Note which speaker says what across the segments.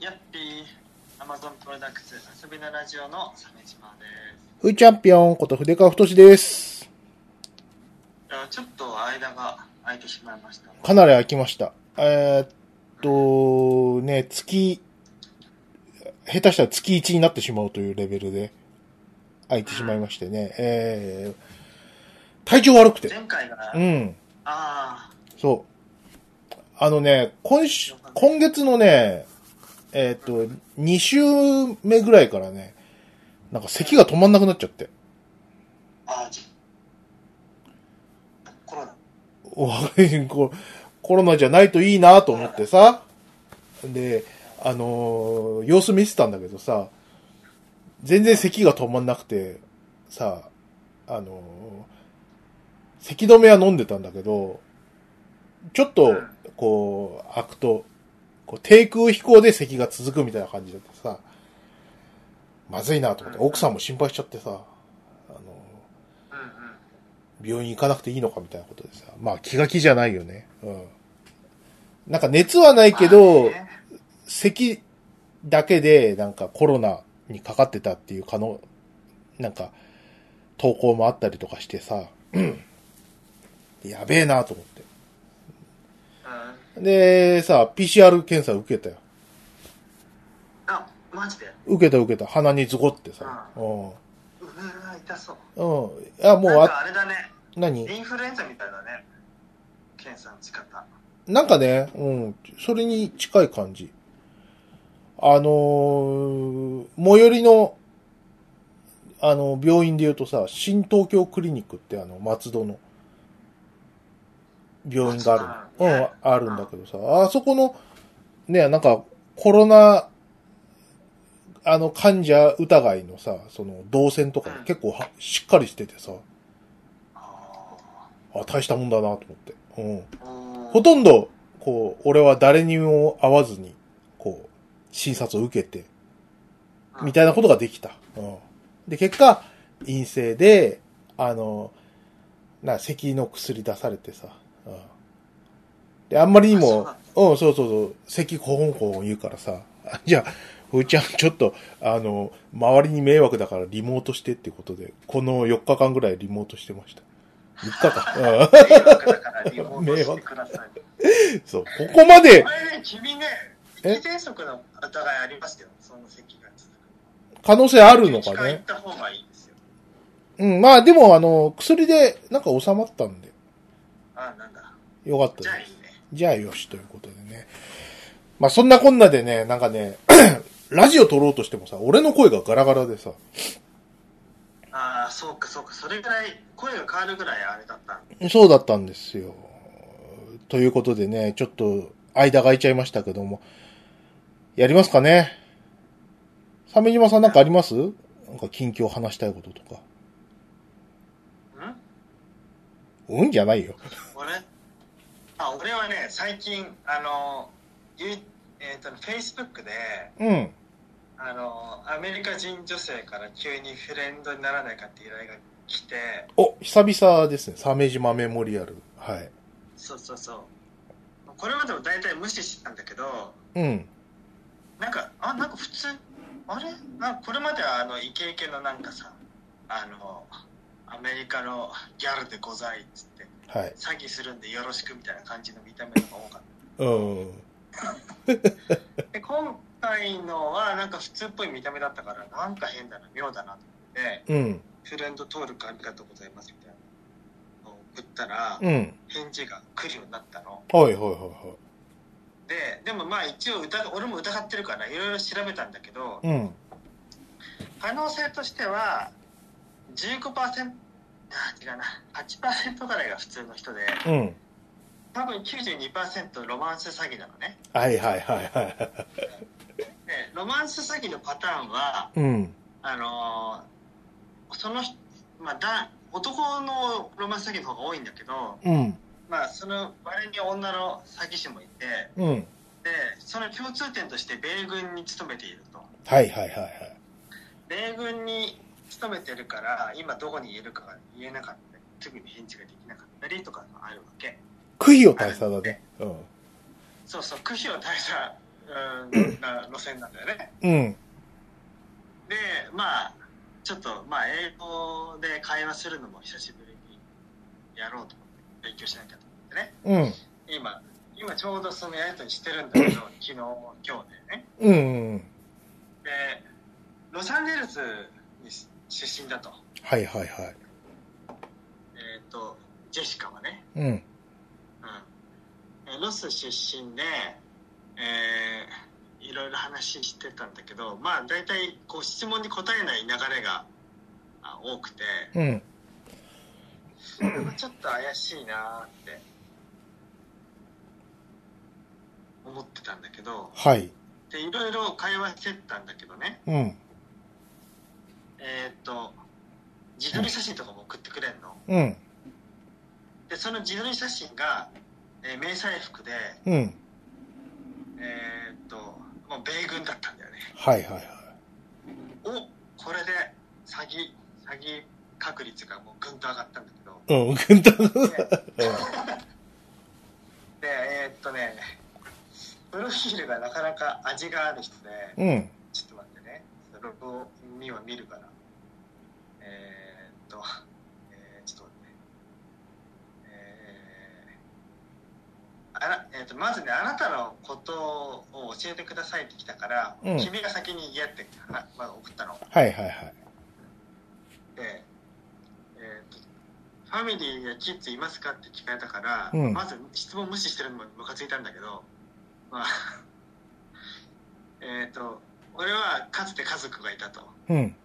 Speaker 1: やっぴー、Amazon プロダクツ遊びのラジオの鮫島です。
Speaker 2: ふいチャンピオンこと筆川太志です。
Speaker 1: いやちょっと間が空いてしまいました。
Speaker 2: かなり空きました。えーっと、ね、月、下手したら月1になってしまうというレベルで空いてしまいましてね。えー、体調悪くて。
Speaker 1: 前回が、
Speaker 2: う
Speaker 1: あ
Speaker 2: ん、
Speaker 1: あ
Speaker 2: そう。あのね、今週、今月のね、えーっと、2週目ぐらいからね、なんか咳が止まんなくなっちゃって。
Speaker 1: ー、ああ、じコロナ。
Speaker 2: おいココロナじゃないといいなと思ってさ。で、あのー様子見てたんだけどさ、全然咳が止まんなくて、さ、あのー咳止めは飲んでたんだけど、ちょっと、こう、開くと、こう低空飛行で咳が続くみたいな感じだってさ、まずいなと思って、奥さんも心配しちゃってさ、あのー
Speaker 1: うんうん。
Speaker 2: 病院行かなくていいのかみたいなことでさ。まあ気が気じゃないよね。うん。なんか熱はないけ
Speaker 1: ま
Speaker 2: ど
Speaker 1: あ、ね
Speaker 2: 咳だけでなんかコロナにかかってたっていう可能、なんか投稿もあったりとかしてさ。うんやべえなと思って。
Speaker 1: うん。
Speaker 2: で、さ、PCR 検査受けたよ。
Speaker 1: あ、マジで
Speaker 2: 受けた受けた。鼻にズコってさ。うん。うん。
Speaker 1: うわ痛そう。
Speaker 2: いや、もう、
Speaker 1: なん
Speaker 2: あ、
Speaker 1: かあれだね、
Speaker 2: 何
Speaker 1: インフルエンザみたいだね。検査の仕方。
Speaker 2: なんかね、うん、それに近い感じ。あのー最寄りの、あの、病院で言うとさ、新東京クリニックってあの、松戸の、病院がある。
Speaker 1: 松戸
Speaker 2: う
Speaker 1: なん
Speaker 2: ん
Speaker 1: だ、
Speaker 2: あるんだけどさ、あそこの、ね、なんか、コロナ、あの、患者疑いのさ、その、動線とか
Speaker 1: うん
Speaker 2: 結構はしっかりしててさ、
Speaker 1: あ
Speaker 2: あ、大したもんだなと思って。うん。
Speaker 1: ーおー
Speaker 2: ほとんど、こう、俺は誰にも会わずに、こう、診察を受けて、みたいなことができた。うん。で、結果、陰性で、あの、な、咳の薬出されてさ、うん。で、あんまりにも、
Speaker 1: あ
Speaker 2: うん、そうそうそう、咳コホンコホン言うからさ、 あじゃあ、ふーちゃん、ちょっと、あの、周りに迷惑だからリモートしてってことで、この4日間ぐらいリモートしてました。3日か。うん。
Speaker 1: 迷惑だからリモートしてください。
Speaker 2: そう、ここまで
Speaker 1: あ、れね、君ね、
Speaker 2: え
Speaker 1: 咳喘息の疑いありますよ、その咳が続く。
Speaker 2: 可能性あるのか
Speaker 1: 病院
Speaker 2: ね
Speaker 1: 行っ。た方がいいですよ。
Speaker 2: うん、まあでも、あの、薬で、なんか収まったんで、
Speaker 1: あなんだ。
Speaker 2: よかった
Speaker 1: じゃあい
Speaker 2: で
Speaker 1: い
Speaker 2: す。
Speaker 1: ね。
Speaker 2: じゃあよし、ということでね。まあそんなこんなでね、なんかね、 ラジオ撮ろうとしてもさ、俺の声がガラガラでさ、
Speaker 1: ああ、そうかそうか。それぐらい、声が変わるぐらいあれだったんで
Speaker 2: そうだったんですよ。ということでね、ちょっと、間が空いちゃいましたけども、やりますかね。鮫島さんなんかありますなんか近況話したいこととか。
Speaker 1: ん
Speaker 2: うんじゃないよ。
Speaker 1: 俺あ、俺はね、最近、あの、ゆいえっ、と、Facebook で、
Speaker 2: うん。
Speaker 1: あの、アメリカ人女性から急にフレンドにならないかって依頼が来て、
Speaker 2: お、久々ですね。鮫島メモリアル。はい。
Speaker 1: そうそうそう。これまでも大体無視してたんだけど、
Speaker 2: うん。
Speaker 1: なんか、あ、なんか普通、あれなんかこれまではあのイケイケのなんかさ、あの、アメリカのギャルでございっつって、
Speaker 2: はい。
Speaker 1: 詐欺するんでよろしくみたいな感じの見た目のが多かっ
Speaker 2: うん。
Speaker 1: た。で、今回のはなんか普通っぽい見た目だったから、なんか変だな、妙だなと思って、
Speaker 2: うん。
Speaker 1: フレンド登録ありがとうございますみたいなのを送ったら、
Speaker 2: うん。
Speaker 1: 返事が来るようになったの。
Speaker 2: はいはいはいは
Speaker 1: で、でもまあ一応疑、俺も疑ってるから、いろいろ調べたんだけど、
Speaker 2: い。うん。
Speaker 1: 可能性としては15%あ違うな8%ぐらいが普通の人で
Speaker 2: うん。
Speaker 1: 多分92%ロマンス詐欺なのね
Speaker 2: はいはいはいはい。
Speaker 1: でロマンス詐欺のパターンは
Speaker 2: うん。
Speaker 1: あのーその人、まあ、だ男のロマンス詐欺の方が多いんだけど、
Speaker 2: うん。
Speaker 1: まあ、その割に女の詐欺師もいて
Speaker 2: うん。
Speaker 1: でその共通点として米軍に勤めていると
Speaker 2: はいはいはいはい。
Speaker 1: 米軍に勤めてるから今どこにいるかが言えなかったりすぐに返事ができなかったりとかがあるわけ
Speaker 2: 苦を大佐だね。うん。
Speaker 1: そうそう苦を大佐うんな路線なんだよね。
Speaker 2: うん。
Speaker 1: で、まあ、ちょっと、まあ、英語で会話するのも久しぶりにやろうと思って、勉強しなきゃと思ってね。
Speaker 2: うん。
Speaker 1: 今、今ちょうどそのやりとりしてるんだけど、昨日、今日でね。
Speaker 2: うんうん。
Speaker 1: で、ロサンゼルスに出身だと。
Speaker 2: はいはい
Speaker 1: え
Speaker 2: はい。
Speaker 1: っ、と、ジェシカはね。
Speaker 2: うん。
Speaker 1: うんえーロス出身で、えーいろいろ話してたんだけど、まあ、大体こう質問に答えない流れがあ多くて、
Speaker 2: うん。
Speaker 1: なんかちょっと怪しいなーって思ってたんだけど、
Speaker 2: はい。
Speaker 1: でいろいろ会話してたんだけどね、
Speaker 2: うん。
Speaker 1: えーっと、自撮り写真とかも送ってくれんの。
Speaker 2: うん。
Speaker 1: で、その自撮り写真が、えー迷彩服で、
Speaker 2: うん。
Speaker 1: えーっと、もう米軍だったんだよね。
Speaker 2: はいはいはい。
Speaker 1: おこれで詐欺詐欺確率がもうぐんと上がったんだけ ど
Speaker 2: うん。ぐんと。
Speaker 1: ででえーっとねプロフィールがなかなか味がある人で
Speaker 2: うん。
Speaker 1: ちょっと待ってねロゴ見は見るからえーっと、えーちょっと待ってねえーあらえーっとまずね、あなたのことを教えてくださいって来たから、
Speaker 2: うん
Speaker 1: 君が先に言えって、はまあ、送ったの。
Speaker 2: はいはいはい。
Speaker 1: でえーとファミリーやキッズいますかって聞かれたから、
Speaker 2: うん
Speaker 1: まず質問無視してるのもムカついたんだけど、まあ、 えっと、俺はかつて家族がいたと。
Speaker 2: うん。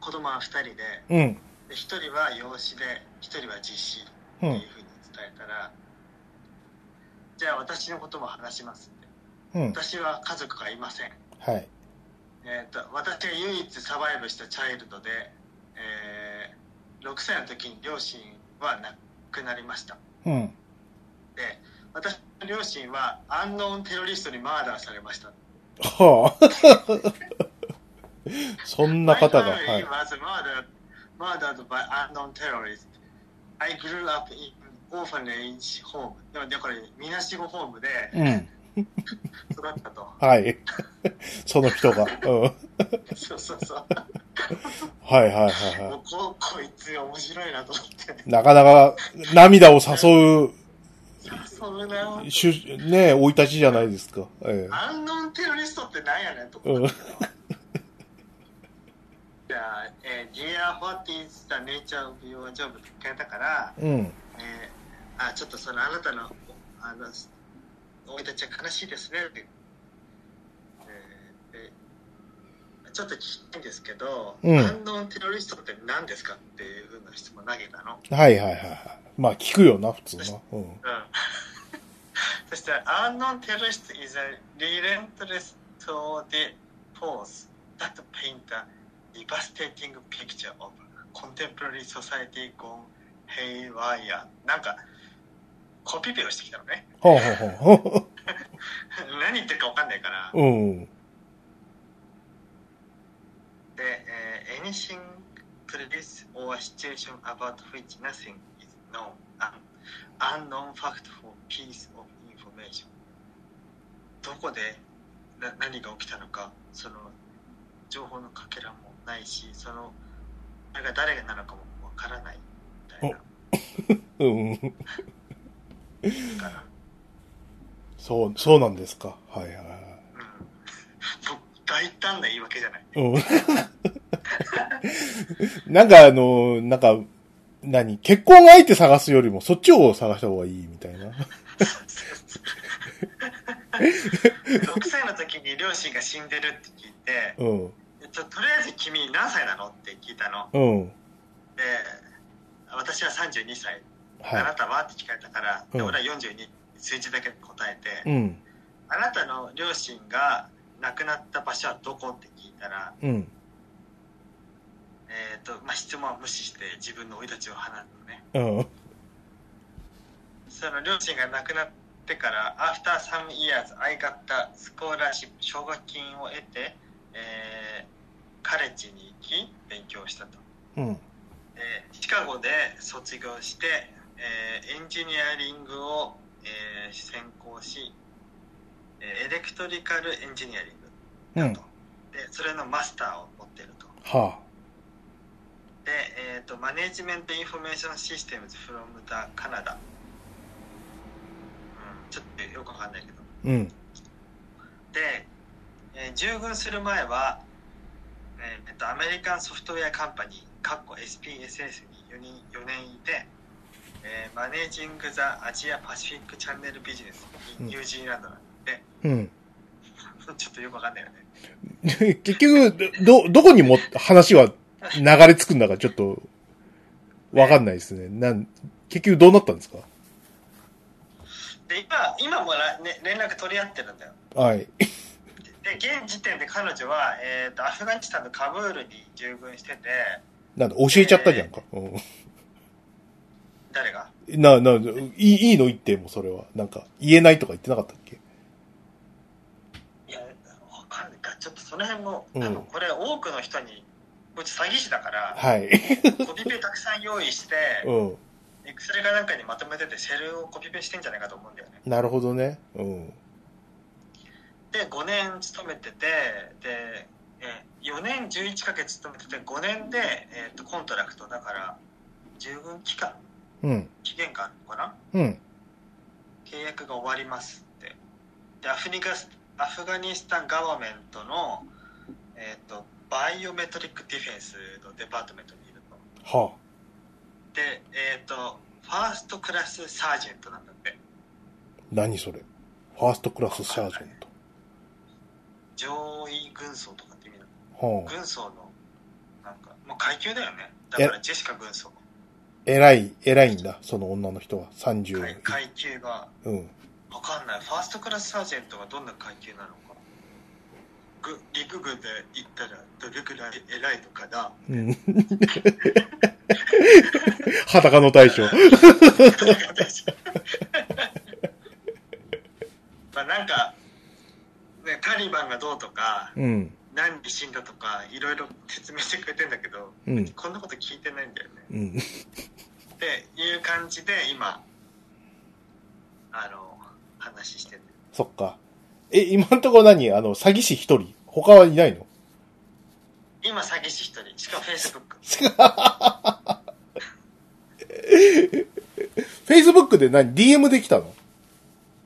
Speaker 1: 子供は2人で、
Speaker 2: うん。
Speaker 1: で1人は養子で、1人は実子っ
Speaker 2: う。
Speaker 1: ていうんふうに伝えたら、じゃあ私のことも話しますって。
Speaker 2: うん。
Speaker 1: 私は家族がいません。
Speaker 2: はい。
Speaker 1: えー、と私が唯一サバイブしたチャイルドで、えー6歳の時に両親は亡くなりました
Speaker 2: うん。
Speaker 1: で私の両親はアンノーンテロリストにマーダーされました
Speaker 2: はあ。そんな方だ。
Speaker 1: My
Speaker 2: は
Speaker 1: family
Speaker 2: い。
Speaker 1: was murdered- murdered by unknown terrorists. I grew up in orphanage home でもねこれみなしごホームで
Speaker 2: うん。
Speaker 1: 育ったと
Speaker 2: はい。その人が。うん。はい
Speaker 1: そうそうそう
Speaker 2: はいはいは
Speaker 1: もうここいつ面白いなと思って
Speaker 2: い。なかなか涙を誘
Speaker 1: そうな
Speaker 2: う、しゅ、ねえ、生い立ちじゃないですか。え
Speaker 1: アンノンテロリストってなんやねんと
Speaker 2: え。
Speaker 1: 思って
Speaker 2: うん。
Speaker 1: じゃあ、えー、Dear, what is the nature of your job? って聞かれたから、
Speaker 2: うん。
Speaker 1: えーあ、ちょっとそのあなたの、あの、生い立ちは悲しいですねって。えーでちょっと聞きたいんですけど、
Speaker 2: うん
Speaker 1: アンノンテロリストって何ですかっていうふうな質問投げたの。
Speaker 2: はいはいはいはい。まあ聞くよな、普通な。うん。
Speaker 1: うん。そしたら、アンノンテロリスト is a relentless toward the force that paint a devastating picture of contemporary society gone haywire. なんか、コピペをしてきたのね。
Speaker 2: ほうほうほうほ
Speaker 1: 何言ってるかわかんないから。
Speaker 2: う。うん。
Speaker 1: で、えー anything, place or situation about which nothing is known, an unknown fact for piece of information. どこでな何が起きたのか、その情報のかけらもないし、そのあれが誰なのかもわからないみたいな。
Speaker 2: うん。
Speaker 1: だから
Speaker 2: そう、そうなんですか。はいはいは
Speaker 1: う
Speaker 2: い。
Speaker 1: ん、 もう大胆な言い訳じ ゃない。
Speaker 2: うん。なんかあの、なんか、何結婚相手探すよりもそっちを探した方がいいみたいな。
Speaker 1: 6歳の時に両親が死んでるって聞いて、
Speaker 2: うん。
Speaker 1: えっと、とりあえず君何歳なのって聞いたの
Speaker 2: うん。
Speaker 1: で私は32歳、あな
Speaker 2: は
Speaker 1: たはって聞かれたから、で
Speaker 2: うん
Speaker 1: 俺は42数字だけ答えて、
Speaker 2: い。うん。
Speaker 1: あなたの両親が亡くなった場所はどこって聞いたら、
Speaker 2: うん。
Speaker 1: えっとまあ、質問は無視して自分の生い立ちを話すのね
Speaker 2: うん。
Speaker 1: その両親が亡くなってから、after some years, I got the scholarship 奨学金を得て、えーカレッジに行き勉強したと。
Speaker 2: うん。
Speaker 1: えーシカゴで卒業して、えーエンジニアリングを、えー専攻し、えーエレクトリカルエンジニアリング
Speaker 2: う
Speaker 1: だ
Speaker 2: ん
Speaker 1: と。。で、それのマスターを持ってると。
Speaker 2: は
Speaker 1: で、えっ、と、マネージメントインフォメーションシステムズフロムザカナダ。うん、ちょっとよくわかんないけど。
Speaker 2: あ。うん。
Speaker 1: で、えー従軍する前は、えーえっと、アメリカンソフトウェアカンパニー、かっこ SPSS に 4, 人4年いて、えーマネージング・ザ・アジア・パシフィック・チャンネル・ビジネス、
Speaker 2: うん
Speaker 1: ニュージーランドなんで、
Speaker 2: うん。
Speaker 1: ちょっとよくわかんないよね。
Speaker 2: 結局、ど、どこにも話は流れ着くんだかちょっと、わかんないですね。なん、結局どうなったんですか
Speaker 1: で、今、今もら、ね、連絡取り合ってるんだよ。
Speaker 2: はい。
Speaker 1: で、現時点で彼女は、えっと、アフガニスタンのカブールに従軍してて、
Speaker 2: なんだ、教えちゃったじゃんか。う
Speaker 1: 誰が
Speaker 2: ん。な、な、いい、いいの言ってもそれは。なんか、言えないとか言ってなかったっけ
Speaker 1: いや、わかんないか。ちょっとその辺も、
Speaker 2: う
Speaker 1: 多
Speaker 2: ん
Speaker 1: 分これ多くの人に、こいつ詐欺師だから、
Speaker 2: はい。
Speaker 1: コピペたくさん用意して、
Speaker 2: うん。
Speaker 1: エクセルかなんかにまとめてて、セルをコピペしてんじゃないかと思うんだよね。
Speaker 2: なるほどね。うん。
Speaker 1: で、5年勤めてて、で、え4年11ヶ月勤めてて、5年で、えっとコントラクトだから、従軍期間、
Speaker 2: うん。
Speaker 1: 期限があるのかな
Speaker 2: うん。
Speaker 1: 契約が終わりますって。で、アフリカスアフガニスタンガバメントの、えっとバイオメトリックディフェンスのデパートメントにいるの。
Speaker 2: は
Speaker 1: で、えっ、と、ファーストクラスサージェントなんだって。
Speaker 2: あ、何それ。ファーストクラスサージェン
Speaker 1: 上位軍曹とかって意味なの
Speaker 2: ト。はあ。
Speaker 1: 軍曹のなんかもう階級だよねだからジェシカ軍曹
Speaker 2: 偉い、偉いんだ。その女の人は。30。
Speaker 1: 階階級が
Speaker 2: うん。
Speaker 1: わかんないファーストクラスサージェントがどんな階級なのかぐ陸軍で行ったらどれくらい偉いのかな
Speaker 2: うん裸の大将。
Speaker 1: まあなんか、ね、タリバンがどうとか
Speaker 2: うん。
Speaker 1: 何に死んだとかいろいろ説明してくれてんだけど
Speaker 2: うん。
Speaker 1: こんなこと聞いてないんだよね
Speaker 2: うん。
Speaker 1: っていう感じで今あの話してる
Speaker 2: そっか。え、今んとこ何あの、詐欺師一人。他はいないの
Speaker 1: 今詐欺師一人しかもフェイスブック
Speaker 2: ?Facebook で何 ?DM できたの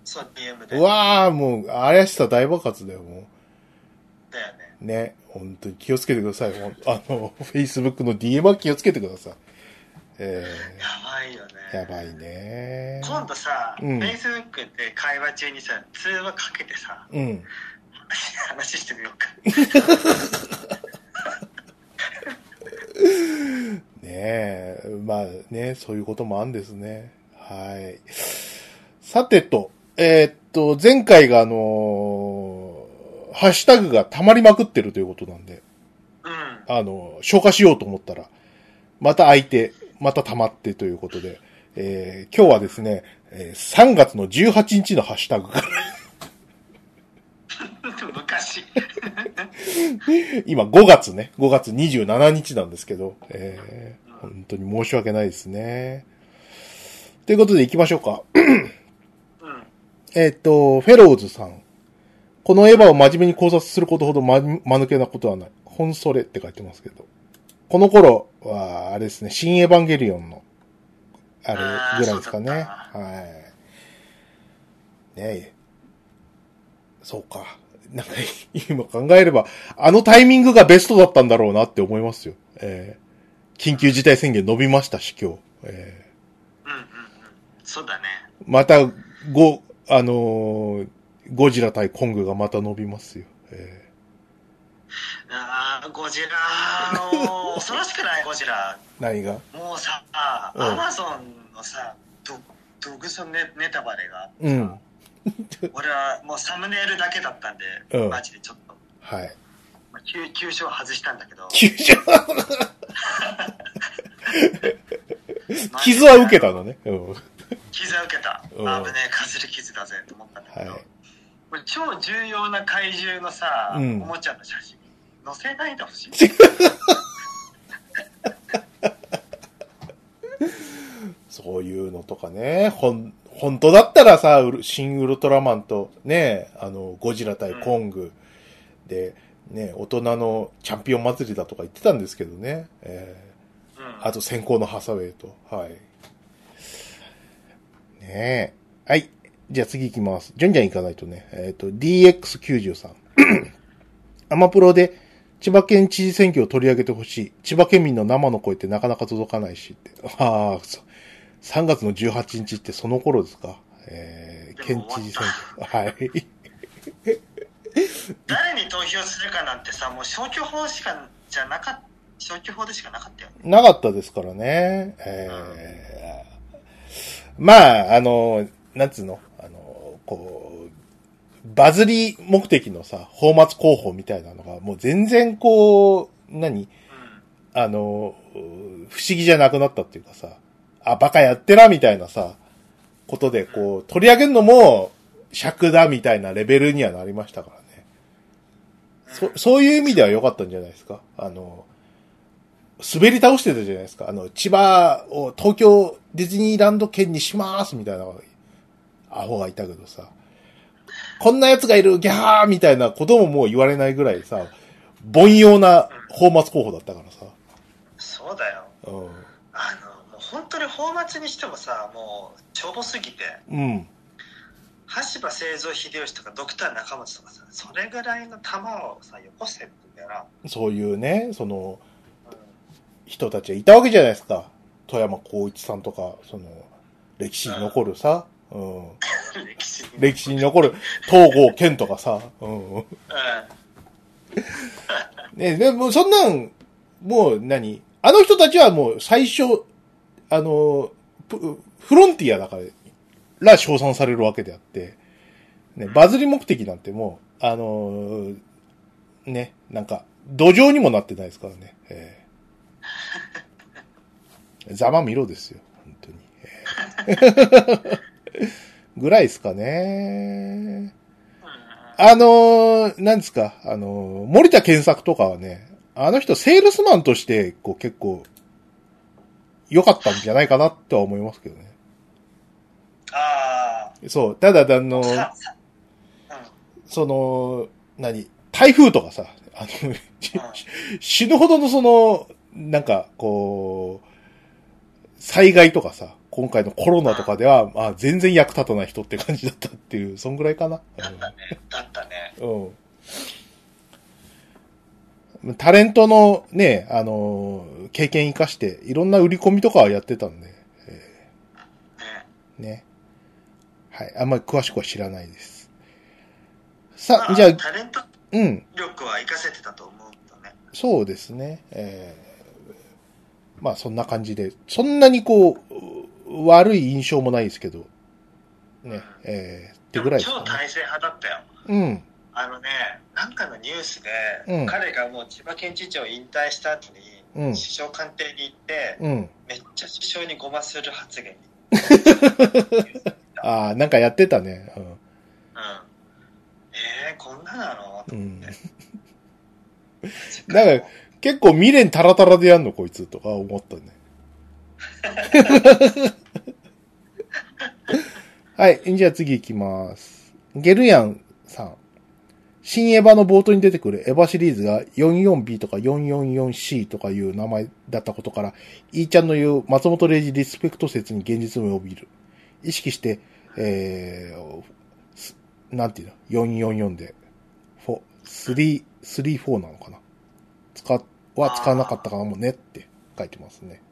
Speaker 1: そう DM で
Speaker 2: うわー、もう、怪しさ大爆発だよ、も
Speaker 1: だよね
Speaker 2: う。ね。本当に気をつけてください。ほんあの、Facebook の DM は気をつけてください。え
Speaker 1: やばいよね
Speaker 2: ー、やばいね。
Speaker 1: 今度さ、
Speaker 2: うん
Speaker 1: フェイスブックで会話中にさ通話かけてさ
Speaker 2: うん。
Speaker 1: 話してみようか
Speaker 2: ねえ、まあね、そういうこともあるんですね。はい。さてと、えーっと、前回があのーハッシュタグが溜まりまくってるということなんで、
Speaker 1: うん
Speaker 2: あのー消化しようと思ったら、また空いて、また溜まってということで、えー今日はですね、えー3月の18日のハッシュタグから、
Speaker 1: 昔
Speaker 2: 今5月ね、5月27日なんですけど、えー本当に申し訳ないですね。ということで行きましょうか。
Speaker 1: うん
Speaker 2: えっ、と、フェローズさん。このエヴァを真面目に考察することほどま、間抜けなことはない。本それって書いてますけど。この頃は、あれですね、新エヴァンゲリオンの、あ
Speaker 1: あー
Speaker 2: れぐらいですかね。
Speaker 1: そうだっ
Speaker 2: はい。ねえ。そうか。なんか、今考えれば、あのタイミングがベストだったんだろうなって思いますよ。えー緊急事態宣言伸びましたし、今日。えー
Speaker 1: うんうんうんそうだね
Speaker 2: また、ゴ、あのーゴジラ対コングがまた伸びますよ。え
Speaker 1: あーゴジラもう恐ろしくないゴジラ
Speaker 2: ー何が
Speaker 1: もうさア
Speaker 2: うん
Speaker 1: マゾンのさど独自のネネタバレが
Speaker 2: うん。
Speaker 1: 俺はもうサムネイルだけだったんで、
Speaker 2: うん
Speaker 1: マジでちょっと、
Speaker 2: はい。
Speaker 1: まあ、急急所を外したんだけど
Speaker 2: 急所傷は受けたのね。うん。は
Speaker 1: 傷は受けた、
Speaker 2: うん
Speaker 1: 危ねえかすり傷だぜと思ったんだけど、
Speaker 2: い。
Speaker 1: これ超重要な怪獣のさ、
Speaker 2: うん
Speaker 1: おもちゃの写真載せないでほしい
Speaker 2: そういうのとかね、ほん、本当だったらさ、ウルシン・ウルトラマンとね、あの、ゴジラ対コングで、ね、大人のチャンピオン祭りだとか言ってたんですけどね。え
Speaker 1: うん
Speaker 2: ーあと先行のハサウェイと。はい。ねえ。はい。じゃあ次行きます。ジョンちゃん行かないとね。えっ、と、DX93。アマプロで千葉県知事選挙を取り上げてほしい。千葉県民の生の声ってなかなか届かないしって。ああ、そう3月の18日ってその頃ですか。えー、
Speaker 1: で
Speaker 2: 県
Speaker 1: も
Speaker 2: 知
Speaker 1: 終
Speaker 2: 事
Speaker 1: わ
Speaker 2: 選挙。はい。
Speaker 1: 誰に投票するかなんてさもう消去法しかじゃなかっ消去法でしかなかったよね
Speaker 2: なかったですからね。えーまあ、あの、なんつうのあの、こう、バズり目的のさ、放末候補みたいなのが、もう全然こう、何あの、う不思議じゃなくなったっていうかさ、あ、バカやってらみたいなさ、ことでこう、取り上げるのも尺だみたいなレベルにはなりましたからね。
Speaker 1: うん
Speaker 2: そ、そういう意味では良かったんじゃないですかあの、滑り倒してたじゃないですか。あの、千葉を東京ディズニーランド県にしますみたいな、アホがいたけどさ。こんな奴がいるギャーみたいなことももう言われないぐらいさ、凡庸な放末候補だったからさ。
Speaker 1: そうだよ
Speaker 2: う
Speaker 1: あのもう本当に放末にしてもさもうちょぼすぎて
Speaker 2: ん。うん。
Speaker 1: 羽柴製造秀吉とかドクター中松とかさそれぐらいの球をさよこせって言うんだよ
Speaker 2: そういうね、その、
Speaker 1: な、うん
Speaker 2: 人たちがいたわけじゃないですか。富山光一さんとか、その、歴史に残るさ、うん。
Speaker 1: 歴史に
Speaker 2: 歴史に残る東郷健とかさ、うん。
Speaker 1: う
Speaker 2: ね、でもうそんなん、もう何あの人たちはもう最初、あの、プフロンティアだから、称賛されるわけであって、ね、バズり目的なんてもう、あの、ね、なんか、土壌にもなってないですからね。えーざまみろですよ、本当に。え ーぐらいですかね。
Speaker 1: ん
Speaker 2: あのー、なんですか、あのー森田健作とかはね、あの人セールスマンとして、こう結構、良かったんじゃないかなとは思いますけどね。
Speaker 1: あ
Speaker 2: そう、ただ、あの
Speaker 1: あ
Speaker 2: ー
Speaker 1: ささう
Speaker 2: その、何、台風とかさ、あの、
Speaker 1: んうん
Speaker 2: 死ぬほどのその、なんか、こう、災害とかさ、今回のコロナとかでは、まあ、全然役立たない人って感じだったっていう、そんぐらいかな。
Speaker 1: だったねだったね
Speaker 2: うん。タレントのね、あのー経験活かして、いろんな売り込みとかはやってたんで、
Speaker 1: ね
Speaker 2: ね。はい。あんまり詳しくは知らないです。
Speaker 1: ま
Speaker 2: さあ、じゃあ、
Speaker 1: タレント
Speaker 2: うん。
Speaker 1: 力は活かせてたと思うけどね
Speaker 2: そうですね。えーまあ、そんな感じで、そんなにこうう、悪い印象もないですけど、ね、えーっ
Speaker 1: で
Speaker 2: てぐ
Speaker 1: も
Speaker 2: らいです
Speaker 1: 超
Speaker 2: かね。
Speaker 1: 体制派だったよ
Speaker 2: うん。
Speaker 1: あのね、なんかのニュースで、
Speaker 2: うん
Speaker 1: 彼がもう千葉県知事を引退した後に、
Speaker 2: うん
Speaker 1: 首相官邸に行って、
Speaker 2: うん。
Speaker 1: めっちゃ首相にごまする発言に、
Speaker 2: ああ、なんかやってたね。
Speaker 1: うん、えー、こんななの
Speaker 2: うん。うん。
Speaker 1: と
Speaker 2: だから結構未練タラタラでやんの、こいつ、とか思ったね。はい、じゃあ次行きます。ゲルヤンさん。新エヴァの冒頭に出てくるエヴァシリーズが 44B とか 444C とかいう名前だったことから、イーちゃんの言う松本零士リスペクト説に現実味を帯びる。意識して、えー、すなんていうの ?444 で、4、3、3、4なのかな使っ、は使わなかったかもねって書いてますね。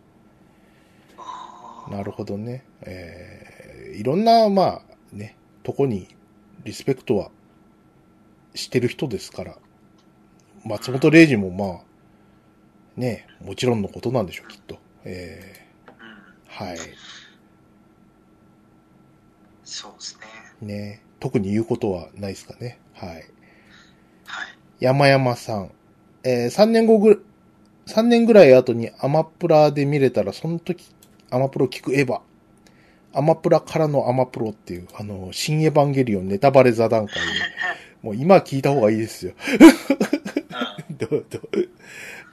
Speaker 1: あー
Speaker 2: なるほどね。えー、いろんな、まあ、ね、とこに、リスペクトは、してる人ですから、松本零士もまあ、ね、もちろんのことなんでしょう、きっと。え
Speaker 1: うん
Speaker 2: ー、はい。
Speaker 1: そうですね。
Speaker 2: ね、特に言うことはないですかね。はい。
Speaker 1: はい。
Speaker 2: 山山さん。えー、3年後ぐ、3年ぐらい後にアマプラで見れたら、その時、アマプロ聞くエヴァ。アマプラからのアマプロっていう、あの、新エヴァンゲリオンネタバレ座 談会で、もう今聞いた方がいいですよ。
Speaker 1: う ん
Speaker 2: どうど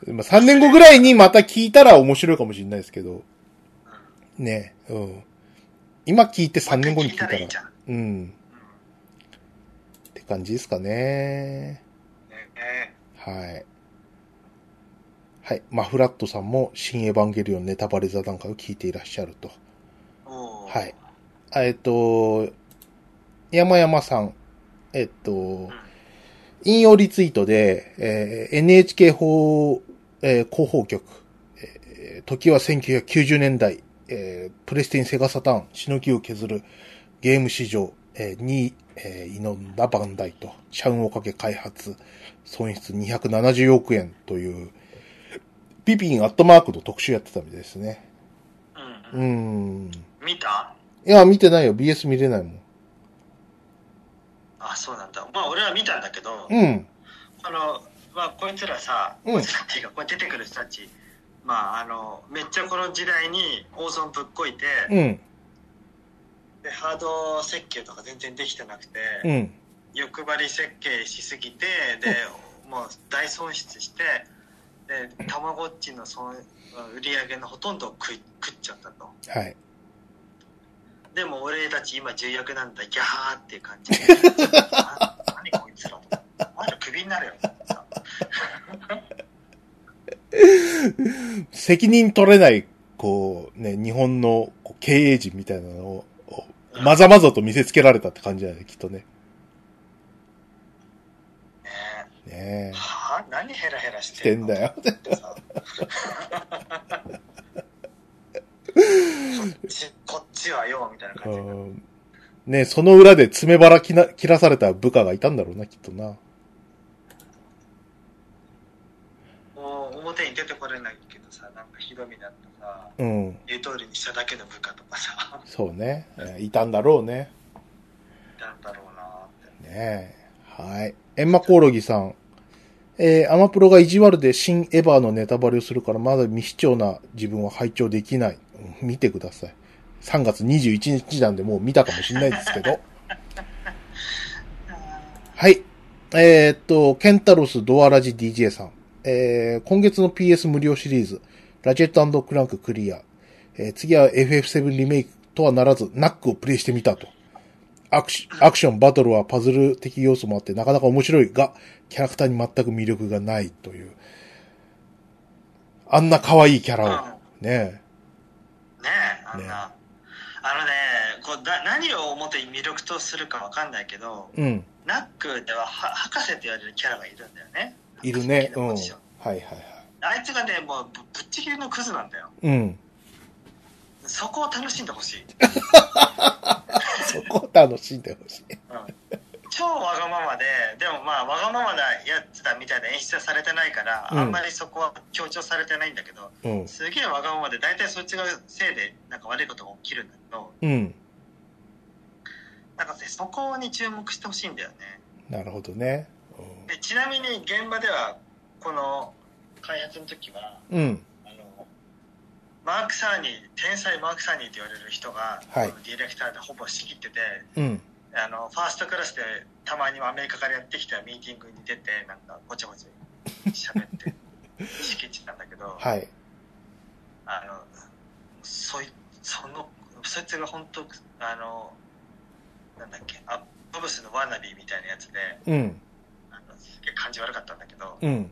Speaker 2: うまあ3年後ぐらいにまた聞いたら面白いかもしれないですけど、
Speaker 1: うん
Speaker 2: ね、うん。今聞いて3年後に聞いたら
Speaker 1: 聞いたらいいじゃん。う
Speaker 2: うん。
Speaker 1: ん
Speaker 2: って感じですかね。
Speaker 1: ねえ
Speaker 2: はい。はい。まあ、フラットさんも、新エヴァンゲリオンネタバレ座談会を聞いていらっしゃると。
Speaker 1: おー
Speaker 2: はい。あえっと、山山さん、えっと、引用リツイートで、えー NHK 法、えー広報局、えー時は1990年代、えープレスティンセガサターン、しのぎを削るゲーム史上、えー、に、えー、挑んだバンダイと、社運をかけ開発、損失270億円という、ピピンアットマークの特集やってたみたいですね。
Speaker 1: うん
Speaker 2: う
Speaker 1: うん
Speaker 2: ん。
Speaker 1: 見た
Speaker 2: いや、見てないよ。BS 見れないもん。
Speaker 1: あ、そうなんだ。まあ、俺は見たんだけど、
Speaker 2: うん。
Speaker 1: あの、まあ、こいつらさ、
Speaker 2: うん
Speaker 1: こいつらっていうか、こう出てくる人たち、まあ、あの、めっちゃこの時代にオーソンぶっこいて、
Speaker 2: うん。
Speaker 1: でハード設計とか全然できてなくて、
Speaker 2: うん。
Speaker 1: 欲張り設計しすぎて、で、もう大損失して、で、たまごっちの損売り上げのほとんどを食い食っちゃったと。
Speaker 2: はい。
Speaker 1: でも俺たち今重役なんだ、ギャーっていう感じ。 な何こいつらと。まだクビになるよ。
Speaker 2: 責任取れない、こう、ね、日本のこう経営陣みたいなのを、まざまざと見せつけられたって感じだよね、きっとね。
Speaker 1: ねえ
Speaker 2: ね
Speaker 1: はあ何ヘラヘラ
Speaker 2: え。
Speaker 1: し
Speaker 2: して
Speaker 1: て
Speaker 2: ん
Speaker 1: の
Speaker 2: だよ。
Speaker 1: ってさこっちこっちはよみたいな
Speaker 2: う
Speaker 1: 感じになる
Speaker 2: ん。ねえその裏で爪腹切な切らされた部下がいたんだろうな、きっとな。
Speaker 1: もう表に出てこれないけどさなんかひどみだったさ
Speaker 2: うん。
Speaker 1: 言う通りにしただけの部下とかさ
Speaker 2: そうね。えいたんだろうね。
Speaker 1: なんだろうなーって
Speaker 2: ねえ。はい。エンマコオロギさん。えーアマプロが意地悪で新エヴァのネタバレをするからまだ未視聴な自分は拝聴できない。うん見てください。3月21日なんでもう見たかもしれないですけど。はい。えーっと、ケンタロスドアラジ DJ さん。えー今月の PS 無料シリーズ、ラジェットクランククリア。えー次は FF7 リメイクとはならず、ナックをプレイしてみたと。アクシアクション、バトルはパズル的要素もあってなかなか面白いが、キャラクターに全く魅力がないという。あんな可愛いキャラを。ね
Speaker 1: ねえあんな、
Speaker 2: ね
Speaker 1: あのねこうだ何を表に魅力とするかわかんないけど
Speaker 2: え。うん。
Speaker 1: ナックではは博士って言われるキャラがいるんだよね
Speaker 2: いるね。う
Speaker 1: 博士のポ
Speaker 2: ん。はい
Speaker 1: ジション
Speaker 2: はいは
Speaker 1: あいつがねもうぶぶっちぎりのクズなんだよ
Speaker 2: い。うん。
Speaker 1: そこを楽しんでほしい
Speaker 2: そこを楽しんでほしい。
Speaker 1: 超わがままででもまあわがままなやつだみたいな演出はされてないから、
Speaker 2: うん
Speaker 1: あんまりそこは強調されてないんだけど
Speaker 2: うん。
Speaker 1: すげえわがままで大体そっちがせいでなんか悪いことが起きるんだけど
Speaker 2: うん。
Speaker 1: なんかねそこに注目してほしいんだよね
Speaker 2: なるほどね。
Speaker 1: でちなみに現場ではこの開発の時は
Speaker 2: うん。うん
Speaker 1: あのマーク・サーニー天才マーク・サーニーって言われる人が、
Speaker 2: はい
Speaker 1: このディレクターでほぼ仕切ってて
Speaker 2: うん。
Speaker 1: あのファーストクラスでたまにアメリカからやってきたミーティングに出てなんかごちゃごちゃ喋って仕切ってたんだけど、
Speaker 2: はい。
Speaker 1: あのそいそのそいつが本当あのなんだっけアブスのワナビーみたいなやつで
Speaker 2: うん。
Speaker 1: あのすげえ感じ悪かったんだけど
Speaker 2: うん。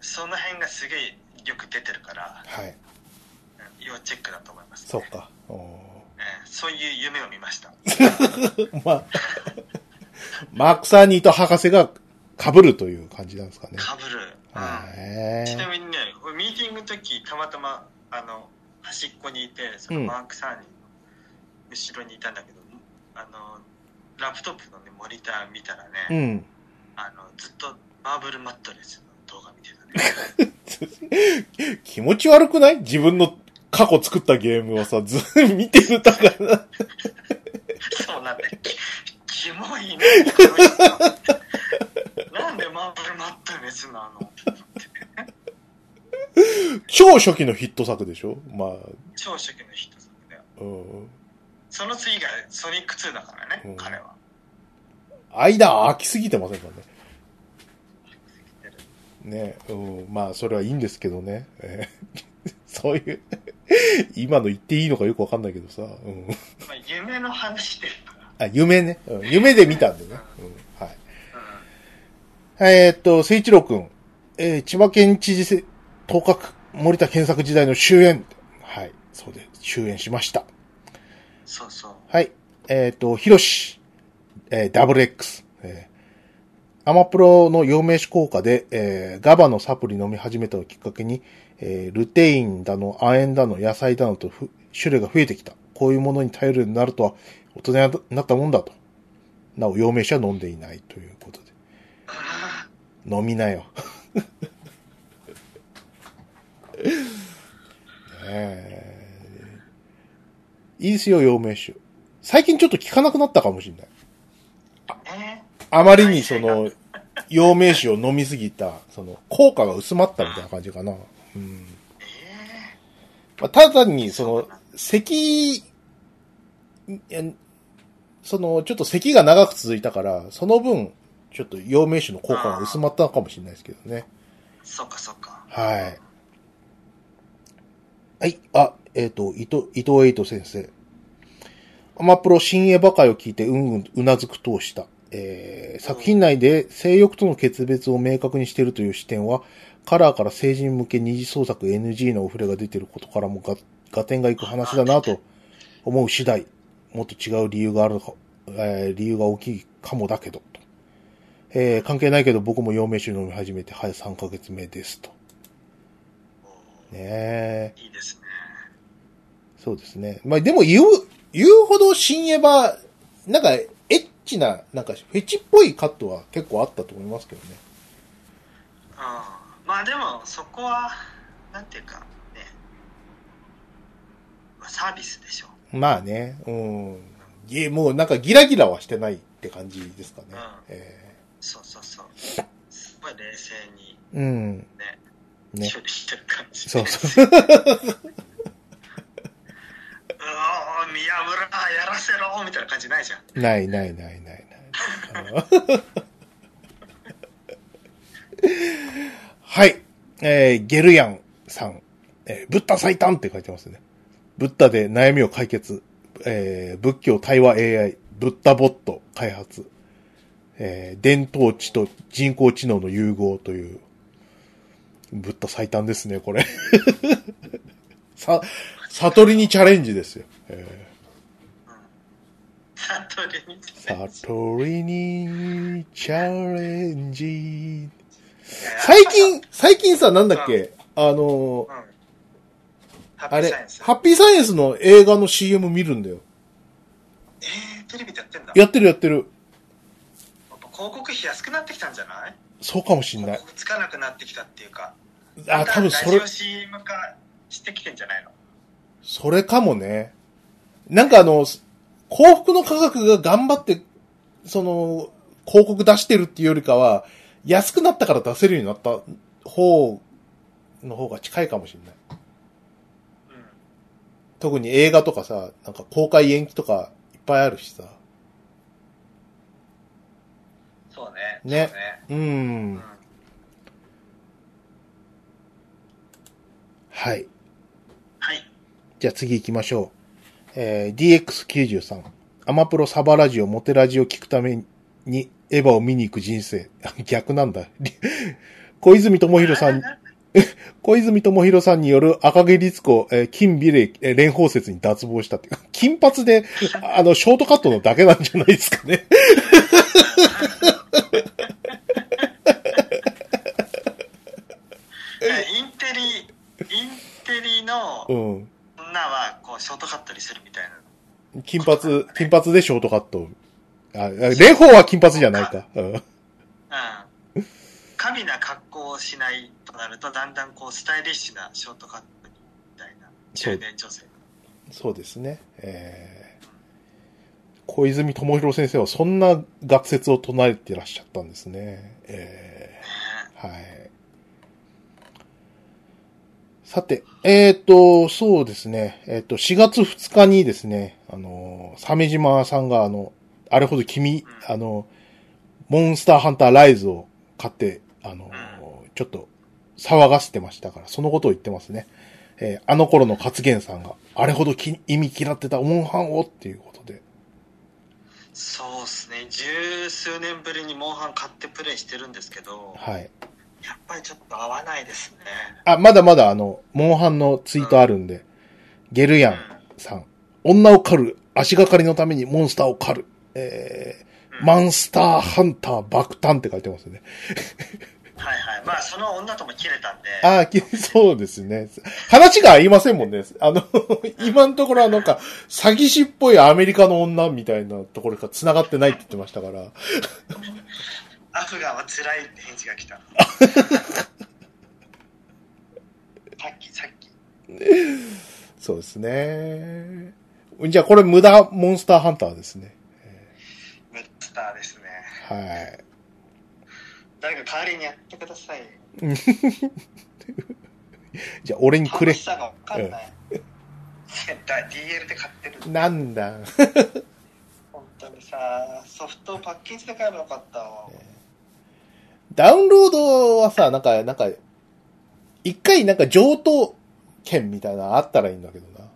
Speaker 1: その辺がすげえよく出てるから、
Speaker 2: はい。
Speaker 1: うん要チェックだと思います、ね、
Speaker 2: そうか。お
Speaker 1: えーそういう夢を見ました
Speaker 2: ーまあ、 マーク・サーニーと博士が被るという感じなんですかね。
Speaker 1: かぶる、うん
Speaker 2: へ
Speaker 1: ちな
Speaker 2: ー
Speaker 1: みにね、俺ミーティングの時たまたまあの端っこにいて、その
Speaker 2: うん
Speaker 1: マークさんの後ろにいたんだけど、あのラップトップの、ね、モニター見たら
Speaker 2: う
Speaker 1: ね、
Speaker 2: ん。
Speaker 1: あのずっとマーブルマットレスの動画見てたね。
Speaker 2: 気持ち悪くない自分の過去作ったゲームをさ、ず、見てるだから。
Speaker 1: そうなんだよ、きキモいね。この人なんでマーブルマットレスなの
Speaker 2: 超初期のヒット作でしょまあ、
Speaker 1: 超初期のヒット作だよ。
Speaker 2: うん。
Speaker 1: その次がソニック2だからね、
Speaker 2: うん
Speaker 1: 彼は。
Speaker 2: 間空きすぎてませんかね。ね、うん、まあ、それはいいんですけどね。 えーそういう、今の言っていいのかよくわかんないけどさ。うん
Speaker 1: まあ、言夢の話で、
Speaker 2: あ、夢ね。うん夢で見たんでね。うんはい。えーっと、聖一郎くん。えー千葉県知事せ、当確、森田健作時代の終演。はい。そうです。終演しました。
Speaker 1: うん、そうそう。
Speaker 2: はい。えーっと、ひろし、えー、ダブル X。えーアマプロの陽明酒効果で、えーガバのサプリ飲み始めたをきっかけに、えールテインだの、亜鉛だの、野菜だのとふ種類が増えてきた。こういうものに頼るようになるとは、大人になったもんだと。なお、陽明酒は飲んでいないということで。
Speaker 1: あ
Speaker 2: 飲みなよ。 ねえいいですよ、陽明酒。最近ちょっと聞かなくなったかもしれない。
Speaker 1: あ、ね
Speaker 2: あまりにその、陽明酒を飲みすぎた、その、効果が薄まったみたいな感じかな。う
Speaker 1: え
Speaker 2: ん。
Speaker 1: え
Speaker 2: まあ、ただに、その、咳、いやその、ちょっと咳が長く続いたから、その分、ちょっと陽明酒の効果が薄まったのかもしれないですけどね。
Speaker 1: そっかそっか。
Speaker 2: はい。はい。あ、えっ、と、伊藤、伊藤エイト先生。アマプロ新エヴァ会を聞いてうんうんうなずくとした。えー、作品内で性欲との決別を明確にしているという視点は、カラーから成人向け二次創作 NG のお触れが出てることからもが、合点がいく話だなと思う次第、もっと違う理由があるのか、えー理由が大きいかもだけど、とえー関係ないけど僕も陽明酒飲み始めて、はい、3ヶ月目です、と。
Speaker 1: おー
Speaker 2: ねえ、
Speaker 1: いいですね。
Speaker 2: そうですね。まあでも言う、言うほど新エヴァ、なんかエッチな、なんかフェチっぽいカットは結構あったと思いますけどね。
Speaker 1: うん。まあでも、そこは、なんていうか、ね。まあ、サービスでしょ。
Speaker 2: まあね、うん。いえ、もうなんかギラギラはしてないって感じですかね
Speaker 1: うん。
Speaker 2: え
Speaker 1: そうそうそう。すごい冷静に
Speaker 2: ーうん。
Speaker 1: ね、
Speaker 2: ね。
Speaker 1: 処理してる感じ。
Speaker 2: そうそう。
Speaker 1: うおー宮村やらせろみたいな感じないじゃん
Speaker 2: ないないないないない。 はい。えー、ゲルヤンさん。えー、ブッダ最短って書いてますね。ブッダで悩みを解決。えー、仏教対話 AI。ブッダボット開発。えー、伝統知と人工知能の融合という。ブッダ最短ですね、これ。 さ、悟りにチャレンジですよ。えー
Speaker 1: 悟りに
Speaker 2: 悟りにチャレンジ。最近、最近さ、なんだっけ、あのー
Speaker 1: うんハ
Speaker 2: あ
Speaker 1: ッピー
Speaker 2: れ
Speaker 1: サイエン、ス
Speaker 2: ハッピーサイエンスの映画の CM 見るんだよ。
Speaker 1: えー、テレビでやってんだやっ
Speaker 2: やってるやってる。
Speaker 1: ぱ広告費安くなってきたんじゃない
Speaker 2: そうかもしんない
Speaker 1: 広。告つかなくなってきたっていうか
Speaker 2: あ、多分そ
Speaker 1: ラ
Speaker 2: れ
Speaker 1: ジオ、CM 化してきてんじゃないの
Speaker 2: それかもね。なんかあの、幸福の科学が頑張って、その、広告出してるっていうよりかは、安くなったから出せるようになった方の方が近いかもしんな
Speaker 1: うん
Speaker 2: い。特に映画とかさ、なんか公開延期とかいっぱいあるしさ。
Speaker 1: そうね
Speaker 2: ね
Speaker 1: そうね
Speaker 2: う
Speaker 1: うんん。
Speaker 2: はい。
Speaker 1: はい
Speaker 2: じゃあ次行きましょう。えー、DX93。アマプロサバラジオ、モテラジオ聞くためにエヴァを見に行く人生。 あ逆なんだ。り小泉智弘さん、 小泉智弘さんによる赤毛律子、えー金美麗、えー連邦説に脱帽したって いう。金髪で、あの、ショートカットのだけなんじゃないですかね。
Speaker 1: えインテリインテリの
Speaker 2: うん。
Speaker 1: 女はこうショートカットにするみたいな
Speaker 2: 金髪、金髪でショートカット。あ、あ蓮舫は金髪じゃないか。うん
Speaker 1: うん過敏な格好をしないとなるとだんだんこうスタイリッシュなショートカットにみたいな
Speaker 2: そう
Speaker 1: 中年女性
Speaker 2: そうですね。えー小泉智弘先生はそんな学説を唱えてらっしゃったんですね。え
Speaker 1: ね
Speaker 2: ーはい。さて、えっ、と、そうですね。えっ、と、4月2日にですね、あの、鮫島さんが、あの、あれほど君、あの、モンスターハンターライズを買って、あの、ちょっと騒がせてましたから、そのことを言ってますね。えーあの頃の勝元さんが、あれほどき意味嫌ってたモンハンをっていうこと
Speaker 1: そうですね十数年ぶりにモンハン買ってプレイしてるんですけど
Speaker 2: はい。
Speaker 1: やっぱりちょっと合わないですね
Speaker 2: あ、まだまだあの、モンハンのツイートあるんで、ゲルヤンさん、女を狩る、足がかりのためにモンスターを狩る、え
Speaker 1: うん
Speaker 2: ー、マンスターハンター爆誕って書いてますね。
Speaker 1: はいはいまあその女とも切れたんで
Speaker 2: ああ、き そうですね。話が合いませんもんね。あの、 今のところはなんか、詐欺師っぽいアメリカの女みたいなところが繋がってないって言ってましたから。
Speaker 1: アフガンは辛いって返事が来 たさっきさっき
Speaker 2: そうですね。じゃあこれ無駄モンスターハンターですね。
Speaker 1: ムッスターですね
Speaker 2: はい。
Speaker 1: 誰か代わりにやってください
Speaker 2: じゃあ俺にく
Speaker 1: 楽
Speaker 2: れ
Speaker 1: し。さが分かんない 絶対 DL で買ってる
Speaker 2: なんだ。
Speaker 1: 本当にさソフトをパッケージで買えばよかったわ
Speaker 2: ダウンロードはさ、なんか、なんか、一回なんか上等券みたいなのあったらいいんだけどな。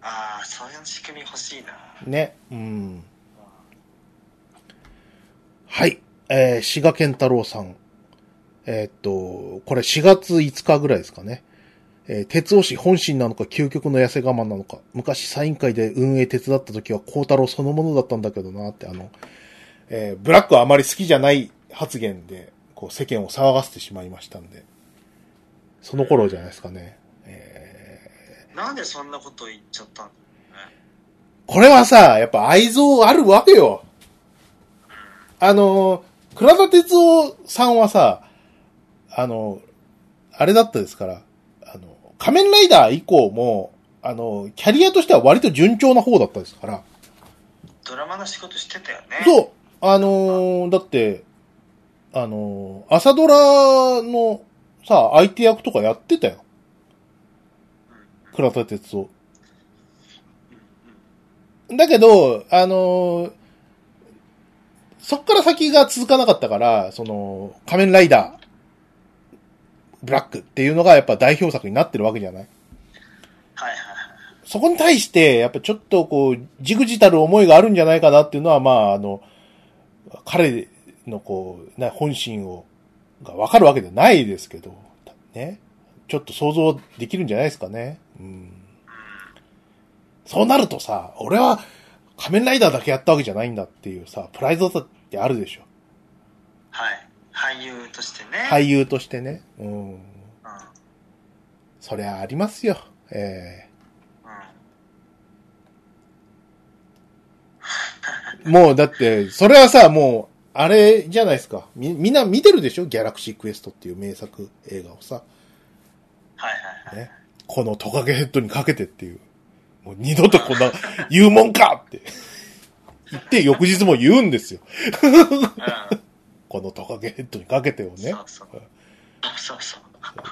Speaker 1: ああそういう仕組み欲しいな
Speaker 2: うん、ね。うん。はい。えー、志賀健太郎さん。えーっと、これ4月5日ぐらいですかね。えー鉄尾氏本心なのか究極の痩せ我慢なのか。昔サイン会で運営手伝った時は幸太郎そのものだったんだけどなって、あの、えーブラックはあまり好きじゃない発言で、こう世間を騒がせてしまいましたんで。その頃じゃないですかね。え
Speaker 1: なんでそんなこと言っちゃったんだろうね
Speaker 2: ーこれはさ、やっぱ愛憎あるわけよ。あのー、倉田哲夫さんはさ、あのー、あれだったですから、あの、仮面ライダー以降も、あのー、キャリアとしては割と順調な方だったですから、
Speaker 1: ドラマの仕事してたよねう
Speaker 2: そう、あのー、だって、あのー、朝ドラのさ、相手役とかやってたよ。倉田哲夫。だけど、あのーそっから先が続かなかったから、その、仮面ライダー、ブラックっていうのがやっぱ代表作になってるわけじゃない
Speaker 1: はいはいはい
Speaker 2: そこに対して、やっぱちょっとこう、じぐじたる思いがあるんじゃないかなっていうのは、まあ、あの、彼のこう、な本心を、がわかるわけじゃないですけど、ね。ちょっと想像できるんじゃないですかね。うん。そうなるとさ、俺は仮面ライダーだけやったわけじゃないんだっていうさ、プライドだってあるでしょ。
Speaker 1: はい俳優としてね
Speaker 2: 俳優としてね。うん。
Speaker 1: うんうん
Speaker 2: そりゃありますよ。ええもうだって、それはさ、もう、あれじゃないですか。み、みんな見てるでしょギャラクシークエストっていう名作映画をさ。
Speaker 1: はいはいはい
Speaker 2: ね。このトカゲヘッドにかけてっていう。もう二度とこんな、 言うもんかって。言って翌日も言うんですよ。
Speaker 1: う
Speaker 2: このトカゲヘッドにかけてを
Speaker 1: ん
Speaker 2: ね
Speaker 1: そう。そうそうそうそう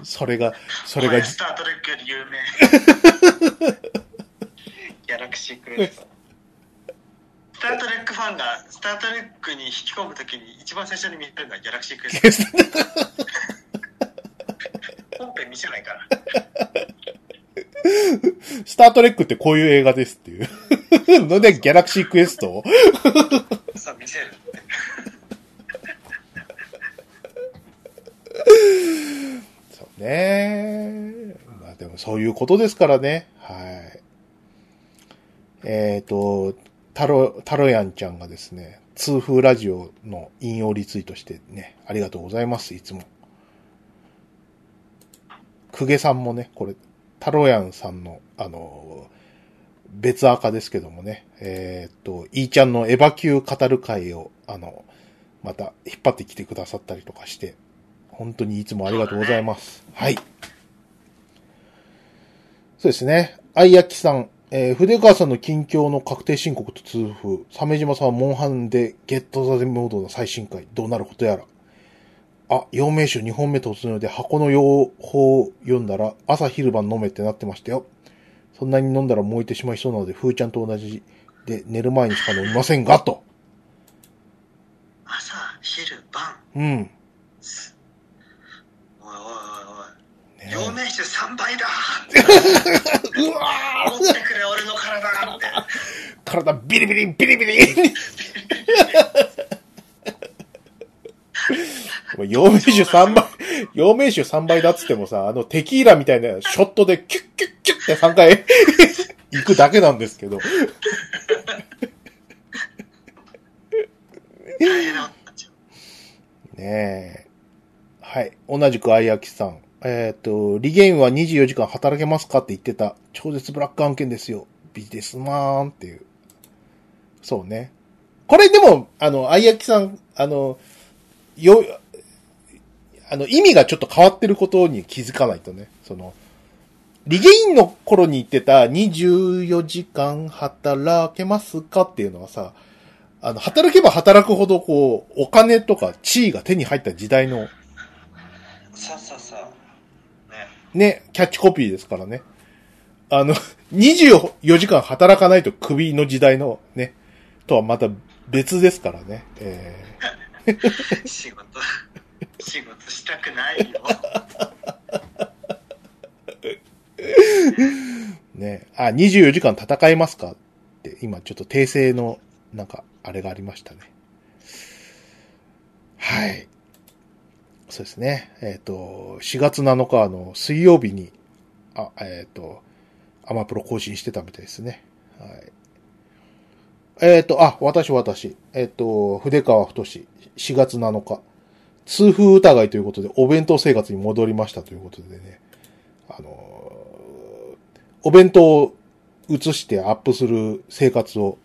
Speaker 2: それが、そ
Speaker 1: こ
Speaker 2: れ
Speaker 1: れ
Speaker 2: が
Speaker 1: が、スター・トレックより有名 ギャラクシークエストスター・トレックファンがスター・トレックに引き込むときに一番最初に見てるのはギャラクシークエス ト本編見せないから
Speaker 2: スタートレックってこういう映 画ですっていう。ので、ギャラクシークエストを
Speaker 1: そう見せる
Speaker 2: そうね。まあでもそういうことですからね。はい。えっ、と、タロ、タロヤンちゃんがですね、通風ラジオの引用リツイートしてね、ありがとうございます、いつも。クゲさんもね、これ、タロヤンさんの、あの、別赤ですけどもね、えっ、と、イーちゃんのエヴァ級語る会を、あの、また引っ張ってきてくださったりとかして、本当にいつもありがとうございます。はい。そうですね。あいやきさん、えー、筆川さんの近況の確定申告と通風、鮫島さんはモンハンでゲット・ザ・ゼモードの最新回、どうなることやら。あ、陽明酒2本目突入で箱の用法を読んだら、朝昼晩飲めってなってましたよ。そんなに飲んだら燃えてしまいそうなので、ふーちゃんと同じで寝る前にしか飲みませんが、と。
Speaker 1: 朝昼晩
Speaker 2: うん。
Speaker 1: おいおいおいおい、
Speaker 2: ね
Speaker 1: 夜陽明酒3倍だ
Speaker 2: うわー
Speaker 1: 持ってくれ俺の体 って
Speaker 2: 体ビリビリ、ビリビリ お前陽明酒3倍、陽明酒3倍だっつってもさ、あのテキーラみたいなショットでキュッキュッキュッって3回 行くだけなんですけど。
Speaker 1: 大変なことになっちゃう
Speaker 2: ねえ。はい。同じくあやきさん。えっ、と、リゲインは24時間働けますかって言ってた。超絶ブラック案件ですよ。ビジネスマンっていう。そうね。これでも、あの、あやきさん、あの、よ、あの、意味がちょっと変わってることに気づかないとね。その、リゲインの頃に言ってた24時間働けますかっていうのはさ、あの、働けば働くほど、こう、お金とか地位が手に入った時代の、
Speaker 1: さあさあさあね
Speaker 2: ね、キャッチコピーですからね。あの、24時間働かないとクビの時代のね、とはまた別ですからね。え
Speaker 1: 仕事仕事したくないよ
Speaker 2: ー、ね、あ、24時間戦いますかって、今ちょっと訂正の、なんか、あれがありましたね。はい。そうですね。えっ、と、4月7日の水曜日に、あ、えっ、と、アマプロ更新してたみたいですね。はい。えっ、と、あ、私、私。えっ、と、筆川太志、4月7日。痛風疑いということで、お弁当生活に戻りましたということでね。あのーお弁当を移してアップする生活を、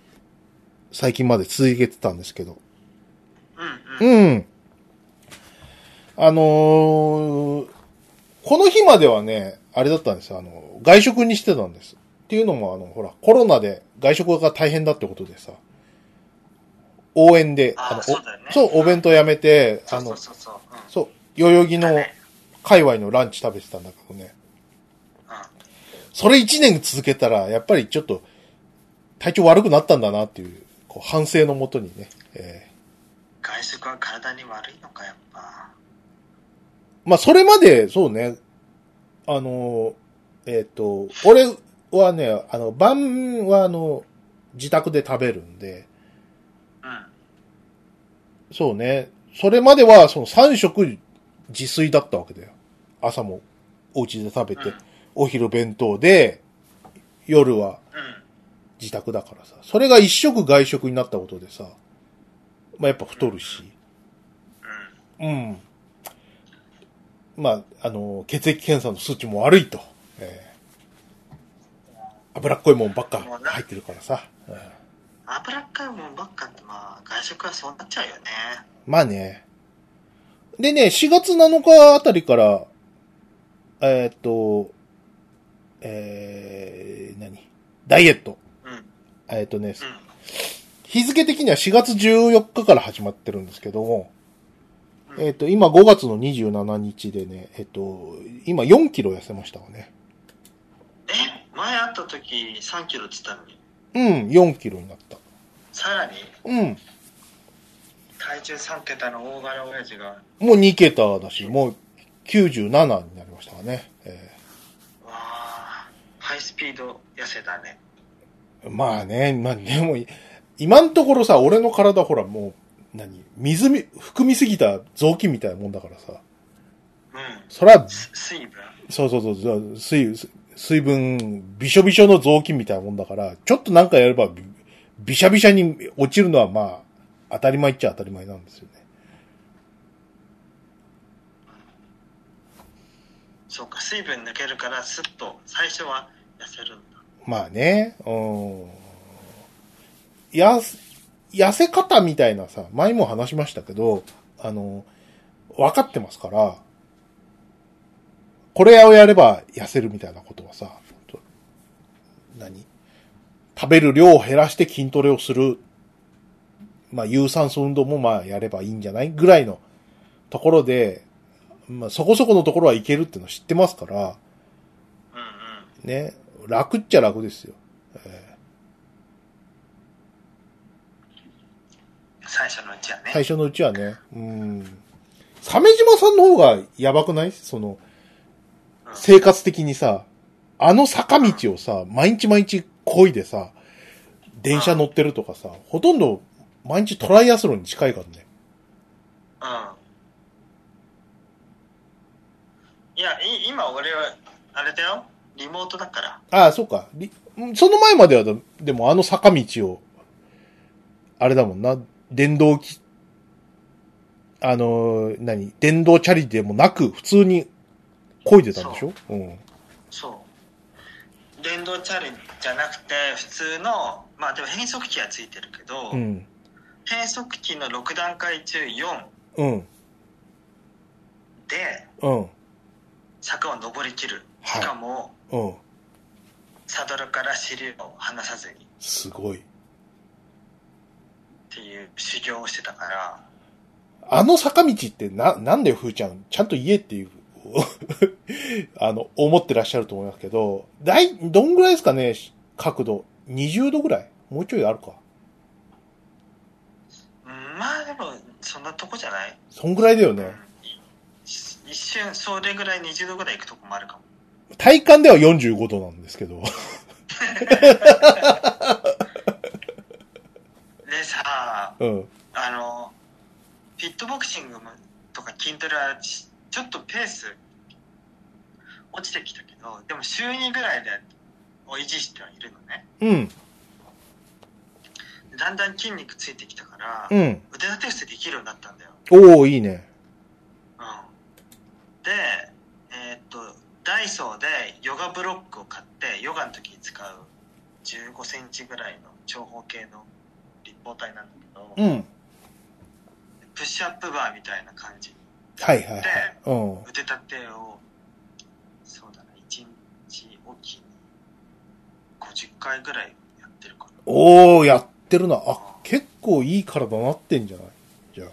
Speaker 2: 最近まで続けてたんですけど。
Speaker 1: うんうん
Speaker 2: うん。あのーこの日まではね、あれだったんですよ。あの、外食にしてたんです。っていうのも、あの、ほら、コロナで外食が大変だってことでさ、応援で、
Speaker 1: あー
Speaker 2: のお
Speaker 1: そうだよね
Speaker 2: そう、お弁当やめて、
Speaker 1: そ
Speaker 2: あ
Speaker 1: うそ
Speaker 2: の
Speaker 1: う、そうそううん
Speaker 2: そう、代々木
Speaker 1: だ
Speaker 2: の
Speaker 1: ね
Speaker 2: 界隈のランチ食べてたんだけどね。
Speaker 1: う
Speaker 2: それ1年続けたら、やっぱりちょっと、体調悪くなったんだなっていう、こう反省のもとにね、えー
Speaker 1: ん外食は体に悪いのかやっぱ
Speaker 2: まあ、それまで、そうね、あの、えっ、と、俺はね、あの、晩は、あの、自宅で食べるんで、
Speaker 1: うん
Speaker 2: そうね、それまでは、その3食自炊だったわけだよ。朝もお家で食べて、
Speaker 1: うん
Speaker 2: お昼弁当で、夜は
Speaker 1: うん
Speaker 2: 自宅だからさ。それが1食外食になったことでさ、まあ、やっぱ太るし。
Speaker 1: うん
Speaker 2: うん。まあ、あの、血液検査の数値も悪いと。えー脂っこいもんばっか入ってるからさ。うん
Speaker 1: 脂っこいもんばっかってまあ外食はそうなっちゃうよね
Speaker 2: まあね。でね、4月7日あたりから、えーっと、えー、何ダイエット。
Speaker 1: うんうん
Speaker 2: えーっとね、日付的には4月14日から始まってるんですけども、
Speaker 1: うん
Speaker 2: えーっと、今5月の27日でね、えーっと、今4キロ痩せましたわね。
Speaker 1: え前会った時3キロって言ったのに
Speaker 2: うん、4キロになった。
Speaker 1: さらに
Speaker 2: うん。
Speaker 1: 体重3桁の大柄親父が
Speaker 2: もう2桁だし、もう97になりましたかね。え
Speaker 1: わあハイスピード痩せだね
Speaker 2: ーまあね、まあでも、今のところさ、俺の体ほらもう、何水み、含みすぎた臓器みたいなもんだからさ。
Speaker 1: うん
Speaker 2: そら、
Speaker 1: す水分
Speaker 2: そうそうそうそう、水、水分、びしょびしょの臓器みたいなもんだから、ちょっとなんかやれば、びびしゃびしゃに落ちるのはまあ、当たり前っちゃ当たり前なんですよね。
Speaker 1: そうか水分抜けるからスッと最初は痩せるんだ
Speaker 2: まあね、うん。やす、痩せ方みたいなさ、前も話しましたけど、あの、分かってますから、これをやれば痩せるみたいなことはさ、と何食べる量を減らして筋トレをする。まあ、有酸素運動もまあやればいいんじゃないぐらいのところで、まあそこそこのところはいけるっていうの知ってますから、
Speaker 1: うんうん
Speaker 2: ね、楽っちゃ楽ですよ。え
Speaker 1: 最初のうちはね
Speaker 2: ー最初のうちはね。うん。鮫島さんの方がやばくないその、
Speaker 1: うん
Speaker 2: 生活的にさ、あの坂道をさ、毎日毎日漕いでさ、電車乗ってるとかさ、ほとんど毎日トライアスロンに近いからね。
Speaker 1: うんいやい今俺はあれだよリモートだから
Speaker 2: ああ、そうか。りんその前まではだ、でもあの坂道を、あれだもんな、電動き、あのー、何、電動チャリでもなく、普通に漕いでたんでしょうん。
Speaker 1: そう電動チャリじゃなくて普通のまあでも変速機はついてるけど、
Speaker 2: うん。
Speaker 1: 変速機の6段階中4
Speaker 2: うん。
Speaker 1: で
Speaker 2: うん。
Speaker 1: 坂を登りきる
Speaker 2: は
Speaker 1: し
Speaker 2: い
Speaker 1: かも
Speaker 2: うん。
Speaker 1: サドルから尻を離さずにっ
Speaker 2: すごい。
Speaker 1: ていう修行をしてたから
Speaker 2: あの坂道ってな、なんだよ、ふーちゃん。ちゃんと言えっていう、 あの、思ってらっしゃると思いますけど、だい、どんぐらいですかね、角度。20度ぐらいもうちょいあるか。
Speaker 1: うんまあでもそんなとこじゃない
Speaker 2: そんぐらいだよね。
Speaker 1: し一瞬それぐらい20度ぐらい行くとこもあるかも
Speaker 2: 体感では45度なんですけど。
Speaker 1: でさ
Speaker 2: うん。
Speaker 1: あのフィットボクシングもとか筋トレはちちょっとペース落ちてきたけどでも週2ぐらいでを維持してはいるのね
Speaker 2: うん。
Speaker 1: だんだん筋肉ついてきたから、
Speaker 2: うん。
Speaker 1: 腕立て伏せできるようになったんだよ、
Speaker 2: おー、いいね。
Speaker 1: うん、でえーっとダイソーでヨガブロックを買ってヨガの時に使う1 5センチぐらいの長方形の立方体なんだけど、
Speaker 2: うん。
Speaker 1: プッシュアップバーみたいな感じ
Speaker 2: はいはいはい
Speaker 1: で。
Speaker 2: うん。
Speaker 1: 腕立てをそうだな1日おきに50回ぐらいやってるかな
Speaker 2: おー、やってるな。あ、結構いい体なってんじゃないじゃ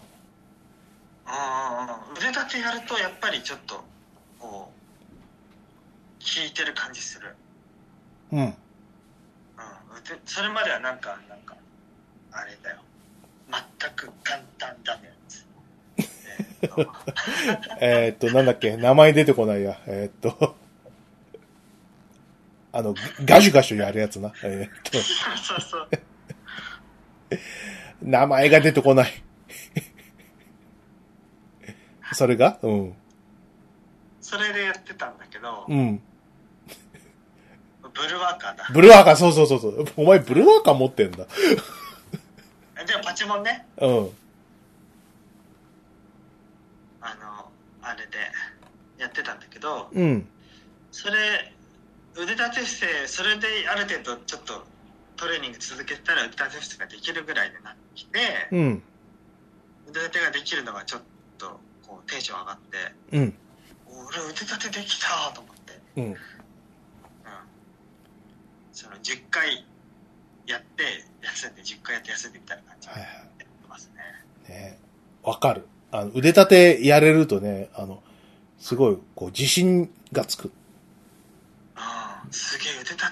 Speaker 1: ああ
Speaker 2: あ。
Speaker 1: 腕立てやるとやっぱりちょっとこう効いてる感じする、
Speaker 2: うん。
Speaker 1: うん、腕それまではなんかなんかあれだよ全く簡単だ ねつえーと
Speaker 2: えーっと、なんだっけ、名前出てこないや。えーっと、 あの、ガシュガシュやるやつな。えーっと、
Speaker 1: そうそう
Speaker 2: 名前が出てこない。 それがうん。
Speaker 1: それでやってたんだけど、
Speaker 2: うん。
Speaker 1: ブルワーカーだ
Speaker 2: ブルワーカー、そうそうそうそう。お前、ブルワーカー持ってんだ。
Speaker 1: でもパチモンね
Speaker 2: うん。
Speaker 1: あのあれでやってたんだけど
Speaker 2: うん。
Speaker 1: それ腕立て伏せそれである程度ちょっとトレーニング続けてたら腕立て伏せができるぐらいになってきて
Speaker 2: うん。
Speaker 1: 腕立てができるのがちょっとこうテンション上がって
Speaker 2: うん。
Speaker 1: お俺腕立てできたと思って、
Speaker 2: う
Speaker 1: う
Speaker 2: ん。
Speaker 1: ん、その10回やって休んで10回やって休んでみたいな感じ
Speaker 2: はい
Speaker 1: でや
Speaker 2: は
Speaker 1: ってますね、
Speaker 2: い。ねわかる。あの、腕立てやれるとね、あの、すごい、こう、自信がつく。
Speaker 1: うん、すげえ腕立て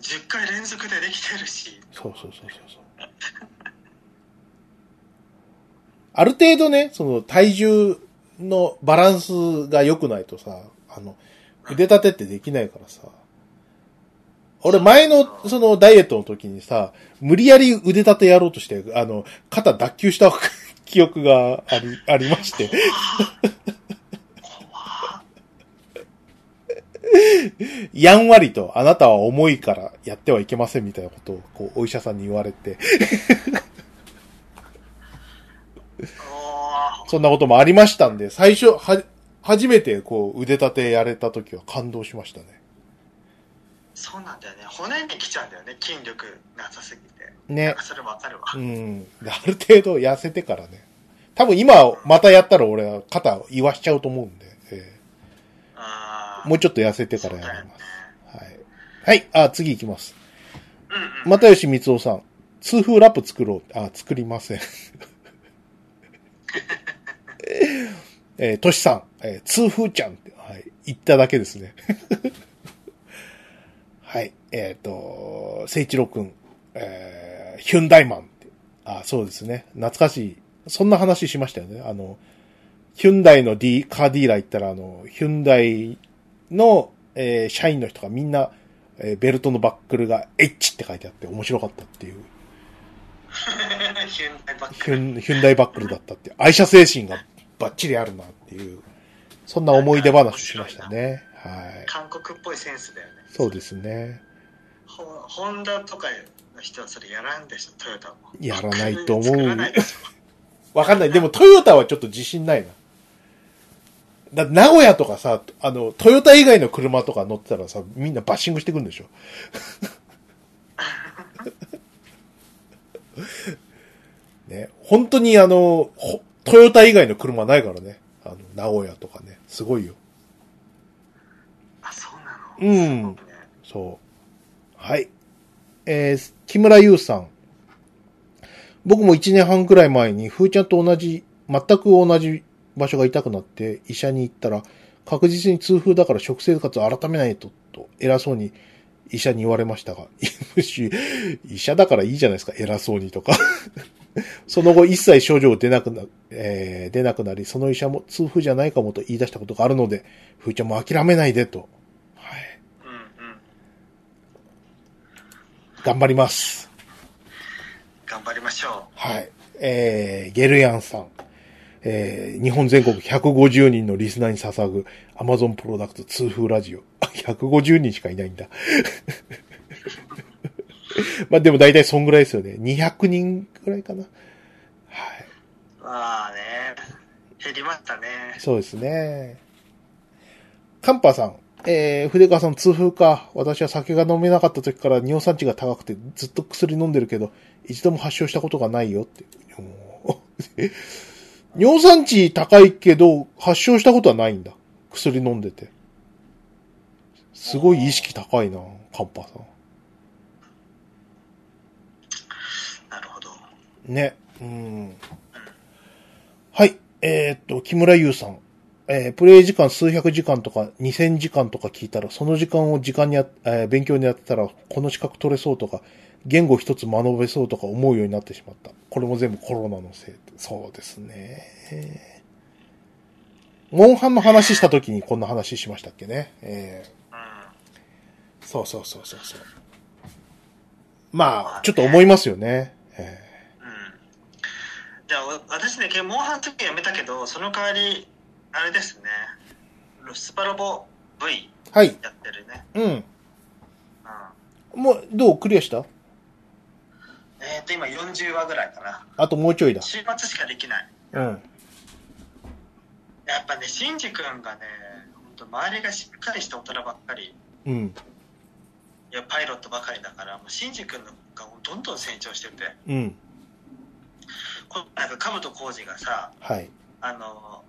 Speaker 1: 10回連続でできてるし
Speaker 2: そうそうそうそうそう。ある程度ね、その体重のバランスが良くないとさ、あの、腕立てってできないからさ。俺前の、そのダイエットの時にさ、無理やり腕立てやろうとして、あの、肩脱臼した記憶があり、ありまして。
Speaker 1: 怖っ
Speaker 2: やんわりと、あなたは重いからやってはいけませんみたいなことを、こう、お医者さんに言われて、
Speaker 1: おー
Speaker 2: そんなこともありましたんで、最初、は、初めてこう、腕立てやれた時は感動しましたね。
Speaker 1: そうなんだよね骨にきちゃうんだよね筋力なさすぎてなん
Speaker 2: ね
Speaker 1: か。それわかるわ
Speaker 2: うん。である程度痩せてからね。多分今、またやったら俺は肩を言わしちゃうと思うんで、え
Speaker 1: あ
Speaker 2: ーもう
Speaker 1: ち
Speaker 2: ちょっと痩せてからやります。はい。はい。あ、次行きます。
Speaker 1: うんうん
Speaker 2: またよしみつおさん。痛風ラップ作ろう。あ、作りません。 えーとしさん。えー痛風ちゃんって、はい。言っただけですね。 はい。えっ、と、聖一郎くん。えーヒュンダイマンって。あ、そうですね。懐かしい。そんな話しましたよね。あの、ヒュンダイの D、カーディーラ行ったら、あの、ヒュンダイの、えー社員の人がみんな、えーベルトのバックルが H って書いてあって面白かったっていう、
Speaker 1: ヒュンダイバッ
Speaker 2: ヒ
Speaker 1: ク。
Speaker 2: ュンヒュンダイバックルだったっていう、愛車精神がバッチリあるなっていう、そんな思い出話しましたね。はい。
Speaker 1: 韓国っぽいセンスだよね。
Speaker 2: そうですね。
Speaker 1: ほホンダとかの人はそれやらんでしょ、トヨタも。
Speaker 2: やらないと思う
Speaker 1: 作らないでしょ
Speaker 2: わかんない。でもトヨタはちょっと自信ないな。だって名古屋とかさ、あの、トヨタ以外の車とか乗ってたらさ、みんなバッシングしてくるんでしょ。ね、本当にあの、ほトヨタ以外の車ないからね。あの、名古屋とかね。すごいよ。
Speaker 1: あ、そうなの
Speaker 2: うん
Speaker 1: そうね
Speaker 2: そう。はい。えー、木村優さん。僕も1年半くらい前に、ふーちゃんと同じ、全く同じ場所が痛くなって、医者に行ったら、確実に痛風だから食生活を改めないと、と偉そうに医者に言われましたが、むし医者だからいいじゃないですか、偉そうにとか。 その後一切症状出なくな、えー出なくなり、その医者も痛風じゃないかもと言い出したことがあるので、ふーちゃんも諦めないでと。はい。
Speaker 1: うんうん。
Speaker 2: 頑張ります。
Speaker 1: 頑張りましょ
Speaker 2: はい。えー、ゲルヤンさん。えー、日本全国150人のリスナーに捧ぐ Amazon プロダクト通風ラジオ。あ150人しかいないんだ。 まあでも大体そんぐらいですよね。200人ぐらいかな。はい。
Speaker 1: う。まあね、減りましたね。
Speaker 2: そうですね。カンパさん。えー、筆川さん、痛風か。私は酒が飲めなかった時から尿酸値が高くてずっと薬飲んでるけど、一度も発症したことがないよって。 おー尿酸値高いけど、発症したことはないんだ。薬飲んでて。すごい意識高いな、カンパさ
Speaker 1: なるほど。
Speaker 2: ん。ね。うん。はい。えーっと、木村優さん。えープレイ時間数百時間とか2000時間とか聞いたら、その時間を時間にあ、えー勉強にやってたら、この資格取れそうとか、言語一つ学べそうとか思うようになってしまった。これも全部コロナのせい。そうですね。モンハンの話した時にこんな話しましたっけね。え
Speaker 1: うん。
Speaker 2: ーそうそうそうそうそう。まあ、ちょっと思いますよね。え
Speaker 1: うん。じゃあ、お私ね、モンハンの時やめたけど、その代わり、あれですね、スパロボ V
Speaker 2: ーはい。
Speaker 1: やってるね。
Speaker 2: うん。
Speaker 1: うん。
Speaker 2: もう、どうクリアした
Speaker 1: えっ、と、今40話ぐらいかな。
Speaker 2: あともうちょいだ。
Speaker 1: 週末しかできない。
Speaker 2: うん。
Speaker 1: やっぱね、シンジ君がね、ほんと周りがしっかりした大人ばっかり、
Speaker 2: うん。
Speaker 1: いやパイロットばかりだから、もうシンジ君がどんどん成長してて、
Speaker 2: うん。
Speaker 1: このなんか兜浩二がさ、
Speaker 2: はい。
Speaker 1: あの、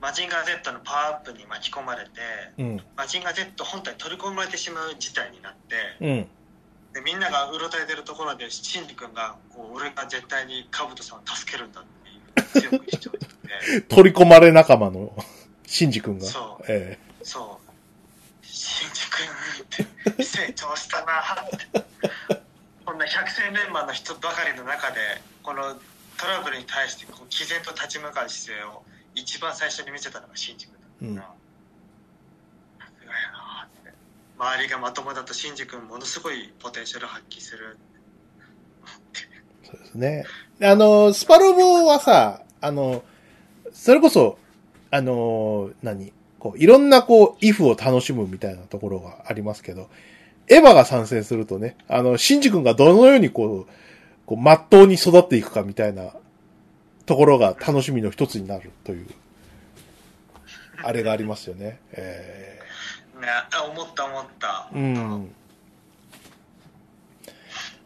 Speaker 1: マジンガー Z のパワーアップに巻き込まれて、
Speaker 2: うん。
Speaker 1: マジンガー Z 本体に取り込まれてしまう事態になって、
Speaker 2: うん。
Speaker 1: でみんながうろたえてるところで、シンジ君がこう、俺が絶対に兜さんを助けるんだっていう、強く主張してて、
Speaker 2: 取り込まれ仲間の、シンジ君が。
Speaker 1: そう
Speaker 2: え
Speaker 1: そう。シンジ君って成長したなって。こんな百戦錬磨の人ばかりの中で、このトラブルに対してこう毅然と立ち向かう姿勢を一番最初に見せたのがシンジ君だったから。さすがやなって。周りがまともだとシンジ君ものすごいポテンシャル発揮する。
Speaker 2: えそうですね。あの、スパロボはさ、あの、それこそ、あの、何こう、いろんなこう、イフを楽しむみたいなところがありますけど、エヴァが参戦するとね、あの、シンジ君がどのようにこう、こう、まっとうに育っていくかみたいなところが楽しみの一つになるという、あれがありますよね。ええ
Speaker 1: ね、あ思った思った。
Speaker 2: うん。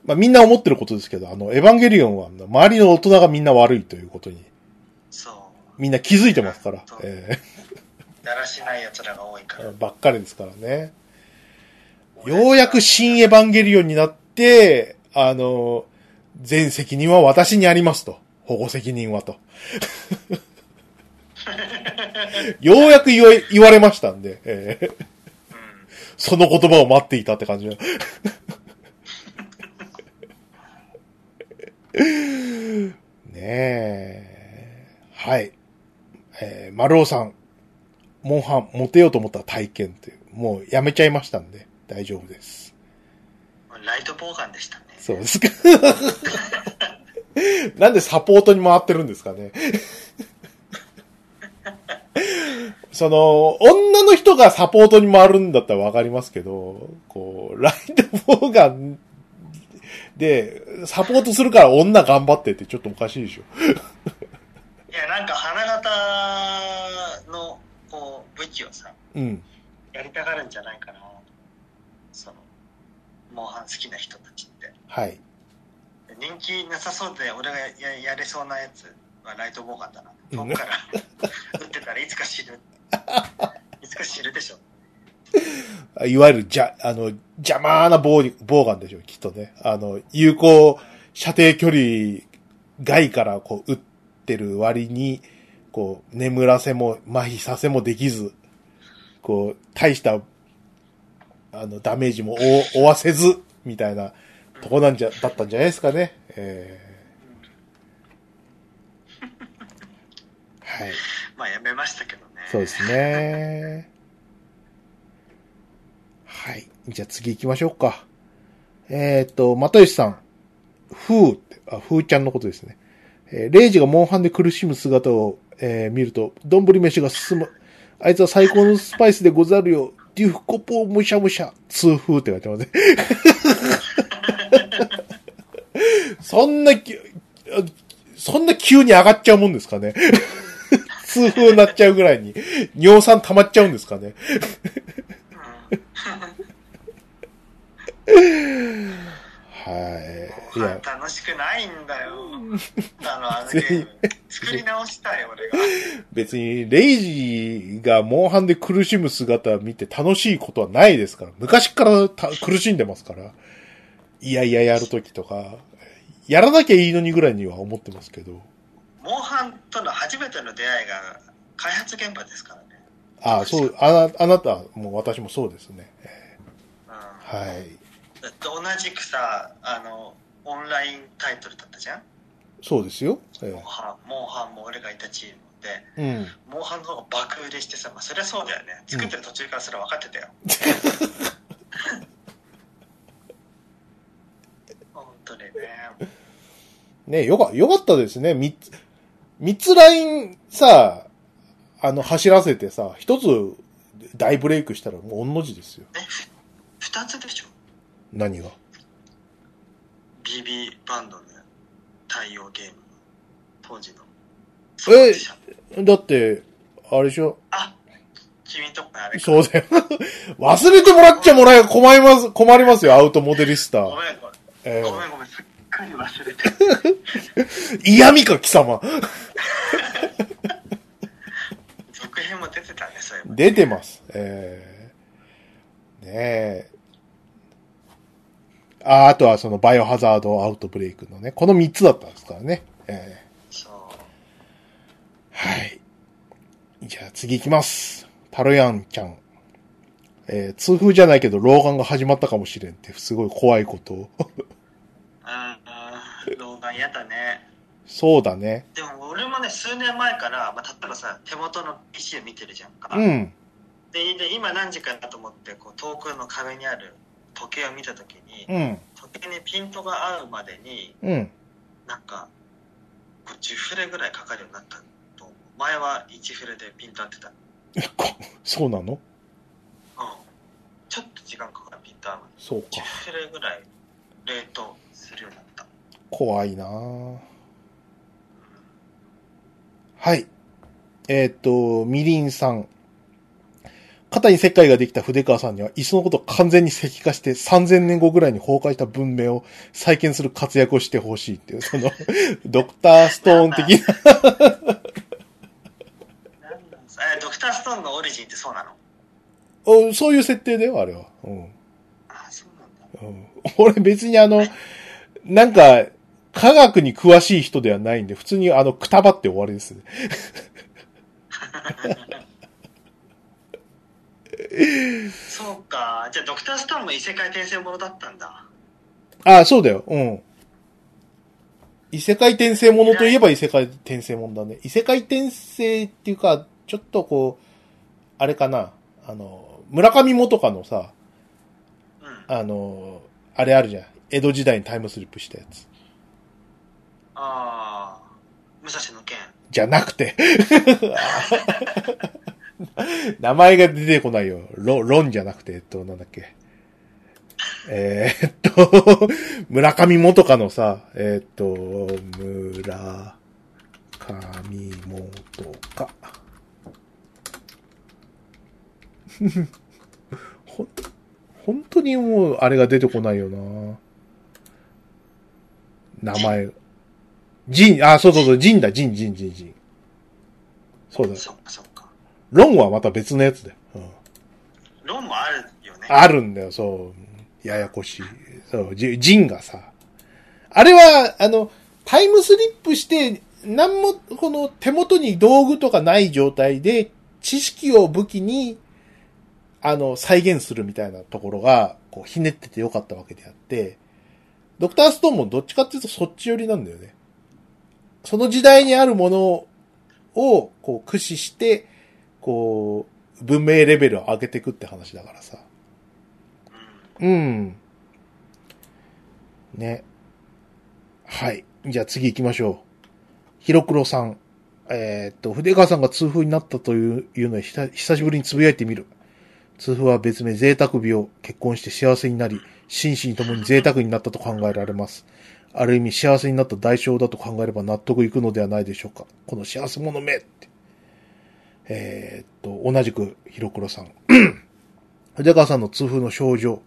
Speaker 2: まあみんな思ってることですけど、あの、エヴァンゲリオンは周りの大人がみんな悪いということに、
Speaker 1: そう。
Speaker 2: みんな気づいてますから
Speaker 1: そう、
Speaker 2: え
Speaker 1: だらしない奴らが多いから。
Speaker 2: え ばっかりですからね。ようやく新エヴァンゲリオンになって、あの、全責任は私にありますと。保護責任 はと。ようやく言わ言われましたんで、ええ
Speaker 1: うん
Speaker 2: その言葉を待っていたって感 じ。ねえ。はい。えー、丸尾さん。モンハン、モテようと思ったら体験っていう。もうやめちゃいましたんで、大丈夫です。
Speaker 1: ライトボーガンでしたね。
Speaker 2: そうですか。なんでサポートに回ってるんですかね。その、女の人がサポートに回るんだったらわかりますけど、こう、ライトボーガンで、サポートするから女頑張ってってちょっとおかしいでしょ。
Speaker 1: いや、なんか花形のこう武器をさ、
Speaker 2: うん。
Speaker 1: やりたがるんじゃないかな。その、モンハン好きな人たちって。
Speaker 2: はい。
Speaker 1: 人気なさそうで、俺がややれそうなやつはライトボーガンだな。
Speaker 2: うん
Speaker 1: 遠くから撃ってたらいつか死ぬ。いつか死ぬでしょ。
Speaker 2: いわゆる、じゃ、あの、邪魔な棒に、棒ガンでしょ、きっとね。あの、有効射程距離外からこう、撃ってる割に、こう、眠らせも、麻痺させもできず、こう、大した、あの、ダメージも負負わせず、みたいな、とこなんじゃ、だったんじゃないですかね。えーはい。
Speaker 1: まあやめましたけどね。
Speaker 2: そうですね。はい。じゃあ次行きましょうか。えっ、と、又吉さん。ふーって、あ、ふーちゃんのことですね。えーレイジがモンハンで苦しむ姿を、えー見ると、丼飯が進む。あいつは最高のスパイスでござるよ。デュフコポーむしゃむしゃ。痛風って書いてますね。 そんなき、あそんな急に上がっちゃうもんですかね。痛風になっちゃうぐらいに、尿酸溜まっちゃうんですかね。
Speaker 1: うん。
Speaker 2: は
Speaker 1: モンハ
Speaker 2: い。い
Speaker 1: ン
Speaker 2: や、
Speaker 1: 楽しくないんだよ。あの、あのゲーム。作り直したい、俺が。
Speaker 2: 別に、レイジがモンハンで苦しむ姿を見て楽しいことはないですから。昔からた苦しんでますから。いやいややるときとか、やらなきゃいいのにぐらいには思ってますけど。
Speaker 1: モンハンとの初めての出会いが開発現場ですからね。
Speaker 2: ああ、そう、あなあなたも私もそうですね。
Speaker 1: うん。
Speaker 2: はい。
Speaker 1: だって同じくさあのオンラインタイトルだったじゃん
Speaker 2: そうですよ。
Speaker 1: モ
Speaker 2: え
Speaker 1: ンハンモンハンも俺がいたチームで
Speaker 2: えうん。
Speaker 1: モンハンの方が爆売れしてさ、まあ、そりゃそうだよね作ってる途中からそれ分かってたよ、 本当にね
Speaker 2: ねよか、よかったですね。三つ、三つラインさ、あの、走らせてさ、一つ大ブレイクしたらもう御の字ですよ。
Speaker 1: 2つでしょ
Speaker 2: 何が
Speaker 1: BB バンドの対応ゲームの当時の
Speaker 2: えだって、あれでしょ
Speaker 1: あ君とこあれか
Speaker 2: そうだよ。 忘れてもらっちゃもらえ、困ります、困りますよ、アウトモデリスタ
Speaker 1: ご
Speaker 2: ー。
Speaker 1: めんごめん
Speaker 2: え
Speaker 1: ごめんごめんすっかり忘れてた
Speaker 2: え嫌味か、貴様。
Speaker 1: 続編も出てたねそういえば
Speaker 2: 出てます。ええねえ。あ、あとはそのバイオハザードアウトブレイクのね、この三つだったんですからね。ええ
Speaker 1: そう
Speaker 2: はい。じゃあ次行きます。タロヤンちゃん。えー痛風じゃないけど老眼が始まったかもしれんって、すごい怖いことを。
Speaker 1: ああ、老眼やだね。
Speaker 2: そうだね。
Speaker 1: でも俺もね、数年前から、まあ、例えばさ、手元の PC を見てるじゃんか。
Speaker 2: うん。
Speaker 1: でで、今何時かなと思って、こう遠くの壁にある時計を見たときに、
Speaker 2: うん。
Speaker 1: 時計にピントが合うまでに、
Speaker 2: うん。
Speaker 1: なんか、こう10フレぐらいかかるようになったと思う。前は1フレでピント合ってた。うん。
Speaker 2: こそうなの
Speaker 1: ちょっと時間かかる、ピント合うまで。
Speaker 2: そう
Speaker 1: 10
Speaker 2: か。
Speaker 1: フレぐらい、冷凍するようになった。
Speaker 2: 怖いなぁはい。えーっ、と、みりんさん。肩に石灰ができた筆川さんには、いっそのこと完全に石化して3000年後ぐらいに崩壊した文明を再建する活躍をしてほしいっていう、その、 ドクターストーン的な。
Speaker 1: なんなんすえ、ドクターストーンのオリジンってそうなの
Speaker 2: おそういう設定だよ、あれは。うん。
Speaker 1: ああ、そうなんだ。
Speaker 2: うん俺別にあの、なんか、科学に詳しい人ではないんで、普通にあの、くたばって終わりですね。
Speaker 1: そうか。じゃあ、ドクターストーンも異世界転生ものだったんだ。
Speaker 2: ああ、そうだよ。うん。異世界転生ものといえば異世界転生ものだね。異世界転生っていうか、ちょっとこう、あれかな、あの、村上元かのさ、
Speaker 1: うん。
Speaker 2: あの、あれあるじゃん。江戸時代にタイムスリップしたやつ。
Speaker 1: あー、武蔵の剣。
Speaker 2: じゃなくて。名前が出てこないよ。ロ、ロンじゃなくて、えっと、なんだっけ。えー、っと、 村上元かのさ、えー、っと、村上元か。 ほん、本当にもう、あれが出てこないよな。名前。ジン、あ、そうそうそう、ジンだ、ジン、ジン、ジン、ジン。そうだ。
Speaker 1: そっかそっか。
Speaker 2: ロンはまた別のやつだよ。うん
Speaker 1: 論もあるよね。
Speaker 2: あるんだよ、そう。ややこしい。そう、ジジンがさ。あれは、あの、タイムスリップして、なんも、この手元に道具とかない状態で、知識を武器に、あの、再現するみたいなところが、こう、ひねっててよかったわけであって、ドクターストーンもどっちかっていうとそっち寄りなんだよね。その時代にあるものを、こう、駆使して、こう、文明レベルを上げていくって話だからさ。
Speaker 1: うん。
Speaker 2: うん。ね。はい。じゃあ次行きましょう。ひろくろさん。えーっと、筆川さんが痛風になったといういうのをひた久しぶりにつぶやいてみる。痛風は別名贅沢病。結婚して幸せになり、心身ともに贅沢になったと考えられます。ある意味幸せになった代償だと考えれば納得いくのではないでしょうか。この幸せ者めって。えーっと、同じく、ひろくろさん。 筆川さんの痛風の症状。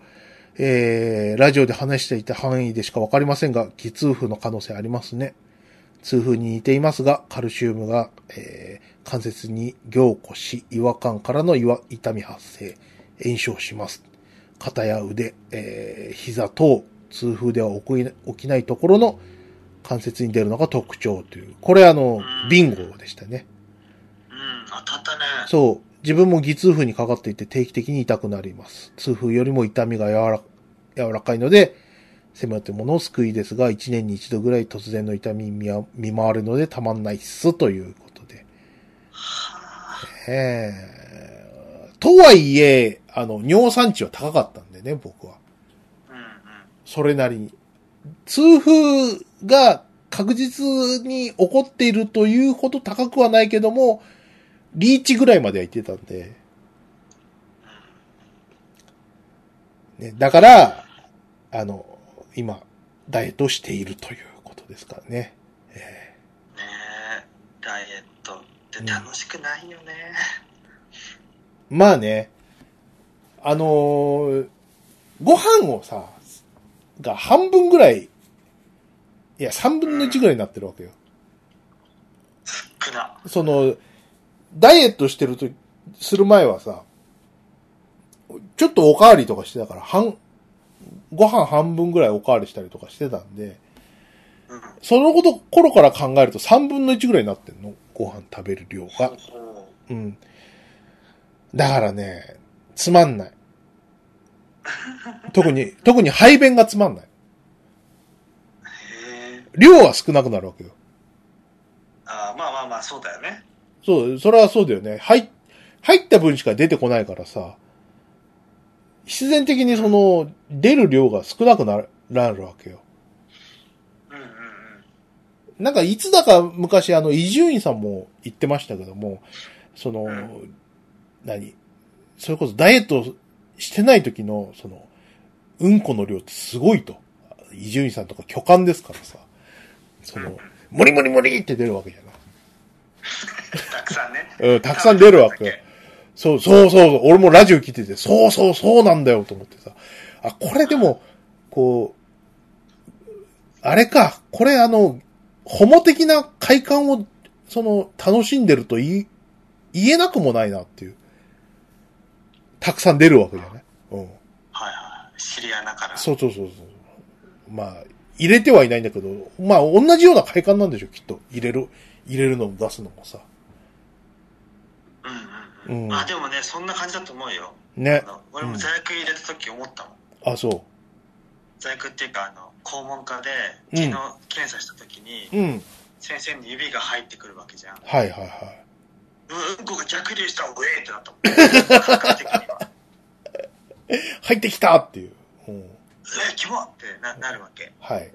Speaker 2: えー、ラジオで話していた範囲でしかわかりませんが、気痛風の可能性ありますね。痛風に似ていますが、カルシウムが、えー関節に凝固し、違和感からの違和痛み発生、炎症します。肩や腕、えー膝等、痛風では起こり起きないところの関節に出るのが特徴という。これあの、ビンゴでしたね。
Speaker 1: うん、当たったね。
Speaker 2: そう。自分も偽痛風にかかっていて定期的に痛くなります。痛風よりも痛みが柔ら柔らかいので、せめてものを救いですが、1年に一度ぐらい突然の痛みに見あ見舞われるのでたまんないっす、ということで。
Speaker 1: はあ
Speaker 2: えー、とはいえ、あの、尿酸値は高かったんでね、僕は。
Speaker 1: うんうん。
Speaker 2: それなりに。痛風が確実に起こっているというほど高くはないけども、リーチぐらいまでは行ってたんで。ね、だから、あの、今、ダイエットをしているということですからね。え
Speaker 1: ねえ、ダイエットって楽しくないよね。
Speaker 2: ーまあね、あのーご飯をさ、が半分ぐらい、いや、三分の一ぐらいになってるわけよ。
Speaker 1: 少な。
Speaker 2: その、ダイエットしてると、する前はさ、ちょっとおかわりとかしてたから、半、ご飯半分ぐらいおかわりしたりとかしてたんで、
Speaker 1: うん。
Speaker 2: そのこと、頃から考えると3分の1ぐらいになってんのご飯食べる量が
Speaker 1: ほう。ほう
Speaker 2: うん。だからね、つまんない。特に、特に排便がつまんない。
Speaker 1: へえ。
Speaker 2: 量は少なくなるわけよ。
Speaker 1: あーまあまあまあ、そうだよね。
Speaker 2: そう、それはそうだよね。入、入った分しか出てこないからさ、必然的にその、出る量が少なくなるなるわけよ。
Speaker 1: うんうんうん。
Speaker 2: なんかいつだか昔あの伊集院さんも言ってましたけども、その、
Speaker 1: うん
Speaker 2: 何それこそダイエットしてない時の、その、うんこの量ってすごいと。伊集院さんとか巨漢ですからさ、その、モリモリモリって出るわけじゃない。
Speaker 1: たくさんね。
Speaker 2: うん、 たくさん出るわけよ。そう、そうそうそう、俺もラジオ聞いてて、そうそうそうなんだよと思ってさ。あ、これでも、こう、あれか、これあの、ホモ的な快感を、その、楽しんでると言い、言えなくもないなっていう。たくさん出るわけじゃないうん。
Speaker 1: はいはい。知り穴から。
Speaker 2: そうそうそうそう。まあ、入れてはいないんだけど、まあ、同じような快感なんでしょ、きっと。入れる、入れるのも出すのもさ。
Speaker 1: うんうん
Speaker 2: う
Speaker 1: うんん。まあでもね、そんな感じだと思うよ。
Speaker 2: ね
Speaker 1: あ。の俺も座薬入れた時思ったもん。
Speaker 2: あ、そ
Speaker 1: 座薬っていうか、あの、肛門科で、
Speaker 2: うん
Speaker 1: 昨日検査した時に、
Speaker 2: う。うん。
Speaker 1: 先生に指が入ってくるわけじゃん。
Speaker 2: はいはいはい。
Speaker 1: うんこが逆流したウェーってなったもん感覚的には
Speaker 2: 入ってきたっていう。うん。
Speaker 1: えキモってななるわけ
Speaker 2: はい。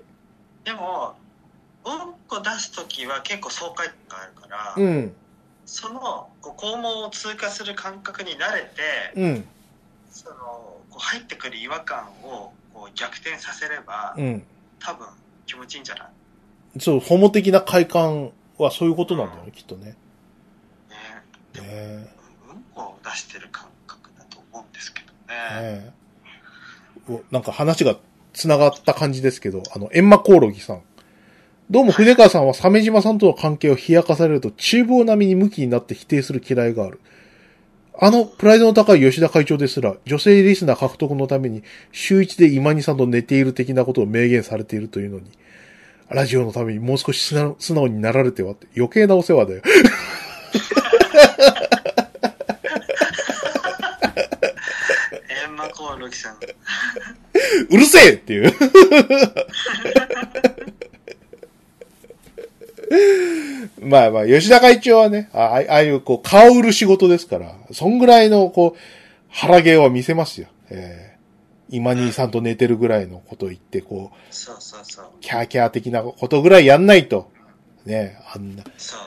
Speaker 1: でもうんこ出す時は結構爽快感があるから、
Speaker 2: うん。
Speaker 1: そのこう肛門を通過する感覚に慣れて
Speaker 2: うん。
Speaker 1: そのこう入ってくる違和感をこう逆転させれば、
Speaker 2: うん。
Speaker 1: 多分気持ちいいんじゃない
Speaker 2: そう、ホモ的な快感はそういうことなんだよね、きっと
Speaker 1: ね
Speaker 2: ね。ね
Speaker 1: でも、
Speaker 2: え。
Speaker 1: うんこを出してる感覚だと思うんですけどね
Speaker 2: ねえおなんか話が繋がった感じですけど、あの、エンマコオロギさん。どうも筆川さんは鮫島さんとの関係を冷やかされると厨房並みに向きになって否定する嫌いがある。あのプライドの高い吉田会長ですら、女性リスナー獲得のために、週一で今にさんと寝ている的なことを明言されているというのに、ラジオのためにもう少し素直素直になられてはって、余計なお世話だよ。
Speaker 1: エンマコオロギさん
Speaker 2: うるせえっていう。 まあまあ、吉田会長はね、ああああいう、こう、顔売る仕事ですから、そんぐらいの、こう、腹芸は見せますよ。えー、今兄さんと寝てるぐらいのことを言って、こう、
Speaker 1: そうそうそう
Speaker 2: キャーキャー的なことぐらいやんないと。ねあんな、ね
Speaker 1: そう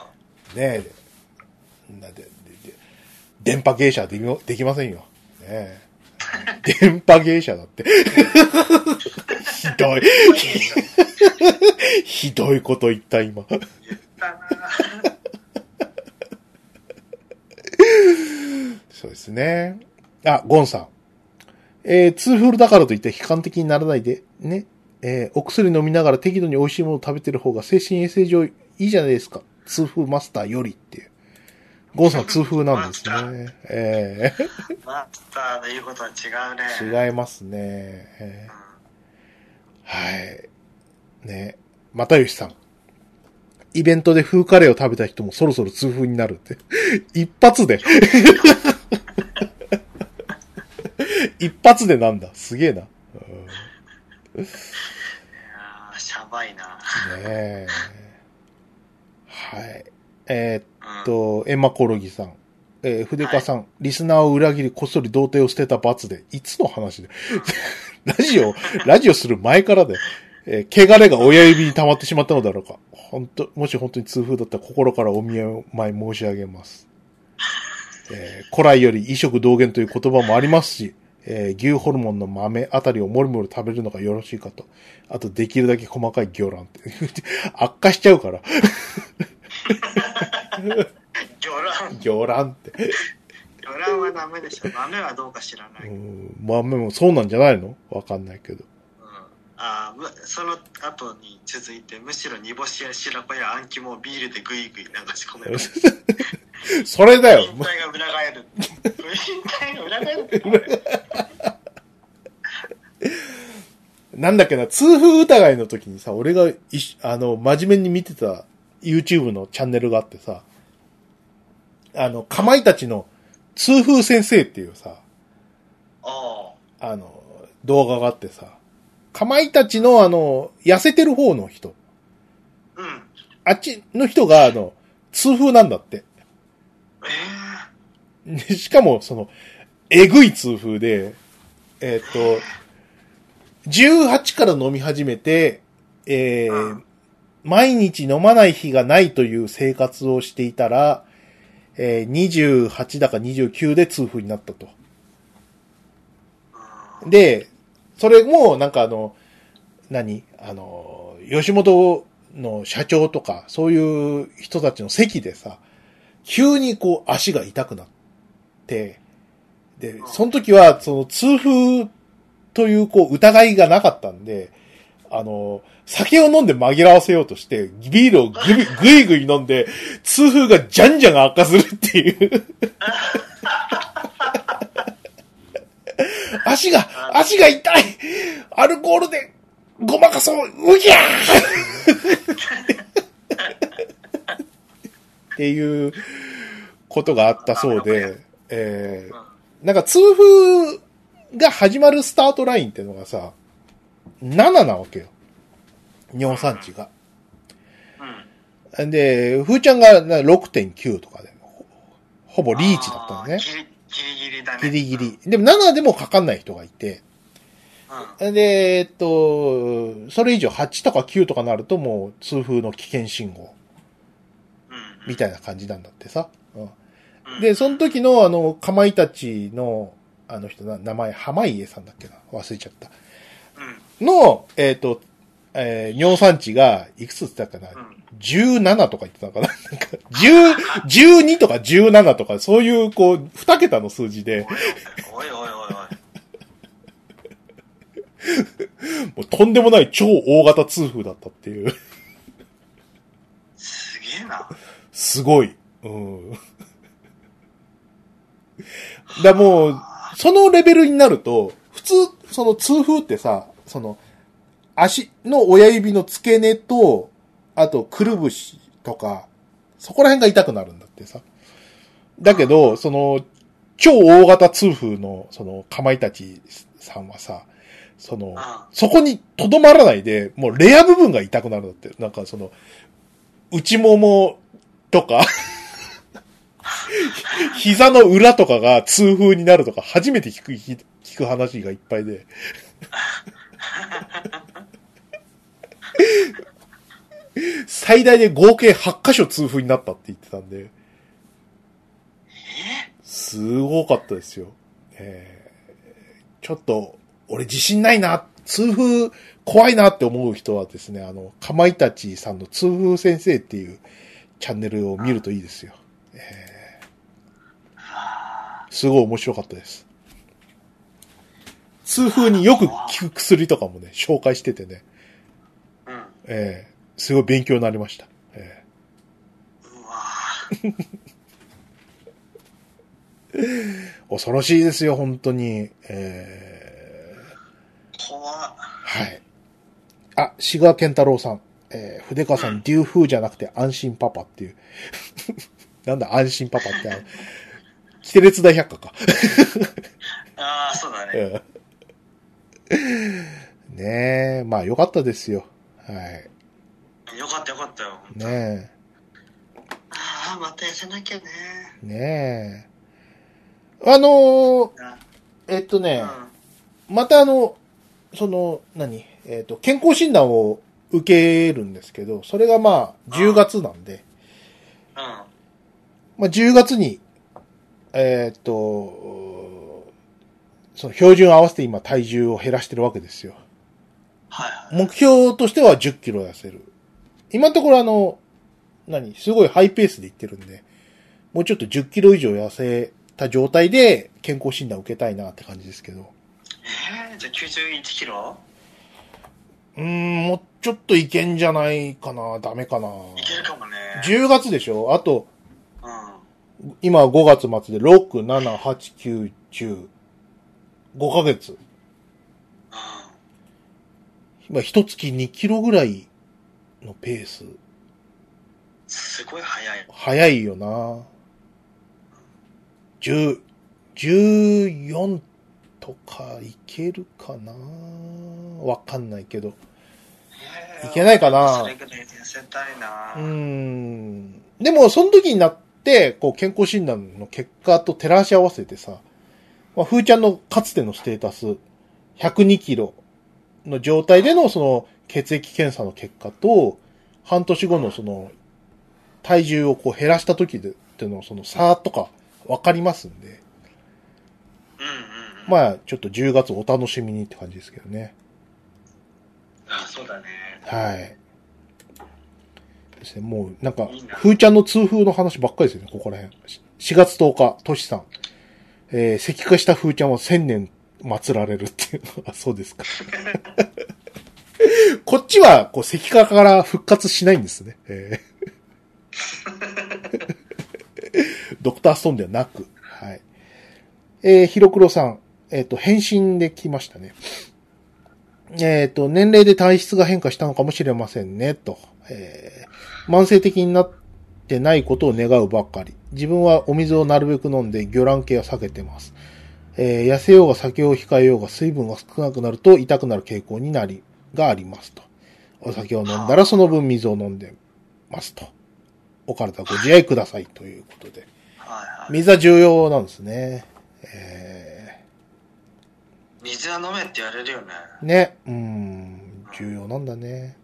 Speaker 2: え、なんで、でで電波芸者はできまできませんよ。ねえ電波芸者だって。 ひどい。ひどいこと言った、今。
Speaker 1: 言ったな
Speaker 2: そうですね。あ、ゴンさん。えー、ツーフルだからといって悲観的にならないで、ね。えーお薬飲みながら適度に美味しいものを食べてる方が精神衛生上いいじゃないですか。痛風マスターよりっていう。ゴンさん痛風なんですね。え
Speaker 1: マスターの言うことは違うねう、
Speaker 2: ー、違いますね。えー
Speaker 1: ん、
Speaker 2: はい。ね。またよしさん。イベントで風カレーを食べた人もそろそろ痛風になるって。 一発で。 一発でなんだ。すげえな。うんね
Speaker 1: いやーしゃばいな
Speaker 2: え。はい。えー
Speaker 1: うん
Speaker 2: っと、エンマコオロギさん。えー筆川さん、リスナーを裏切り、こっそり童貞を捨てた罰で、いつの話で ラジオ、ラジオする前からで、えー汚れが親指に溜まってしまったのだろうか。本当もし本当に痛風だったら心からお見舞い申し上げます。えー古来より異食同源という言葉もありますし、えー牛ホルモンの豆あたりをもりもり食べるのがよろしいかと。あと、できるだけ細かい魚卵って。 悪化しちゃうから。
Speaker 1: 魚卵
Speaker 2: 魚卵って。
Speaker 1: 魚卵はダメでしょ豆はどうか知らな
Speaker 2: う
Speaker 1: い、うん、
Speaker 2: ん、豆もそうなんじゃないのわかんないけど。
Speaker 1: あーむその後に続いてむしろ煮干しや白子やあん肝をビールでグイグイ流し込める
Speaker 2: それだよ
Speaker 1: 引。退が裏返る引退が裏返るってなんだよ
Speaker 2: なんだっけな、痛風疑いの時にさ、俺がいし、あの、真面目に見てた YouTube のチャンネルがあってさ、あの、かまいたちの痛風先生っていうさ、
Speaker 1: あ
Speaker 2: あの、動画があってさ、かまいたちのあの、痩せてる方の人、
Speaker 1: あうん
Speaker 2: あっちの人があの、痛風なんだって。
Speaker 1: え
Speaker 2: で しかも、その、えぐい痛風で、えーっと、18から飲み始めて、えー
Speaker 1: うん
Speaker 2: 毎日飲まない日がないという生活をしていたら、えー28だか29で痛風になったと。
Speaker 1: ーうん
Speaker 2: で、それも、なんかあの、何あの、吉本の社長とか、そういう人たちの席でさ、急にこう足が痛くなって、で、その時は、その痛風というこう疑いがなかったんで、あの、酒を飲んで紛らわせようとして、ビールをぐ びぐいぐい飲んで、痛風がじゃんじゃん悪化するって いう。足が、足が痛いアルコールでごまかそううぎゃー っていうことがあったそうで、え
Speaker 1: うん
Speaker 2: ー、なんか痛風が始まるスタートラインっていうのがさ、7なわけよ。尿酸値が。
Speaker 1: うん
Speaker 2: で、ふーちゃんがな6.9とかで、ほぼリーチだったのね
Speaker 1: あ。ーギリギリギリだね。
Speaker 2: ギリギ
Speaker 1: うん
Speaker 2: リ。でも7でもかかんない人がいて。
Speaker 1: う
Speaker 2: で、えっと、それ以上8とか9とかなるともう痛風の危険信号
Speaker 1: ん。
Speaker 2: みたいな感じなんだってさ。う
Speaker 1: うん
Speaker 2: ん、で、その時のあの、かまいたちの、あの人な、名前、濱家さんだっけな忘れちゃった。
Speaker 1: うん。
Speaker 2: の、えっ、と、えー尿酸値がいくつって言ったかな、
Speaker 1: うん。
Speaker 2: 17とか言ってたのかな なんか、10、12とか17とか、そういう、こう、2桁の数字で、
Speaker 1: おいおいおいおいおい。
Speaker 2: もうとんでもない超大型痛風だったっていう。
Speaker 1: すげえな。
Speaker 2: すごい。うん。だもう、そのレベルになると、普通、その痛風ってさ、その、足の親指の付け根と、あと、くるぶしとか、そこら辺が痛くなるんだってさ。だけど、その、超大型痛風の、その、かまいたちさんはさ、そ
Speaker 1: う
Speaker 2: の、そこにとどまらないで、もうレア部分が痛くなるんだって。なんかその、内ももとか、ひ膝の裏とかが痛風になるとか、初めて聞く、聞聞く話がいっぱいで。最大で合計8箇所痛風になったって言ってたんで、すごかったですよ。えーちょっと、俺自信ないな、痛風怖いなって思う人はですね、あの、かまいたちさんの痛風先生っていうチャンネルを見るといいですよ。
Speaker 1: あ
Speaker 2: すごい面白かったです。痛風によく効く薬とかもね、紹介しててね、
Speaker 1: ーうん。
Speaker 2: えーすごい勉強になりました。え
Speaker 1: うわー
Speaker 2: ー恐ろしいですよ、本当に。えー
Speaker 1: 怖っ
Speaker 2: はい。あ、志賀健太郎さん。えー筆川さ、
Speaker 1: うんん
Speaker 2: 竜風じゃなくて安心パパっていう。 なんだ、安心パパってあの。キテレツ大百科か。
Speaker 1: ああ、そうだね。
Speaker 2: うんねえ、まあよかったですよ。はい。
Speaker 1: よかったよかったよ。
Speaker 2: ね
Speaker 1: ああ、また痩せなきゃね。
Speaker 2: え、ねえ。あのー
Speaker 1: あ
Speaker 2: えっと
Speaker 1: う
Speaker 2: ね、
Speaker 1: ん。
Speaker 2: またあの、その、何えっ、と、健康診断を受けるんですけど、それがまあ10月なんで、
Speaker 1: うん。
Speaker 2: まあ、10月に、えーっと、その標準を合わせて今体重を減らしてるわけですよ。
Speaker 1: はいはい。
Speaker 2: 目標としては10キロ痩せる。今のところあの、何すごいハイペースでいってるんで、もうちょっと10キロ以上痩せた状態で健康診断を受けたいなって感じですけど。
Speaker 1: えー、じゃあ91キロ
Speaker 2: うーん、もうちょっといけんじゃないかなダメかない
Speaker 1: けるかもね。
Speaker 2: 10月でしょあと、
Speaker 1: うん。
Speaker 2: 今5月末で6、7、8、9、10。5ヶ月。
Speaker 1: う
Speaker 2: まあ、一月2キロぐらいのペース。
Speaker 1: ん。すごい早い。
Speaker 2: 早いよな。10、14とかいけるかなわかんないけど。
Speaker 1: えー
Speaker 2: いけないかな
Speaker 1: それぐらい痩せたいな。
Speaker 2: うーん。でも、その時になって、こう、健康診断の結果と照らし合わせてさ、まあ、ふーちゃんのかつてのステータス、102キロの状態でのその血液検査の結果と、半年後のその、体重をこう減らした時で、っていうのその差とかわかりますんで、
Speaker 1: うんうんうん。あ、
Speaker 2: まあ、ちょっと10月お楽しみにって感じですけどね。
Speaker 1: そうだね。
Speaker 2: はい。ですね、もう、なんか
Speaker 1: いい、な
Speaker 2: ふーちゃんの痛風の話ばっかりですよね、ここら辺。し4月10日、としさん。えー、石化したふーちゃんは千年祀られるっていうのは、そうですか。 こっちは、こう、石化から復活しないんですね。えー ドクターストーンではなく。はい。えー、ひろくろさん。えっ、と、返信で来ましたね。えっ、と、年齢で体質が変化したのかもしれませんね、と。えー慢性的になってないことを願うばっかり。自分はお水をなるべく飲んで魚卵系は避けてます。えー痩せようが酒を控えようが水分が少なくなると痛くなる傾向になり、がありますと。お酒を飲んだらその分水を飲んでますと。お体ご自愛くださいということで。
Speaker 1: あはいはい、
Speaker 2: 水は重要なんですね。え
Speaker 1: 水は飲めって言われるよね。
Speaker 2: ー、ね、うん、重要なんだね。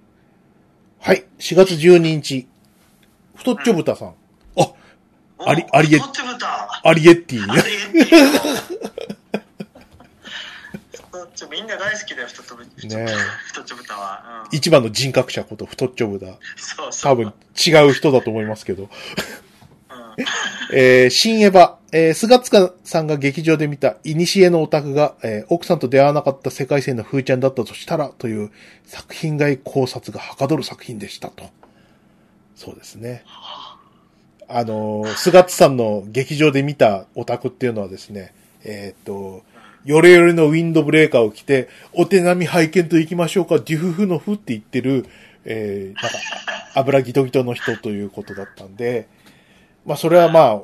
Speaker 2: はい、4月12日。太っちょ豚さん。
Speaker 1: お
Speaker 2: ありありえ
Speaker 1: こっち豚
Speaker 2: アリエッティ。
Speaker 1: ありえっていうのちょみんな大好きだよ、太っちょぶ
Speaker 2: ねえ
Speaker 1: 太っちょ豚は。うん、
Speaker 2: 一番の人格者こと太っちょ豚。
Speaker 1: そうそう。
Speaker 2: 多分違う人だと思いますけど。
Speaker 1: うん。
Speaker 2: えー新エヴァ、えー、菅塚さんが劇場で見た、古のオタクが、えー奥さんと出会わなかった世界線の風ちゃんだったとしたら、という作品外考察がはかどる作品でしたと。そうですね。あのー、菅塚さんの劇場で見たオタクっていうのはですね、えーっと、ヨレヨレのウィンドブレーカーを着て、お手並み拝見と行きましょうか、デュフフのフって言ってる、えーなんか、油ギトギトの人ということだったんで、まあそれはまあ、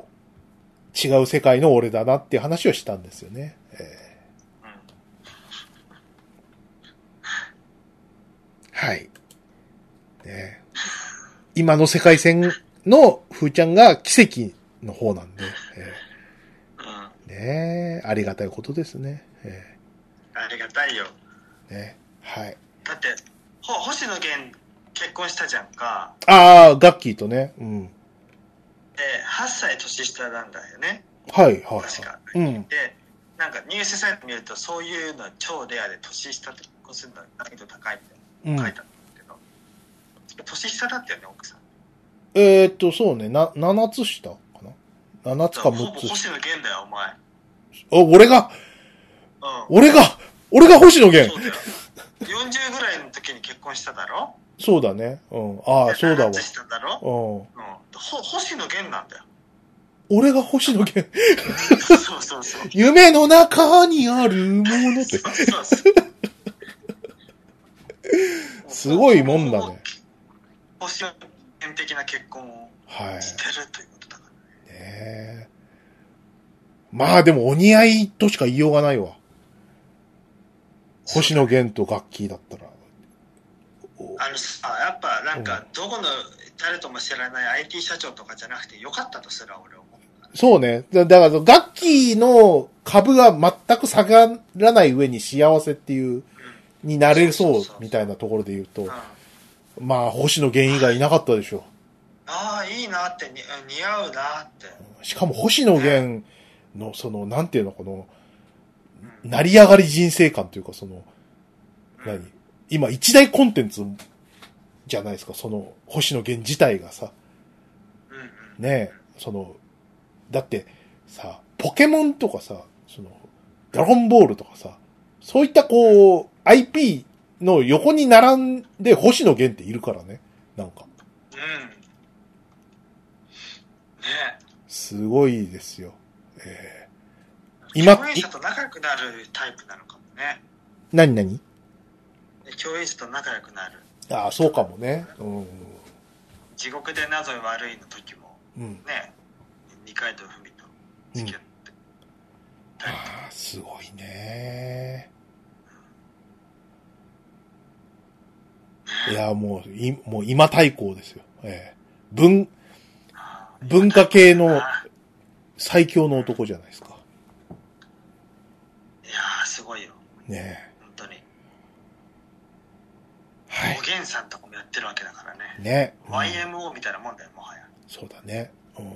Speaker 2: 違う世界の俺だなっていう話をしたんですよね。え
Speaker 1: うん
Speaker 2: ーはい。ねえ、今の世界線の風ちゃんが奇跡の方なんで、
Speaker 1: うん。
Speaker 2: えーねえありがたいことですね。え
Speaker 1: ありがたいよ。
Speaker 2: ーねはい。
Speaker 1: だって、ほ星野源結婚したじゃんか。
Speaker 2: ああ、ガッキーとね、うん。
Speaker 1: で、8歳年下なんだよね。
Speaker 2: はい、はい、は
Speaker 1: 確か
Speaker 2: い。うん。
Speaker 1: で、なんかニュースサイト見ると、そういうのは超レアで、年下って結婚するのは難易度高いみたいな。
Speaker 2: うん
Speaker 1: 書いたんだけど、年下だったよね奥さん
Speaker 2: えーっと、そうね、な、7つ下かな ?7 つか
Speaker 1: ほぼ
Speaker 2: 6つ下。
Speaker 1: 星野源だよお前
Speaker 2: あ、俺が、
Speaker 1: う
Speaker 2: 俺が、俺が星野
Speaker 1: ん
Speaker 2: 源
Speaker 1: そうだよ40ぐらいの時に結婚しただろ
Speaker 2: そうだね。うん。ああ、そう だわ
Speaker 1: で。しただろ、
Speaker 2: うん。
Speaker 1: うん、ほ星野源なんだ よ
Speaker 2: 俺が星野源。
Speaker 1: そうそうそう
Speaker 2: 夢の中にあるも のって。
Speaker 1: そうそうそう
Speaker 2: すごいもんだね。
Speaker 1: 星野源的な結婚を
Speaker 2: はい。ね
Speaker 1: してるということだか
Speaker 2: えまあでもお似合いとしか言いようがないわ。星野源と楽器だったら。お
Speaker 1: らあのさやっぱなんかどこの誰とも知らない IT 社長とかじゃなくてよかったとすら俺は思う
Speaker 2: そうね。だだから、楽器の株が全く下がらない上に幸せっていう、になれそうみたいなところで言う
Speaker 1: う
Speaker 2: と
Speaker 1: ん、、うん
Speaker 2: まあ星野源以外いなかったでしょう。
Speaker 1: ああいいなってに似合うなって、
Speaker 2: しかも星野源の、その、なんていうの、この、
Speaker 1: うん
Speaker 2: 成り上がり人生観というか、その、
Speaker 1: う
Speaker 2: 何
Speaker 1: ん
Speaker 2: 今一大コンテンツじゃないですか、その、星野源自体がさ、
Speaker 1: うんうん
Speaker 2: ねえ、その、だってさ、ポケモンとかさ、その、ドラゴンボールとかさ、そういったこう、IP の横に並んで星野源っているからね、なんか、
Speaker 1: うんね
Speaker 2: すごいですよ。え
Speaker 1: え
Speaker 2: 今
Speaker 1: 共演者と仲良くなるタイプなのかもね
Speaker 2: ー、何何
Speaker 1: で共演者と仲良くなる
Speaker 2: ああ、そうかもね。うん。
Speaker 1: 地獄でなぞ悪いの時も
Speaker 2: うん。
Speaker 1: ね二階堂ふみと付き合って、
Speaker 2: ああ、すごいね。いや、もう、い、もう今対抗ですよ。ええ文、
Speaker 1: ああ
Speaker 2: 文化系
Speaker 1: あ
Speaker 2: の
Speaker 1: あ
Speaker 2: 最強の男じゃないですか。
Speaker 1: いやあすごいよ
Speaker 2: ねえ。
Speaker 1: 本当に
Speaker 2: は
Speaker 1: おげんさんとかもやってるわけだから
Speaker 2: い。
Speaker 1: ね
Speaker 2: ね、うん
Speaker 1: YMO みたいなもんだよもはや
Speaker 2: そうだね。うん。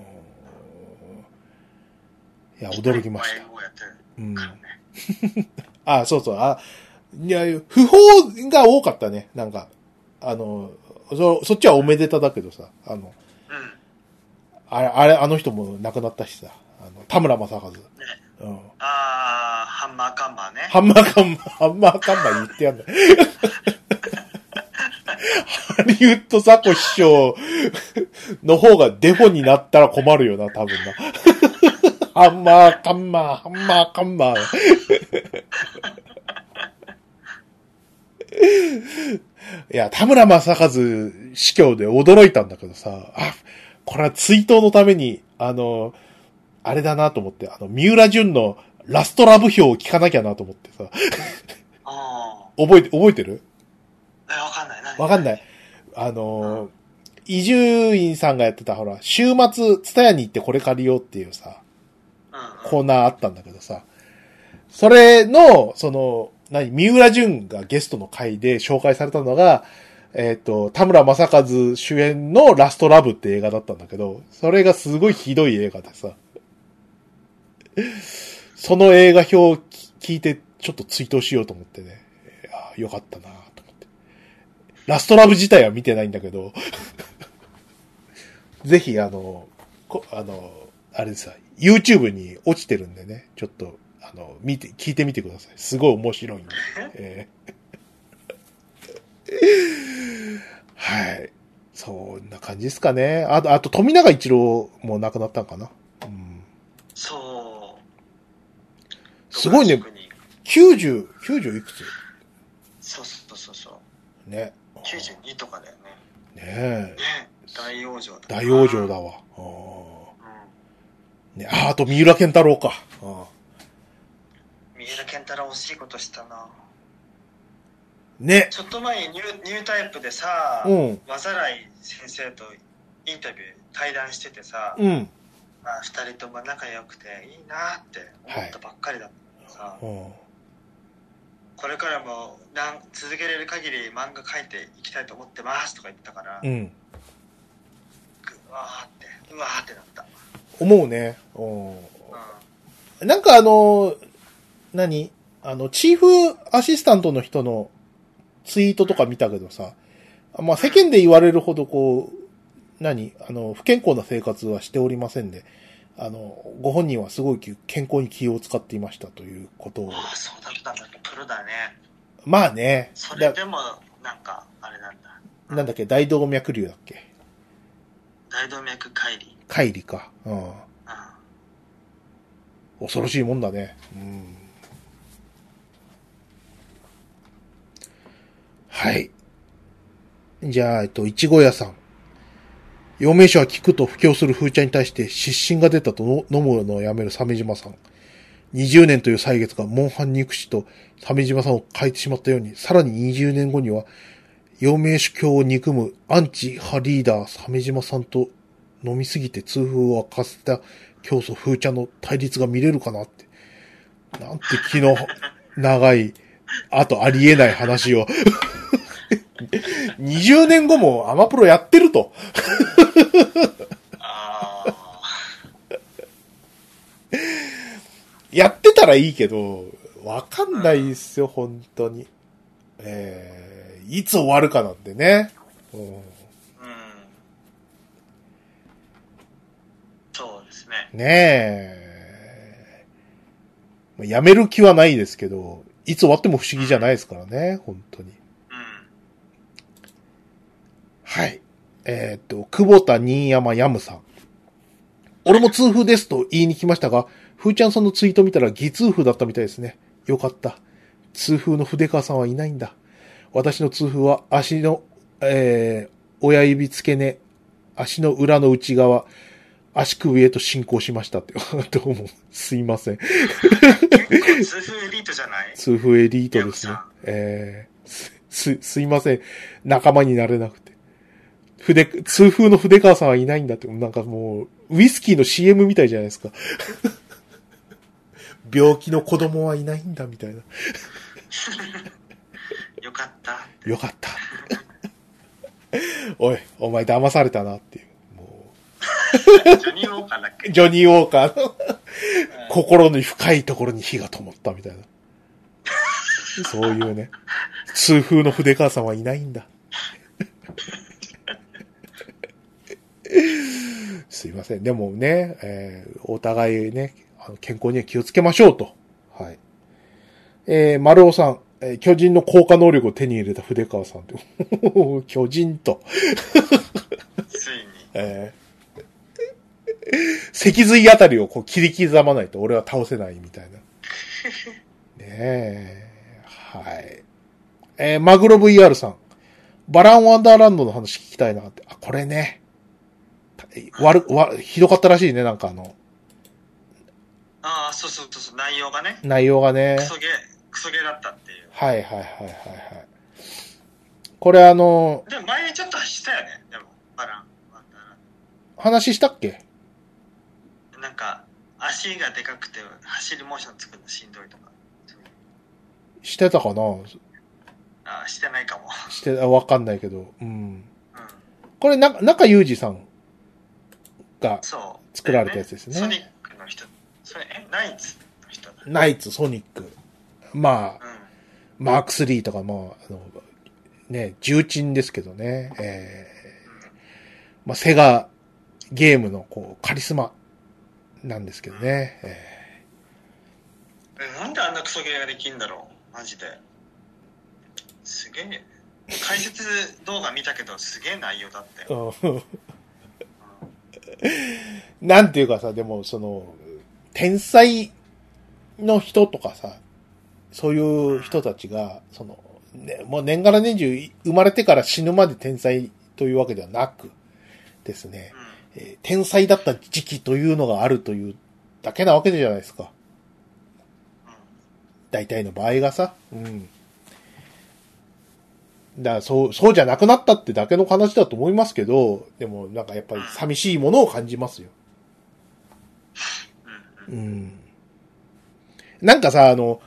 Speaker 2: いや、驚きました。
Speaker 1: YMO やってる
Speaker 2: うん。
Speaker 1: からね、
Speaker 2: ああ、そうそう。あ、いや、不法が多かったね。なんか、あの、そ、そっちはおめでただけどさ、あ
Speaker 1: うん
Speaker 2: の、あれ、あれ、あの人も亡くなったしさ、あの、田村正和。うん。
Speaker 1: ああ、ハンマーカンマーね。
Speaker 2: ハンマーカンマ、ハンマーカンマ言ってやんない。ハリウッドザコ師匠の方がデフォになったら困るよな、多分な。ハンマーカンマー、ハンマーカンマー。いや、田村正和死去で驚いたんだけどさ、あ、これは追悼のために、あの、あれだなと思って、あの、三浦淳のラストラブ表を聞かなきゃなと思ってさ、
Speaker 1: あ
Speaker 2: 覚えて、覚えてる
Speaker 1: あ。え、わかんない。何
Speaker 2: わかんない。あのー伊集院さんがやってた、ほら、週末、ツタヤに行ってこれ借りようっていうさ、コーナーあったんだけどさ、それの、その、何、三浦淳がゲストの回で紹介されたのが、えっ、と、田村正和主演のラストラブって映画だったんだけど、それがすごいひどい映画でさ、その映画表を聞いてちょっと追悼しようと思ってね、いやーよかったなと思って。ラストラブ自体は見てないんだけど、 ぜひあの、こあの、あれですわ YouTube に落ちてるんでね、ちょっと、あの、見て、聞いてみてください。すごい面白いんで。えーはい。そんな感じですかね。あと、あと、富永一郎も亡くなったんかな。うん。
Speaker 1: そう。
Speaker 2: すごいね
Speaker 1: 独学に
Speaker 2: 90、90いくつ
Speaker 1: そうそうそうそう。
Speaker 2: ね。
Speaker 1: 92とかだよね。ね
Speaker 2: ねえ。
Speaker 1: 大往生だな。
Speaker 2: 大往生だ
Speaker 1: うん。
Speaker 2: わ。あーね、ああと、三浦健太郎か。あ
Speaker 1: 三浦健太郎惜しいことしたな。
Speaker 2: ーね。
Speaker 1: ちょっと前にニューニュータイプでさ、
Speaker 2: うん。
Speaker 1: 和ざらい先生とインタビュー、対談しててさ、
Speaker 2: うん。
Speaker 1: まあ、二人とも仲良くていいなって思ったばっかりだったのさ、
Speaker 2: うん
Speaker 1: これからもなん続けれる限り漫画描いていきたいと思ってますとか言ってたから、う
Speaker 2: うん。
Speaker 1: わーって、うわーってなった。
Speaker 2: 思うね。うん
Speaker 1: うん
Speaker 2: なんかあの、何あの、チーフアシスタントの人のツイートとか見たけどさ、まあ世間で言われるほどこう、何あの、不健康な生活はしておりませんで、あの、ご本人はすごい健康に気を使っていましたということを。
Speaker 1: ああ、そうだったんだ。プロだね。
Speaker 2: まあね、
Speaker 1: それ
Speaker 2: だ
Speaker 1: でも、なんか、あれなんだ。
Speaker 2: なんだっけ、大動脈瘤だっけ
Speaker 1: 大動脈解離。
Speaker 2: 乖離か。うん。
Speaker 1: う
Speaker 2: 恐ろしいもんだね。うん。はい。じゃあ、えっと、いちご屋さん。陽明酒は聞くと布教する風茶に対して失神が出たとの飲むのをやめる鮫島さん。20年という歳月がモンハン憎しと鮫島さんを変えてしまったように、さらに20年後には、陽明酒教を憎むアンチ派リーダー鮫島さんと飲みすぎて痛風を明かせた教祖風ちゃんの対立が見れるかなって。なんて気の長い、あとありえない話を。20年後もアマプロやってると。
Speaker 1: ん。ああ。
Speaker 2: やってたらいいけど、わかんないっすよ、本当に。えー、いつ終わるかなんてね。うん
Speaker 1: うん。そうですね。
Speaker 2: ねえ。やめる気はないですけど、いつ終わっても不思議じゃないですからね、本当に。
Speaker 1: うん。
Speaker 2: はい。えーっと、久保田新山やむさん。俺も痛風ですと言いに来ましたが、ふーちゃんさんのツイート見たら偽痛風だったみたいですね。よかった。痛風の筆川さんはいないんだ。私の痛風は足の、えー、親指付け根、足の裏の内側、足首へと進行しましたって。 どうも、すいません。
Speaker 1: 結構、痛風エリートじゃない
Speaker 2: 痛風エリートですね
Speaker 1: やむ。
Speaker 2: えー、す、す、すいません。仲間になれなくて。筆、痛風の筆川さんはいないんだって、なんかもう、ウイスキーの CM みたいじゃないですか。 病気の子供はいないんだ、みたいな。
Speaker 1: よかった。
Speaker 2: よかった。 おい、お前騙されたなっていう。も
Speaker 1: ジョニー・ウォー カーだっけ
Speaker 2: う、ジョニー・ウォーカーの
Speaker 1: うん
Speaker 2: 心の深いところに火が灯ったみたいな。そういうね。痛風の筆川さんはいないんだ。 すいません。でもね、えーお互いね、あの健康には気をつけましょうと。はい。えー丸尾さん、えー巨人の効果能力を手に入れた筆川さんって、巨人と。
Speaker 1: ついに。
Speaker 2: えー、脊髄あたりをこう切り刻まないと俺は倒せないみたいな。ねえ。はい。えーマグロ VR さん。バランワンダーランドの話聞きたいなって。あ、これね。悪、悪、ひどかったらしいね、なんかあの、
Speaker 1: ああ、そうそうそうそう、内容がね、
Speaker 2: 内容がね
Speaker 1: ク。ソゲー、クソゲーだったっていう。
Speaker 2: はいはいはいはいはい。これあの、
Speaker 1: でも前にちょっとしたよね、でも、バラン。
Speaker 2: 話したっけ
Speaker 1: なんか、足がでかくて走りモーション作るのしんどいとか、そういう
Speaker 2: してたかな
Speaker 1: あ、してないかも。
Speaker 2: して、あわかんないけど。うん。
Speaker 1: うん。
Speaker 2: これ、な、中裕二さんが、
Speaker 1: そう。
Speaker 2: 作られたやつですね
Speaker 1: ソニックの人。それ、え、ナイツの人だ。
Speaker 2: ナイツ、ソニック。まあ、
Speaker 1: うん。
Speaker 2: マーク3とか、まあ、あの、ね、重鎮ですけどね。えー、まあ、セガゲームの、こう、カリスマなんですけどね。え
Speaker 1: えなんであんなクソゲーができんだろうマジで。すげえ。解説動画見たけど、すげえ内容だったよ。
Speaker 2: ーうんなんていうかさ、でも、その、天才の人とかさ、そういう人たちが、その、ね、もう年がら年中い生まれてから死ぬまで天才というわけではなくですね、
Speaker 1: うん。
Speaker 2: えー天才だった時期というのがあるというだけなわけじゃないですか。
Speaker 1: う
Speaker 2: 大体の場合がさ。うん。だから、そう、そうじゃなくなったってだけの話だと思いますけど、でもなんかやっぱり寂しいものを感じますよ。
Speaker 1: ん。うん。うん。
Speaker 2: うん。なんかさ、あの、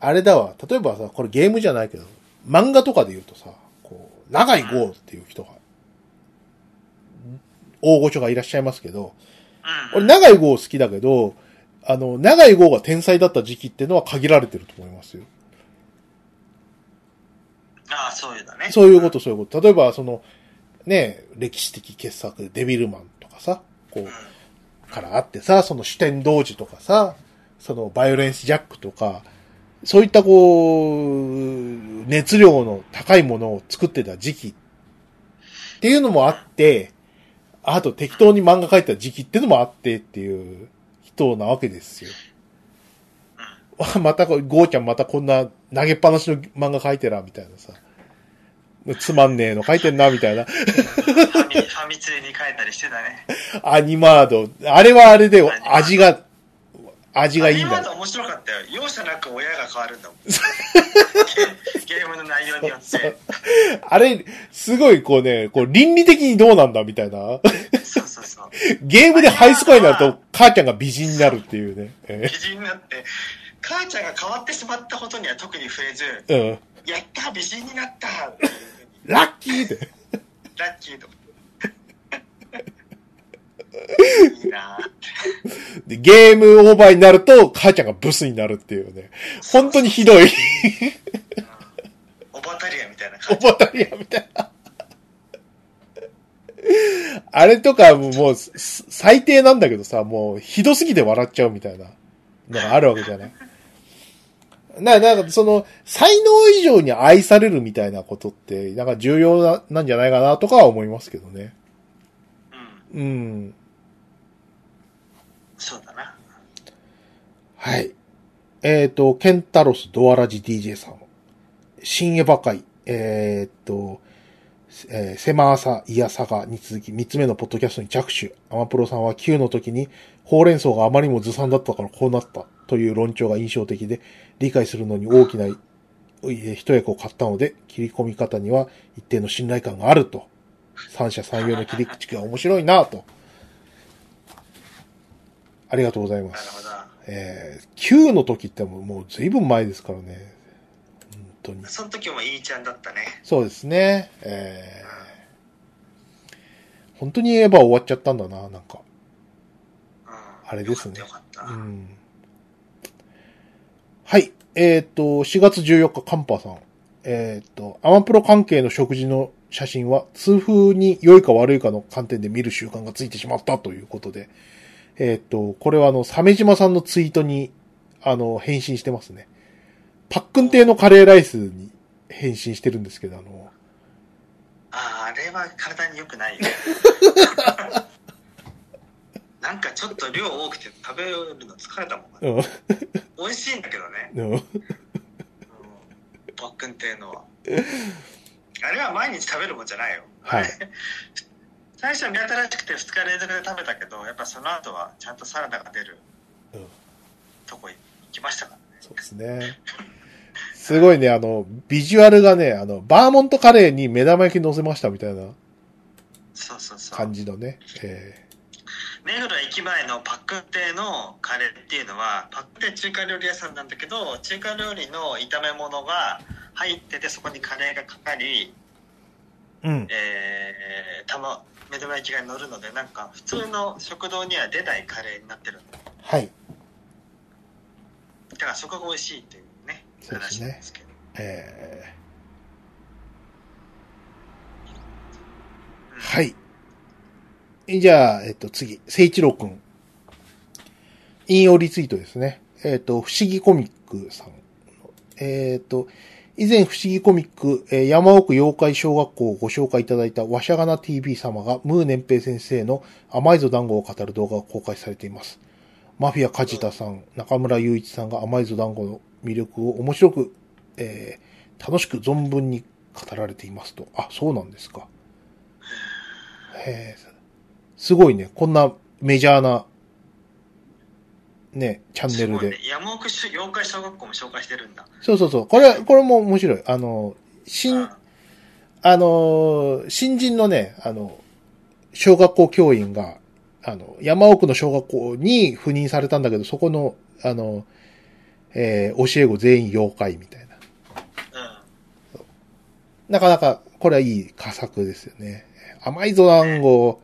Speaker 2: あれだわ。例えばさ、これゲームじゃないけど、漫画とかで言うとさ、こう、長井豪っていう人が、大御所がいらっしゃいますけど、
Speaker 1: うん
Speaker 2: 俺、長井豪好きだけど、あの、長井豪が天才だった時期っていうのは限られてると思いますよ。
Speaker 1: ああ、そういうだね。
Speaker 2: そういうこと、そういうこと。例えば、その、ね、歴史的傑作、デビルマンとかさ、こう
Speaker 1: うん。、
Speaker 2: からあってさ、その主典同時とかさ、そのバイオレンスジャックとか、そういったこう、熱量の高いものを作ってた時期っていうのもあって、あと適当に漫画描いてた時期っていうのもあってっていう人なわけですよ。 またこう、ゴーちゃんまたこんな投げっぱなしの漫画描いてら、みたいなさ。つまんねえの描いてんな、みたいな。
Speaker 1: ファミ、ファミ通に変えたりしてたね。
Speaker 2: アニマード。あれはあれで味が、味がいいん
Speaker 1: 今
Speaker 2: だ
Speaker 1: の
Speaker 2: ろ
Speaker 1: 面白かったよ。容赦なく親が変わるんだ もん。ゲゲームの内容によって。
Speaker 2: う。あれ、すごいこうね、こう倫理的にどうなんだみたいな。
Speaker 1: そうそうそう。
Speaker 2: ゲームでハイスコアになると母ちゃんが美人になるっていうね。え
Speaker 1: 美人になって、母ちゃんが変わってしまったことには特に触れず、
Speaker 2: うん。
Speaker 1: やった美人になったっていうふうに
Speaker 2: ラッキーって。
Speaker 1: ラッキーと。いいなぁ
Speaker 2: でゲームオーバーになると母ちゃんがブスになるっていうね。本当にひどい。
Speaker 1: オバタリアみたいな
Speaker 2: オ
Speaker 1: 感じ。
Speaker 2: バタリアみたいな。あれとかももうすす最低なんだけどさ、もうひどすぎて笑っちゃうみたいなのがあるわけじゃない。な、なんかその、才能以上に愛されるみたいなことって、なんか重要ななんじゃないかなとかは思いますけどね。
Speaker 1: うん、
Speaker 2: うん。
Speaker 1: そうだな。
Speaker 2: はい。えっ、と、ケンタロスドアラジ DJ さん。新エヴァ会。えっ、と、えー、狭さ、いやさがに続き、三つ目のポッドキャストに着手。アマプロさんは9の時に、ほうれん草があまりにもずさんだったからこうなったという論調が印象的で、理解するのに大きなえー一役を買ったので、切り込み方には一定の信頼感があると。三者三様の切り口が面白いなと。ありがとうございま
Speaker 1: なる
Speaker 2: す
Speaker 1: ほ。ど。
Speaker 2: えー、9の時ってもうもう随分前ですからね。本当に。
Speaker 1: その時もいいちゃんだったね。
Speaker 2: そうですね。えー、本当にエヴァ終わっちゃったんだな、なんか。
Speaker 1: うん、
Speaker 2: あれですね
Speaker 1: よかったよ
Speaker 2: う
Speaker 1: かっ
Speaker 2: ん。はい。えっ、と、4月14日、カンパさん。えっ、と、アマプロ関係の食事の写真は、痛風に良いか悪いかの観点で見る習慣がついてしまったということで、えっ、と、これはあの、鮫島さんのツイートに、あの、返信してますね。パックン亭のカレーライスに返信してるんですけど、あの、
Speaker 1: た。ああ、あれは体に良くないよ。なんかちょっと量多くて食べるの疲れたもん。
Speaker 2: うん
Speaker 1: 美味しいんだけどね。
Speaker 2: うん、
Speaker 1: うん、パックンっていうのは。あれは毎日食べるもんじゃないよ。
Speaker 2: はい。
Speaker 1: 最初目新しくて2日連続で食べたけどやっぱその後はちゃんとサラダが出る
Speaker 2: うん
Speaker 1: とこ行きましたからね
Speaker 2: そうですね。すごいね、あの、ビジュアルがね、あの、バーモントカレーに目玉焼き乗せましたみたいな
Speaker 1: そうそうそう
Speaker 2: 感じのね。え
Speaker 1: 目黒駅前のパックン亭のカレーっていうのはパックン亭中華料理屋さんなんだけど中華料理の炒め物が入っててそこにカレーがかかり、
Speaker 2: うん。
Speaker 1: えー、たま目玉焼きが乗るのでなんか普通の食堂には出ないカレーになってる
Speaker 2: はい。
Speaker 1: だからそこが美味しいっていうね
Speaker 2: そうです
Speaker 1: 話
Speaker 2: ね
Speaker 1: なんですけど
Speaker 2: え
Speaker 1: う
Speaker 2: ー、
Speaker 1: ん
Speaker 2: はい。じゃあ、えっと、次。聖一郎くん。引用リツイートですね。えっと、不思議コミックさん。えっと、以前不思議コミック、えー山奥妖怪小学校をご紹介いただいたわしゃがな TV 様がムー年平先生の甘いぞ団子を語る動画を公開されています。マフィア梶田さん、中村雄一さんが甘いぞ団子の魅力を面白く、えー楽しく存分に語られていますと。あ、そうなんですか。へえ、すごいね。こんなメジャーな、ね、チャンネ
Speaker 1: す
Speaker 2: ル
Speaker 1: ごい
Speaker 2: で
Speaker 1: ね。山奥し妖怪小学校も紹介してるんだ
Speaker 2: そうそうそう。これ、これも面白い。あの、
Speaker 1: う
Speaker 2: 新
Speaker 1: ん、
Speaker 2: あのー、新人のね、あの、小学校教員が、あの、山奥の小学校に赴任されたんだけど、そこの、あの、えー教え子全員妖怪みたいな。
Speaker 1: うん
Speaker 2: なかなか、これはいい佳作ですよね。甘いぞ団子。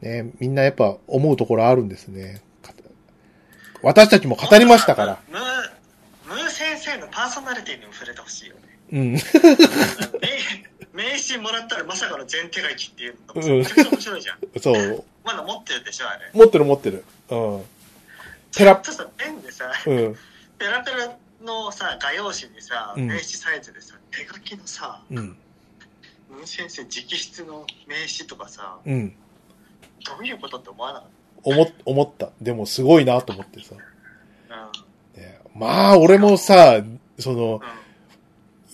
Speaker 2: ね、みんなやっぱ思うところあるんですね。か私たちも語りましたから。
Speaker 1: ムームー先生のパーソナリティにも触れてほしいよね
Speaker 2: うん。
Speaker 1: 名名刺もらったらまさかの全手書きっていうの
Speaker 2: うん
Speaker 1: めちゃくちゃ面白いじゃん
Speaker 2: そう。
Speaker 1: まだ持ってるでしょあれ
Speaker 2: 持ってる持ってる。うん。ペラ
Speaker 1: ちょっとさペンでさ
Speaker 2: うん。
Speaker 1: ペラペラのさ画用紙にさ
Speaker 2: うん
Speaker 1: 名刺サイズでさ、手書きのさ
Speaker 2: うん。
Speaker 1: ムー先生直筆の名刺とかさ
Speaker 2: うん。
Speaker 1: どういうことって思わなかっ
Speaker 2: 思っ、思った。でもすごいなと思ってさ。
Speaker 1: た
Speaker 2: ねまあ、俺もさ、その
Speaker 1: う、ん、うん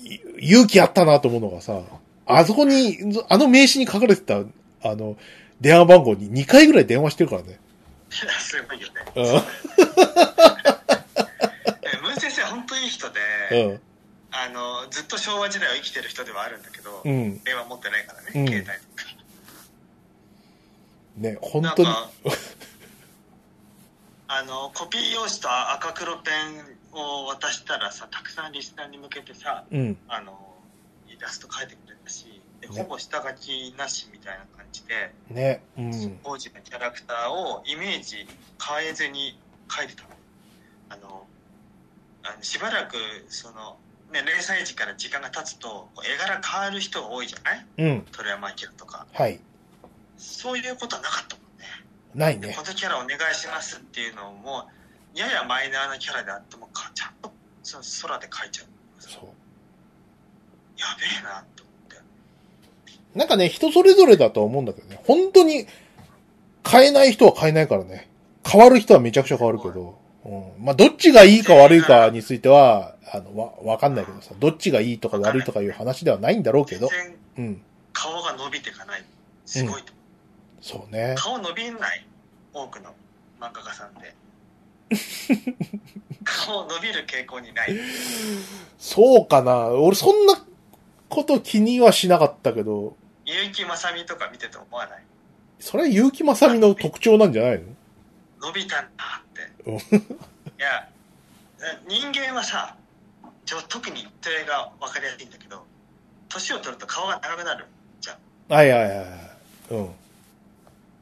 Speaker 2: い勇気あったなと思うのがさ、あそこに、あの名刺に書かれてた、あの、電話番号に2回ぐらい電話してるからね。
Speaker 1: すごいよね。
Speaker 2: う
Speaker 1: えムー先生は本当いい人で、
Speaker 2: ん。うん。
Speaker 1: あのずっと昭和時代を生きてる人ではあるんだけど、
Speaker 2: うん。
Speaker 1: 電話持ってないからね、
Speaker 2: うん
Speaker 1: 携帯とか。
Speaker 2: ね、本当に
Speaker 1: な。んかあのコピー用紙と赤黒ペンを渡したらさたくさんリスナーに向けてさ
Speaker 2: うん。
Speaker 1: あのイラスト描いてくれたしで
Speaker 2: ね
Speaker 1: ほぼ下書きなしみたいな感じで、
Speaker 2: ね。うん。
Speaker 1: 当時のキャラクターをイメージ変えずに描いてたのあのあのしばらくその、ね、連載時から時間が経つと絵柄変わる人が多いじゃない
Speaker 2: うん。
Speaker 1: 鳥山明とか
Speaker 2: はい。
Speaker 1: そういうことはなかったもんね
Speaker 2: ないね
Speaker 1: こ。のキャラお願いしますっていうのもややマイナーなキャラであってもかちゃんとその空で描いちゃう
Speaker 2: そ
Speaker 1: やべえなと思って
Speaker 2: う。なんかね、人それぞれだとは思うんだけどね。本当に、変えない人は変えないからね。変わる人はめちゃくちゃ変わるけど。うん。まあ、どっちがいいか悪いかについては、あの、わ、わかんないけどさ、どっちがいいとか悪いとかいう話ではないんだろうけ
Speaker 1: 全
Speaker 2: ど。
Speaker 1: 然
Speaker 2: うん。
Speaker 1: 顔が伸びていかないすごいと、
Speaker 2: そうね。
Speaker 1: 顔伸びない多くの漫画家さんで顔伸びる傾向にない
Speaker 2: そうかな。俺そんなこと気にはしなかったけど、
Speaker 1: 結城まさみとか見てて思わない
Speaker 2: それは結城まさみの特徴なんじゃないの
Speaker 1: 伸びたな
Speaker 2: お
Speaker 1: っていや人間はさちょ特にそれが分かりやすいんだけど年を取ると顔が長くなる
Speaker 2: はいはいはいはい。うん。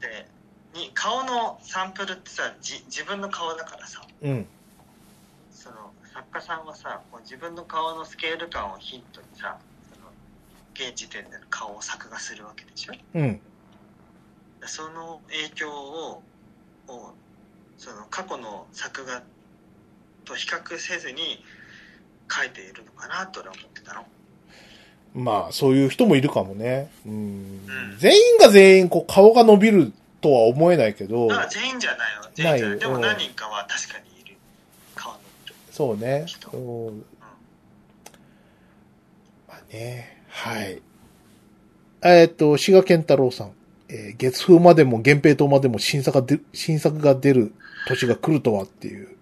Speaker 1: でに顔のサンプルってさじ自分の顔だからさ
Speaker 2: うん。
Speaker 1: その作家さんはさこう自分の顔のスケール感をヒントにさその現時点での顔を作画するわけでしょ
Speaker 2: うん。
Speaker 1: その影響ををその過去の作画と比較せずに書いているのかなと俺は思ってたの
Speaker 2: まあ、そういう人もいるかもね。うん。
Speaker 1: ん
Speaker 2: 全員が全員、こう、顔が伸びるとは思えないけど
Speaker 1: だ、から全員じゃないよ全員じゃない
Speaker 2: ない
Speaker 1: で
Speaker 2: よ
Speaker 1: も何人かは確かにいる顔の人
Speaker 2: そうね
Speaker 1: 人。
Speaker 2: うんまあね。はい。えーっと、志賀健太郎さん。えー月風までも源平島までも新作が出、新作が出る年が来るとはっていう。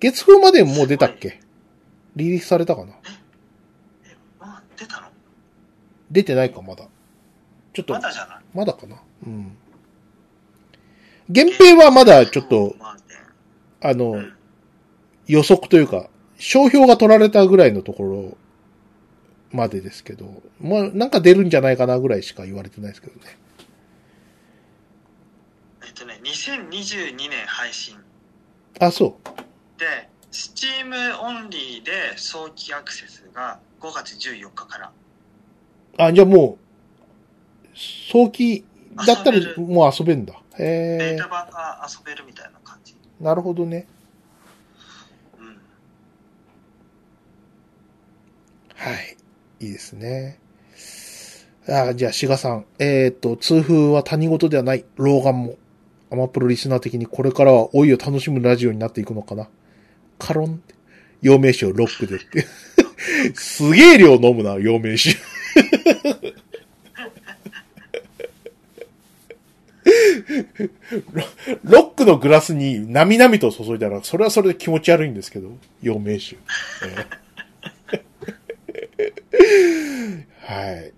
Speaker 2: 月風までももう出たっけリリースされたかな
Speaker 1: えもう出たの
Speaker 2: 出てないか、まだ。ちょっと
Speaker 1: ま、だじゃない
Speaker 2: まだかなうん。源平はまだちょっと、
Speaker 1: まあね
Speaker 2: あの
Speaker 1: う、ん
Speaker 2: 予測というか、商標が取られたぐらいのところまでですけど、まあ、なんか出るんじゃないかなぐらいしか言われてないですけどね。
Speaker 1: えっとね、2022年配信
Speaker 2: あ、そ
Speaker 1: で、Steam オンリーで早期アクセスが5月14日から。
Speaker 2: う。あ、じゃあもう、早期だったら
Speaker 1: 遊べる
Speaker 2: もう遊べんだ。へ
Speaker 1: デー
Speaker 2: え
Speaker 1: タ、版が遊べるみたいな感じ。
Speaker 2: なるほどね。
Speaker 1: うん。
Speaker 2: はい。いいですね。あじゃあ、志賀さん。えーっ、と、痛風は他人事ではない。老眼も。アマプロリスナー的にこれからは老いを楽しむラジオになっていくのかな。カロンって。陽明酒をロックでって。 すげえ量飲むな、陽明酒。ロロックのグラスになみなみと注いだら、それはそれで気持ち悪いんですけど、陽明酒。はい。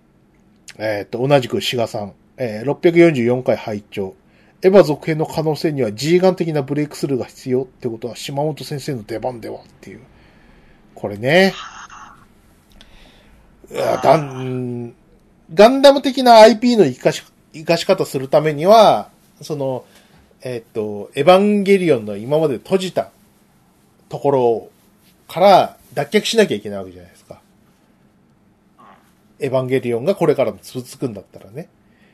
Speaker 2: えーっと、同じく志賀さん。えー、644回拝聴エヴァ続編の可能性には G ガン的なブレイクスルーが必要ってことは島本先生の出番ではっていう。これね。うわガン、ガンダム的な IP の生かし、生かし方するためには、その、えーっと、エヴァンゲリオンの今まで閉じたところから脱却しなきゃいけないわけじゃないですか。エヴァンゲリオンがこれからも続くんだったらね。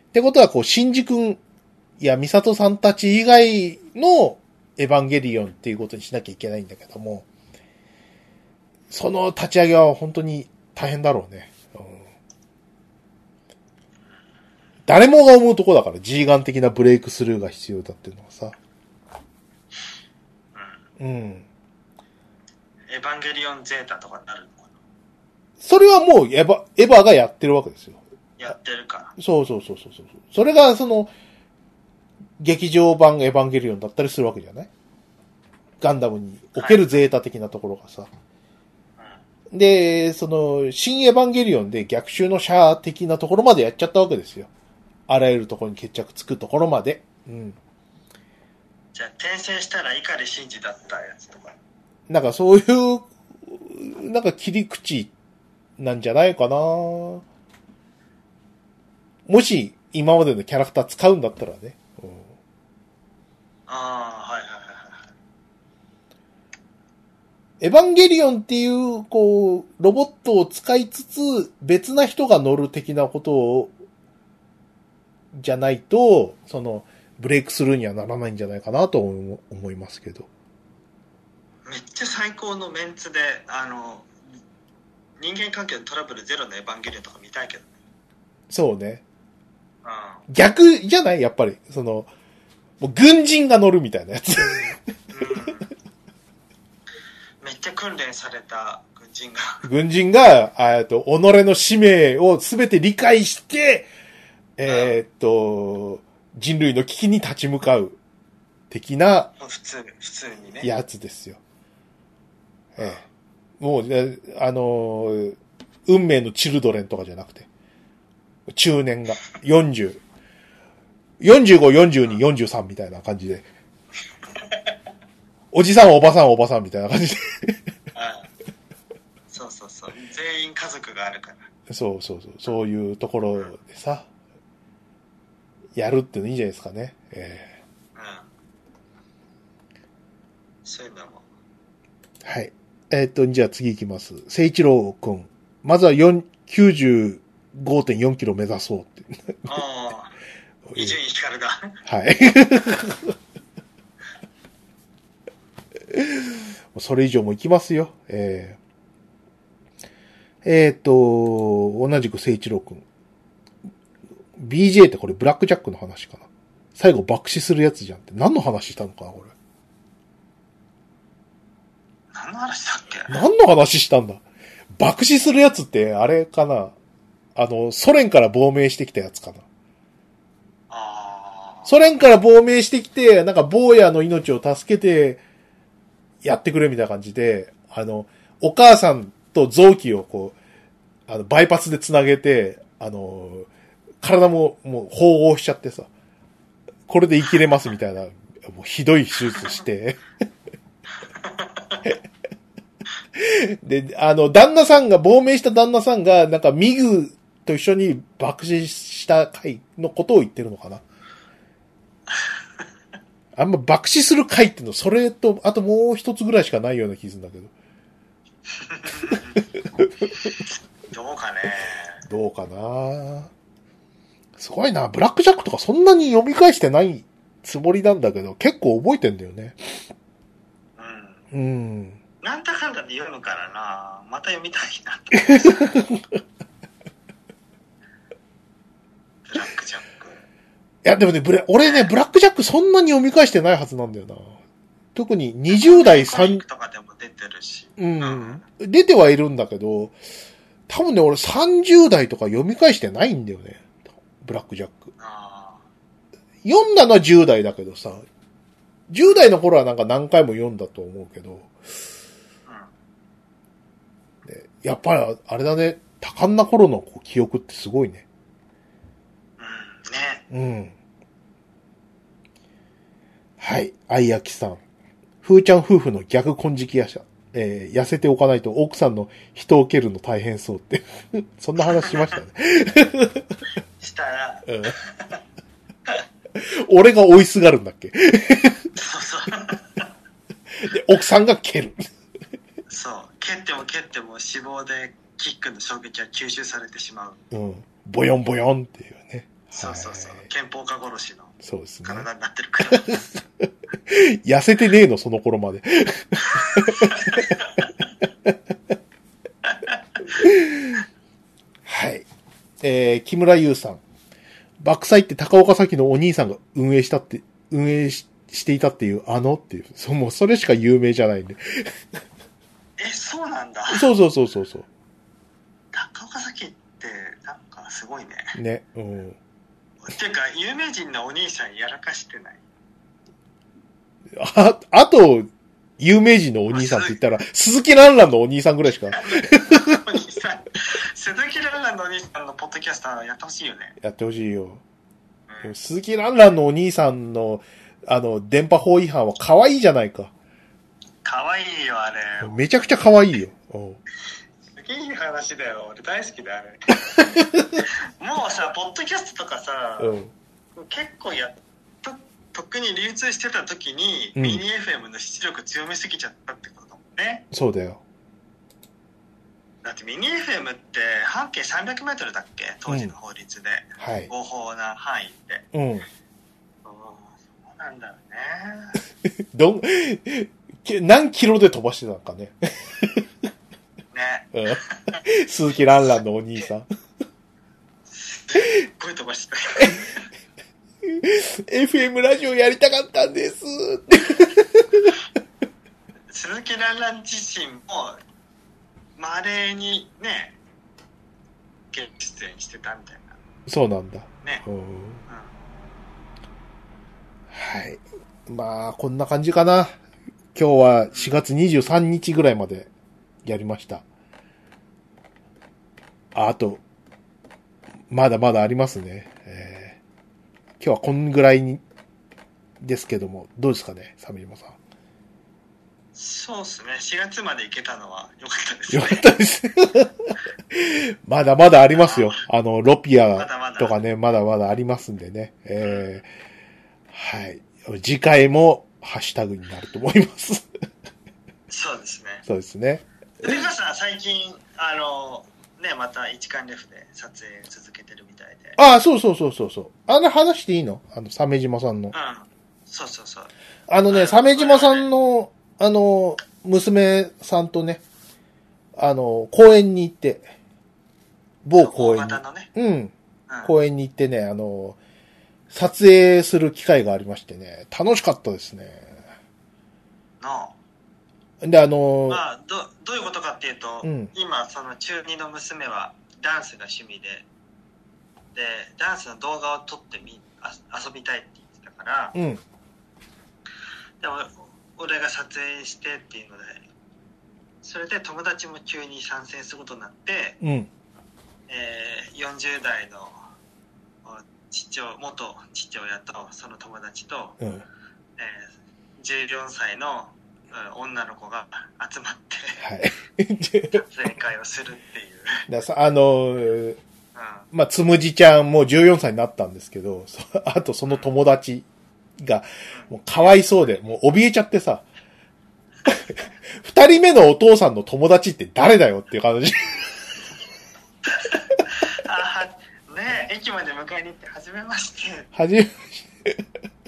Speaker 2: ってことは、こう、シンジ君やミサトさんたち以外のエヴァンゲリオンっていうことにしなきゃいけないんだけども、その立ち上げは本当に大変だろうね。うん誰もが思うとこだから、G ガン的なブレイクスルーが必要だっていうのはさ。うん。
Speaker 1: エヴァンゲリオンゼータとかになるのかな
Speaker 2: それはもうエヴァ、エヴァがやってるわけですよ。
Speaker 1: やってるから。
Speaker 2: そうそうそうそうそう。それがその、劇場版エヴァンゲリオンだったりするわけじゃないガンダムにおけるゼータ的なところがさ。で、その、新エヴァンゲリオンで逆襲のシャア的なところまでやっちゃったわけですよ。あらゆるところに決着つくところまで。うん。
Speaker 1: じゃあ、転生したら碇シンジだったやつとか。
Speaker 2: なんかそういう、なんか切り口なんじゃないかなもし、今までのキャラクター使うんだったらね。うん
Speaker 1: ああ、はいはいはいはい。
Speaker 2: エヴァンゲリオンっていう、こう、ロボットを使いつつ、別な人が乗る的なことを、じゃないと、その、ブレイクスルーにはならないんじゃないかなと思思いますけど。
Speaker 1: めっちゃ最高のメンツであの人間関係のトラブルゼロのエヴァンゲリオンとか見たいけどね
Speaker 2: そうね。
Speaker 1: うんう
Speaker 2: 逆じゃないやっぱり。その、もう軍人が乗るみたいなや つ。
Speaker 1: んめっちゃ訓練された軍人が
Speaker 2: 軍人が、あえっと、己の使命をすべて理解して、えーっと、人類の危機に立ち向かう、的な、
Speaker 1: 普通普通にね
Speaker 2: やつですよ。ええ。もう、えあのー運命のチルドレンとかじゃなくて、中年が、40、45、42、43みたいな感じで、おじさん、おばさん、おばさんみたいな感じで、
Speaker 1: うんそうそうそう全員家族があるから
Speaker 2: そうそうそう、そういうところでさ、やるっていうのいいんじゃないですかね。え
Speaker 1: うんそういうのも
Speaker 2: えはい。えーっと、じゃあ次行きます。聖一郎くん。まずは4 95.4キロ目指そうって。
Speaker 1: ああ伊集院光だ
Speaker 2: はい。それ以上も行きますよ。えー、えーと、同じく聖一郎くん。BJ ってこれブラックジャックの話かな。最後爆死するやつじゃんって。何の話したのかな、これ。
Speaker 1: 何の話だっけ
Speaker 2: 何の話したんだ爆死するやつって、あれかな。あの、ソ連から亡命してきたやつかな。
Speaker 1: ああ
Speaker 2: ソ連から亡命してきて、なんか坊やの命を助けて、やってくれみたいな感じで、あの、お母さんと臓器をこう、あの、バイパスでつなげて、あの、体ももう縫合しちゃってさ、これで生きれますみたいな、もうひどい手術して。で、あの、旦那さんが、亡命した旦那さんが、なんか、ミグと一緒に爆死した回のことを言ってるのかな。あんま爆死する回っていうの、それと、あともう一つぐらいしかないような気がするんだけど。
Speaker 1: どうかね。
Speaker 2: どうかなすごいな。ブラックジャックとかそんなに読み返してないつもりなんだけど、結構覚えてんだよね。
Speaker 1: うん。
Speaker 2: うん。
Speaker 1: なんだかんだで読むからな。また読みたいなと。ブラックジャック。
Speaker 2: いや、でもね、ブレ、俺ね、ブラックジャックそんなに読み返してないはずなんだよな。特に20代
Speaker 1: コミッ
Speaker 2: 3
Speaker 1: ク、とかでも出てるし。
Speaker 2: うん。出てはいるんだけど、多分ね、俺30代とか読み返してないんだよね。ブラックジャック。
Speaker 1: あ
Speaker 2: 読んだのは10代だけどさ、10代の頃はなんか何回も読んだと思うけど、
Speaker 1: あ。
Speaker 2: やっぱりあれだね、多感な頃のこう記憶ってすごいね。
Speaker 1: うん。うん。ね。
Speaker 2: うん。はい。愛焼きさん。ふーちゃん夫婦の逆金色夜叉。えー痩せておかないと奥さんの人を蹴るの大変そうって。 そんな話しましたね。
Speaker 1: したら、
Speaker 2: うん俺が追いすがるんだっけで、
Speaker 1: そうそう。
Speaker 2: 奥さんが蹴る。
Speaker 1: そう。蹴っても蹴っても脂肪でキックの衝撃は吸収されてしまう。
Speaker 2: うん。ボヨンボヨンっていうね。
Speaker 1: そうそうそう
Speaker 2: はい。
Speaker 1: 憲法家殺しの
Speaker 2: そうですね。
Speaker 1: 体になってるから。
Speaker 2: 痩せてねえの、その頃まで。 はい。えー、木村優さん。爆祭って高岡崎のお兄さんが運営したって、運営ししていたっていう、あのっていう。そう、もうそれしか有名じゃないんで。
Speaker 1: え、そうなんだ。
Speaker 2: そうそうそうそうそ
Speaker 1: 高岡崎って、なんかすごいね。
Speaker 2: う。ね。うん。
Speaker 1: っていうか、有名人のお兄さんやらかしてない。
Speaker 2: あ、あと、有名人のお兄さんって言ったら、鈴木蘭蘭のお兄さんぐらいしか
Speaker 1: お兄さ ん、鈴木蘭蘭のお兄さんのポッドキャスターやってほしいよね。
Speaker 2: やってほしいよ。
Speaker 1: うん
Speaker 2: でも鈴木蘭蘭のお兄さんの、あの、電波法違反は可愛いじゃないか。
Speaker 1: かわいいよ、あれ。
Speaker 2: めちゃくちゃ可愛いよ。うん
Speaker 1: すげえいい話だよ。俺大好きだよ、あれ。 もうさ、ポッドキャストとかさ、
Speaker 2: うん。
Speaker 1: 結構やっと、とっくに流通してた時に、
Speaker 2: うん
Speaker 1: ミニ FM の出力強めすぎちゃったってことだもんね。
Speaker 2: そうだよ。
Speaker 1: だってミニ FM って半径300メートルだっけ当時の法律で。
Speaker 2: はい。
Speaker 1: 合法な範囲って。
Speaker 2: うん。
Speaker 1: うんそうなんだよね。
Speaker 2: どん、け何キロで飛ばしてたのかね。
Speaker 1: ね。
Speaker 2: うん鈴木蘭蘭のお兄さん。
Speaker 1: すっごい飛ばしてた。
Speaker 2: FM ラジオやりたかったんですって。
Speaker 1: 鈴木蘭蘭自身もまれにねゲーム出演してたみたいな
Speaker 2: そうなんだ。
Speaker 1: ね、
Speaker 2: うん。
Speaker 1: う
Speaker 2: はい。まあ、こんな感じかな。今日は4月23日ぐらいまでやりました。あ、あと、まだまだありますね。えー今日はこんぐらいに、ですけども、どうですかね、サメリモさん。
Speaker 1: ん、そうっすね4月まで行けたのは良かったです
Speaker 2: よ
Speaker 1: ね
Speaker 2: かったです。 まだまだありますよ。あの、ロピ
Speaker 1: ま
Speaker 2: ア
Speaker 1: だまだ
Speaker 2: とかね、まだまだありますんでね。えーはい。次回も、ハッシュタグになると思います。
Speaker 1: そうですね
Speaker 2: そうですね。
Speaker 1: でかさん最近あのねまた一間レフで撮影続けてるみたいで
Speaker 2: ああ、そうそうそうそうそう。あれ話していいのあの、鮫島さんの
Speaker 1: う。んそうそうそう
Speaker 2: あの
Speaker 1: は
Speaker 2: ね、
Speaker 1: い
Speaker 2: 鮫島さんの、あの、娘さんとね、あの、公園に行って、某公園
Speaker 1: 大型のね、
Speaker 2: に、うん、
Speaker 1: うん、
Speaker 2: 公園に行ってね、あの、撮影する機会がありましてね、楽しかったですね。
Speaker 1: の
Speaker 2: で、あの、
Speaker 1: まあどどういうことかっていうと、
Speaker 2: うん、
Speaker 1: 今その中二の娘はダンスが趣味ででダンスの動画を撮ってみあ遊びたいって言ってたから
Speaker 2: うん、
Speaker 1: でも俺が撮影してっていうのでそれで友達も急に参戦することになって、
Speaker 2: うん、
Speaker 1: えー40代のお父親元父親とその友達と、
Speaker 2: うん。
Speaker 1: えー14歳のうん女の子が集まって
Speaker 2: はい。 でだか
Speaker 1: 正解をするっていう、
Speaker 2: らさ、あのー、
Speaker 1: うん
Speaker 2: まあ、つむじちゃんもう14歳になったんですけど、 そあとその友達が、もうかわいそうで、もう怯えちゃってさ、 二人目のお父さんの友達って誰だよっていう感じ。
Speaker 1: あーねえ駅まで迎えに行って初めまして
Speaker 2: はじめ、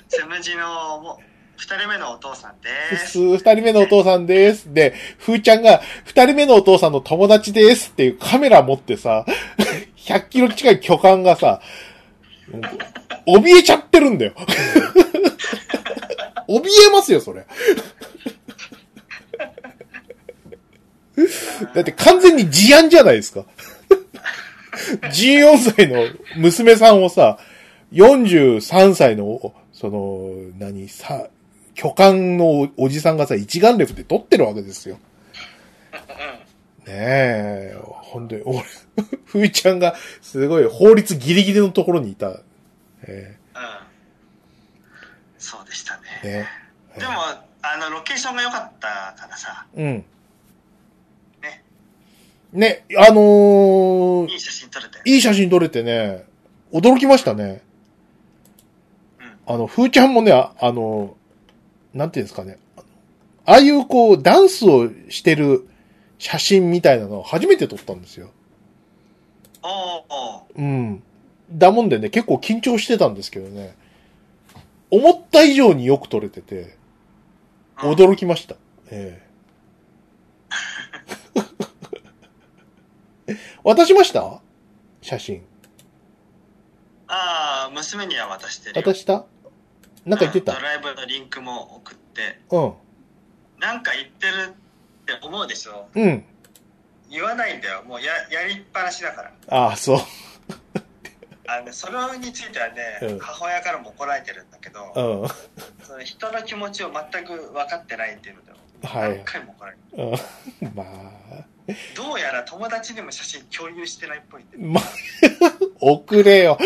Speaker 1: つむじのもう2人目のお父さんです
Speaker 2: 二人目のお父さんです。で、ふーちゃんが、二人目のお父さんの友達ですっていうカメラ持ってさ、100キロ近い巨漢がさ、もう怯えちゃってるんだよ。 怯えますよ、それ。だって完全に事案じゃないですか。14歳の娘さんをさ、43歳の、その、何、さ、巨漢のおじさんがさ、一眼レフで撮ってるわけですよ。ねえ、本当に、俺、ふーちゃんが、すごい法律ギリギリのところにいた。え
Speaker 1: うんそうでしたね
Speaker 2: えねえ
Speaker 1: でもあのロケーションが良かったからさ
Speaker 2: うん。
Speaker 1: ね
Speaker 2: ね、あのー
Speaker 1: いい写真撮れたよ
Speaker 2: いい写真撮れてね、驚きましたね。
Speaker 1: うん
Speaker 2: あの、ふーちゃんもね、ああの、なんていうんですかね。ああいうこう、ダンスをしてる写真みたいなのを初めて撮ったんですよ。
Speaker 1: おーお
Speaker 2: うん。だもんでね、結構緊張してたんですけどね。思った以上によく撮れてて、
Speaker 1: ーうん
Speaker 2: 驚きました。え え渡しました写真。
Speaker 1: ああ娘には渡してるよ
Speaker 2: 渡したなんか言って
Speaker 1: う
Speaker 2: た
Speaker 1: ドライブのリンクも送って
Speaker 2: うん。
Speaker 1: なんか言ってるって思うでしょ
Speaker 2: うん。
Speaker 1: 言わないんだよもうややりっぱなしだから
Speaker 2: ああ、そう。
Speaker 1: あのそれについてはね、
Speaker 2: うん
Speaker 1: 母親からも怒られてるんだけど、
Speaker 2: うん。うん
Speaker 1: その人の気持ちを全く分かってないっていうので
Speaker 2: はい
Speaker 1: 何回も怒られる、
Speaker 2: まあ、
Speaker 1: どうやら友達にも写真共有してないっぽいんで
Speaker 2: まあ、 遅れよ。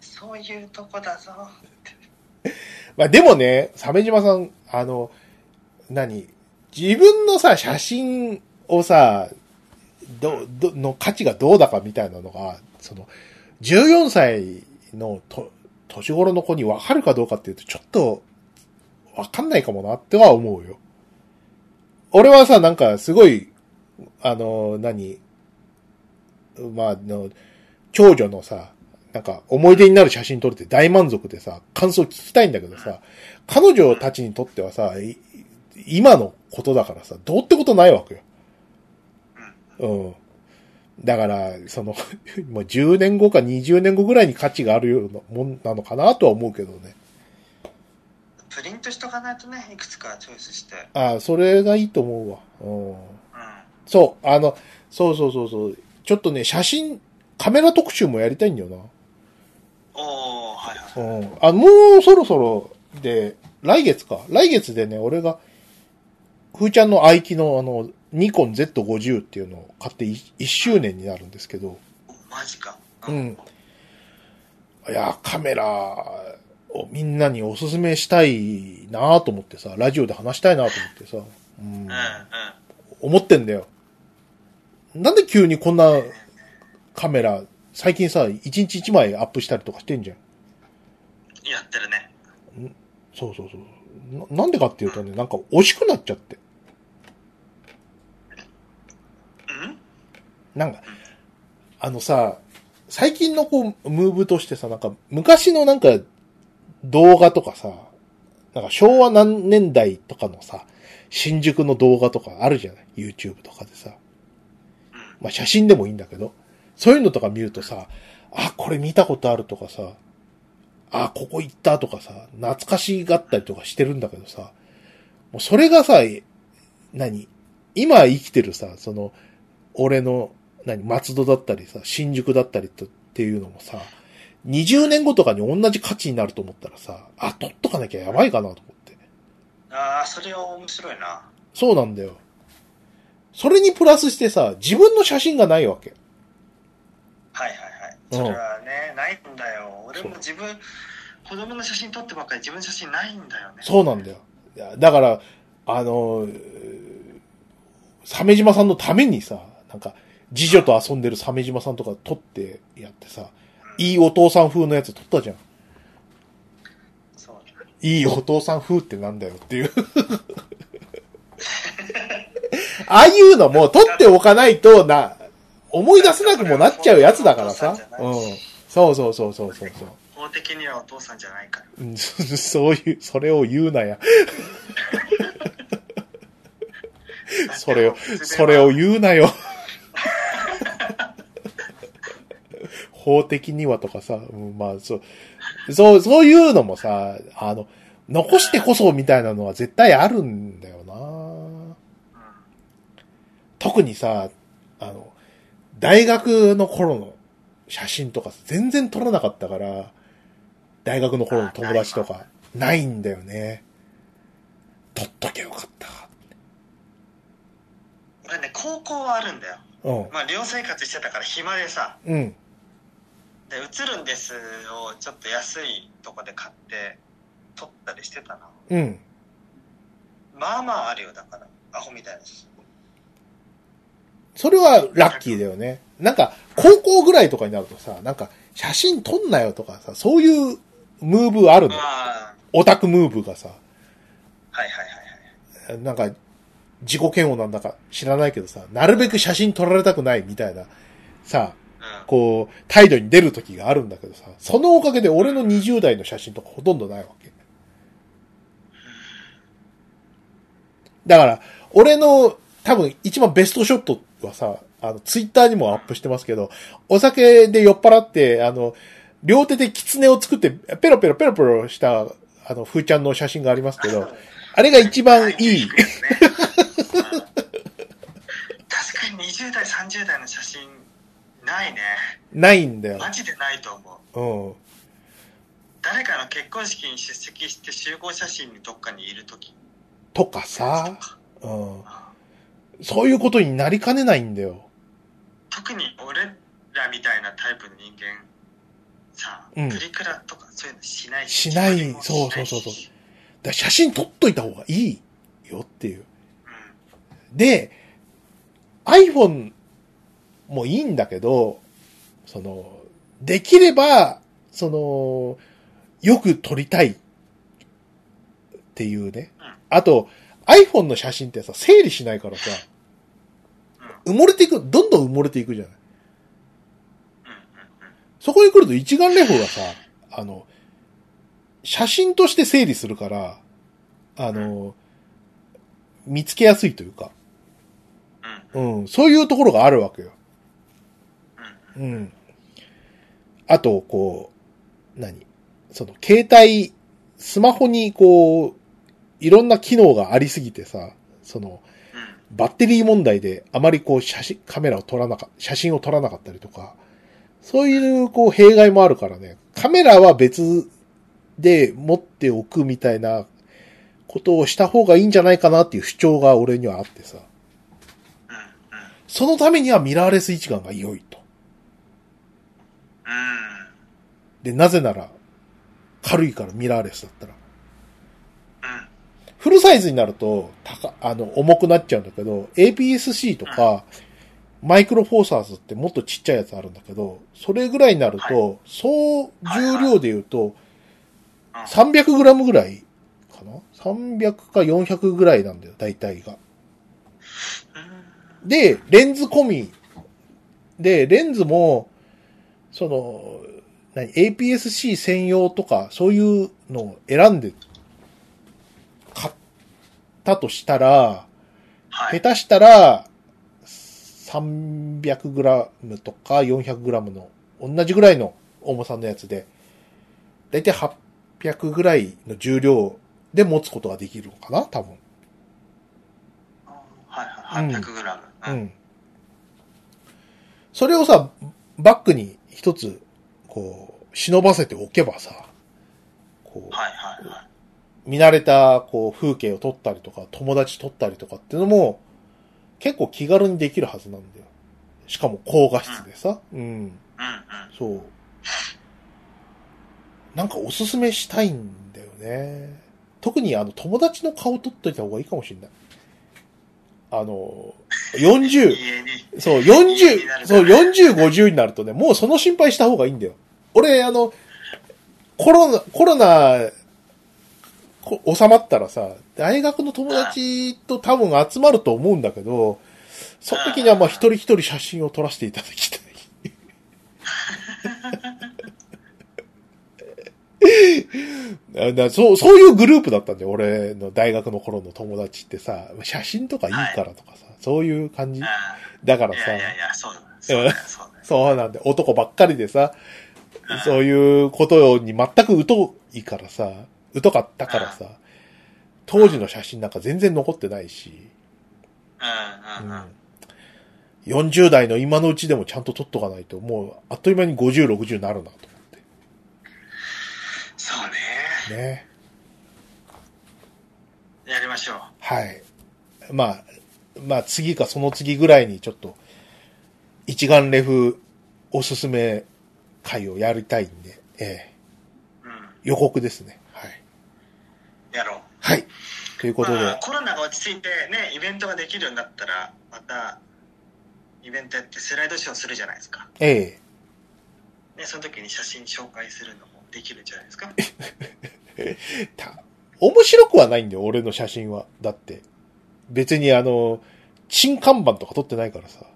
Speaker 1: そういうとこだぞって
Speaker 2: まあでもね、鮫島さん、あの、何自分のさ、写真をさ、ど、ど、の価値がどうだかみたいなのが、その、14歳のと、年頃の子にわかるかどうかっていうと、ちょっと、わかんないかもなっては思うよ。俺はさ、なんか、すごい、あの、何まあ、あの、長女のさ、なんか、思い出になる写真撮れて大満足でさ、感想聞きたいんだけどさ、彼女たちにとってはさ、い今のことだからさ、どうってことないわけよ。うん。だから、その、 もう10年後か20年後ぐらいに価値があるようなもんなのかなとは思うけどね。
Speaker 1: プリントしとかないとねいくつかチョイスして
Speaker 2: ああ、それがいいと思うわ。うん。
Speaker 1: うん
Speaker 2: そう、あの、そうそうそうそう。ちょっとね、写真、カメラ特集もやりたいんだよな。
Speaker 1: おおはいはい
Speaker 2: うん。あ、もうそろそろで、来月か。来月でね、俺が、ふーちゃんの愛機のあの、ニコン Z50 っていうのを買って1周年になるんですけど、
Speaker 1: マジか
Speaker 2: うん。いや、カメラをみんなにおすすめしたいなと思ってさ、ラジオで話したいなと思ってさ、うん
Speaker 1: うんう
Speaker 2: 思ってんだよ。なんで急にこんなカメラ、最近さ、1日1枚アップしたりとかしてんじゃん。
Speaker 1: んやってるね
Speaker 2: そうそうそう。ななんでかっていうとね、なんか惜しくなっちゃって。
Speaker 1: うん
Speaker 2: なんか、あのさ、最近のこう、ムーブとしてさ、なんか、昔のなんか、動画とかさ、なんか昭和何年代とかのさ、新宿の動画とかあるじゃない ?YouTube とかでさ。
Speaker 1: うん
Speaker 2: まあ写真でもいいんだけど、そういうのとか見るとさ、あ、これ見たことあるとかさ、あ、ここ行ったとかさ、懐かしがったりとかしてるんだけどさ、もうそれがさ、え何今生きてるさ、その、俺の、何松戸だったりさ、新宿だったりとっていうのもさ、20年後とかに同じ価値になると思ったらさ、あ、取っとかなきゃやばいかなと思って。
Speaker 1: ああそれは面白いな
Speaker 2: そうなんだよ。それにプラスしてさ、自分の写真がないわけ。
Speaker 1: はいはいはいそれはね、ないんだよ。俺も自分、子供の写真撮ってばっかり自分の写真ないんだよね。
Speaker 2: そうなんだよ。いやだから、あのー、鮫島さんのためにさ、なんか、次女と遊んでる鮫島さんとか撮ってやってさ、いいお父さん風のやつ撮ったじゃん。
Speaker 1: そうだね
Speaker 2: いいお父さん風ってなんだよっていう。 ああいうのも撮っておかないとな、思い出せなくもなっちゃうやつだからさ。うん。そうそうそうそうそうそう。
Speaker 1: 法的にはお父さんじゃないから。
Speaker 2: うん そそういう、それを言うなや。 それを、それを言うなよ。 法的にはとかさ、うんまあそう、そう、そういうのもさ、あの、残してこそみたいなのは絶対あるんだよな
Speaker 1: う
Speaker 2: 特にさ、あの、大学の頃の写真とかさ全然撮らなかったから、大学の頃の友達とか、ないんだよね。撮っときゃよかった。
Speaker 1: ん。俺ね、高校はあるんだよ。
Speaker 2: うん。
Speaker 1: まあ、寮生活してたから暇でさ、
Speaker 2: うん。
Speaker 1: で、映るんですをちょっと安いとこで買って、撮ったりしてたな。
Speaker 2: うん。
Speaker 1: まあまああるよ、だから。アホみたいな写真。
Speaker 2: それはラッキーだよね。なんか、高校ぐらいとかになるとさ、なんか、写真撮んなよとかさ、そういうムーブあるの
Speaker 1: ま。あ、
Speaker 2: オタクムーブがさ、
Speaker 1: はいはいはいはい。
Speaker 2: なんか、自己嫌悪なんだか知らないけどさ、なるべく写真撮られたくないみたいな、さ、
Speaker 1: うん。
Speaker 2: こう、態度に出る時があるんだけどさ、そのおかげで俺の20代の写真とかほとんどないわけ。だから、俺の多分一番ベストショットはさ、あの、ツイッターにもアップしてますけど、お酒で酔っ払って、あの、両手で狐を作って、ペロペロペロペロした、あの、風ちゃんの写真がありますけど、あれが一番いい。
Speaker 1: うん確かに20代30代の写真ないね
Speaker 2: ないんだよ。
Speaker 1: マジでないと思う
Speaker 2: うん。
Speaker 1: 誰かの結婚式に出席して集合写真にどっかにいる時
Speaker 2: とか
Speaker 1: と
Speaker 2: さ、
Speaker 1: か
Speaker 2: うん。
Speaker 1: うん
Speaker 2: そういうことになりかねないんだよ。
Speaker 1: 特に俺らみたいなタイプの人間さ、
Speaker 2: うん
Speaker 1: プリクラとかそういうのしない
Speaker 2: しな
Speaker 1: 自
Speaker 2: い
Speaker 1: 撮りもしない
Speaker 2: そうそうそうだから写真撮っといた方がいいよっていう。
Speaker 1: う
Speaker 2: で、iPhone もいいんだけど、その、できれば、その、よく撮りたいっていうね
Speaker 1: うん。
Speaker 2: あと、iPhone の写真ってさ、整理しないからさ、埋もれていく、どんどん埋もれていくじゃない。
Speaker 1: んうんうん
Speaker 2: そこに来ると一眼レフがさ、あの、写真として整理するから、あの、見つけやすいというか、
Speaker 1: うん
Speaker 2: うん、そういうところがあるわけよ。
Speaker 1: うんうん
Speaker 2: うん。あと、こう、何その、携帯、スマホに、こう、いろんな機能がありすぎてさ、その、
Speaker 1: うんうん
Speaker 2: バッテリー問題であまりこう写真、カメラを撮らなかった、写真を撮らなかったりとか、そういうこう弊害もあるからね、カメラは別で持っておくみたいなことをした方がいいんじゃないかなっていう主張が俺にはあってさ、
Speaker 1: うん
Speaker 2: そのためにはミラーレス一眼が良いと。
Speaker 1: うん
Speaker 2: で、なぜなら、軽いからミラーレスだったら。
Speaker 1: うん
Speaker 2: フルサイズになると、高、あの、重くなっちゃうんだけど、APS-C とか、マイクロフォーサーズってもっとちっちゃいやつあるんだけど、それぐらいになると、総重量で言うと、
Speaker 1: うん
Speaker 2: 300g ぐらいかな ?300 か400ぐらいなんだよ、大体が。で、レンズ込み。で、レンズも、その、何 ?APS-C 専用とか、そういうのを選んで、買ったとしたら、
Speaker 1: は
Speaker 2: 下
Speaker 1: い
Speaker 2: 手したら、300g とか 400g の、同じぐらいの重さのやつで、だいたい800ぐらいの重量で持つことができるのかな多分。
Speaker 1: はいはい 800g
Speaker 2: う
Speaker 1: うん
Speaker 2: ん。それをさ、バッグに一つ、こう、忍ばせておけばさ、こ
Speaker 1: はいはいはい。
Speaker 2: う、見慣れた、こう、風景を撮ったりとか、友達撮ったりとかっていうのも、結構気軽にできるはずなんだよ。しかも高画質でさ。うん。
Speaker 1: うんうん。
Speaker 2: そう。なんかおすすめしたいんだよね。特にあの、友達の顔撮っといた方がいいかもしれない。あの、40、
Speaker 1: 家に。
Speaker 2: そう、
Speaker 1: 家になるから
Speaker 2: 40、そう、40、50になるとね、もうその心配した方がいいんだよ。俺、あの、コロナ、コロナ、こ収まったらさ、大学の友達と多分集まると思うんだけど、その時にはまあ一人一人写真を撮らせていただきたい。 だだそう、そういうグループだったんだよ。俺の大学の頃の友達ってさ、写真とかいいからとかさ、そういう感じ。
Speaker 1: あ
Speaker 2: だから
Speaker 1: あ、い
Speaker 2: さ
Speaker 1: やい、やいや、そうだ、そうだ、そうだ。
Speaker 2: そうなんで、男ばっかりでさ、
Speaker 1: うん
Speaker 2: そういうことに全く疎いからさ、疎かったからさ、当時の写真なんか全然残ってないし、
Speaker 1: うんうんうん。
Speaker 2: 40代の今のうちでもちゃんと撮っとかないと、もうあっという間に50、60になるなと思っ
Speaker 1: そうね。
Speaker 2: て。ね。
Speaker 1: やりましょう。
Speaker 2: はい。まあ、まあ次かその次ぐらいにちょっと、一眼レフおすすめ回をやりたいんで、ええ
Speaker 1: うん。
Speaker 2: 予告ですね。はい。
Speaker 1: やろう。
Speaker 2: はい。ということで、
Speaker 1: まあ、コロナが落ち着いてねイベントができるようになったらまたイベントやってスライドショーするじゃないですか、
Speaker 2: ええ
Speaker 1: ね、その時に写真紹介するのもできるんじゃないですか
Speaker 2: た、面白くはないんだよ、俺の写真は。だって。別にあの、新看板とか撮ってないか らさ。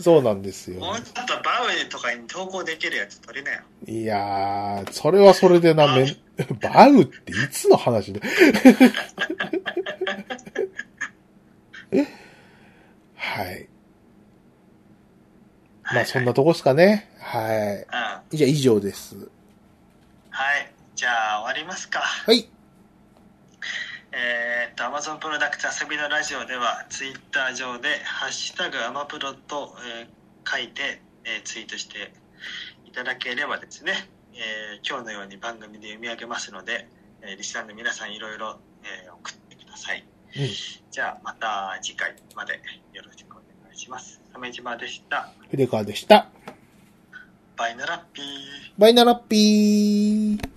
Speaker 2: そうなんですよ
Speaker 1: も。うちょっとバウエとかに投稿できるやつ撮りなよ
Speaker 2: いやー、それはそれでな、めん、バウっていつの話だ はい。まあそんなとこですかね。はい。
Speaker 1: うんは
Speaker 2: じゃあ以上です。
Speaker 1: いじゃあ終わりますか
Speaker 2: はい。
Speaker 1: えーっと Amazon プロダクツ遊びのラジオではツイッター上で「ハッシュタグアマプロと」えー書いて、えーツイートしていただければですね、えー今日のように番組で読み上げますので、えーリスナーの皆さんいろいろ、えー送ってください、
Speaker 2: うん
Speaker 1: じゃあまた次回までよろしくお願いします鮫島でした
Speaker 2: 筆川でした。
Speaker 1: バイナラッピー
Speaker 2: バイナラッピー。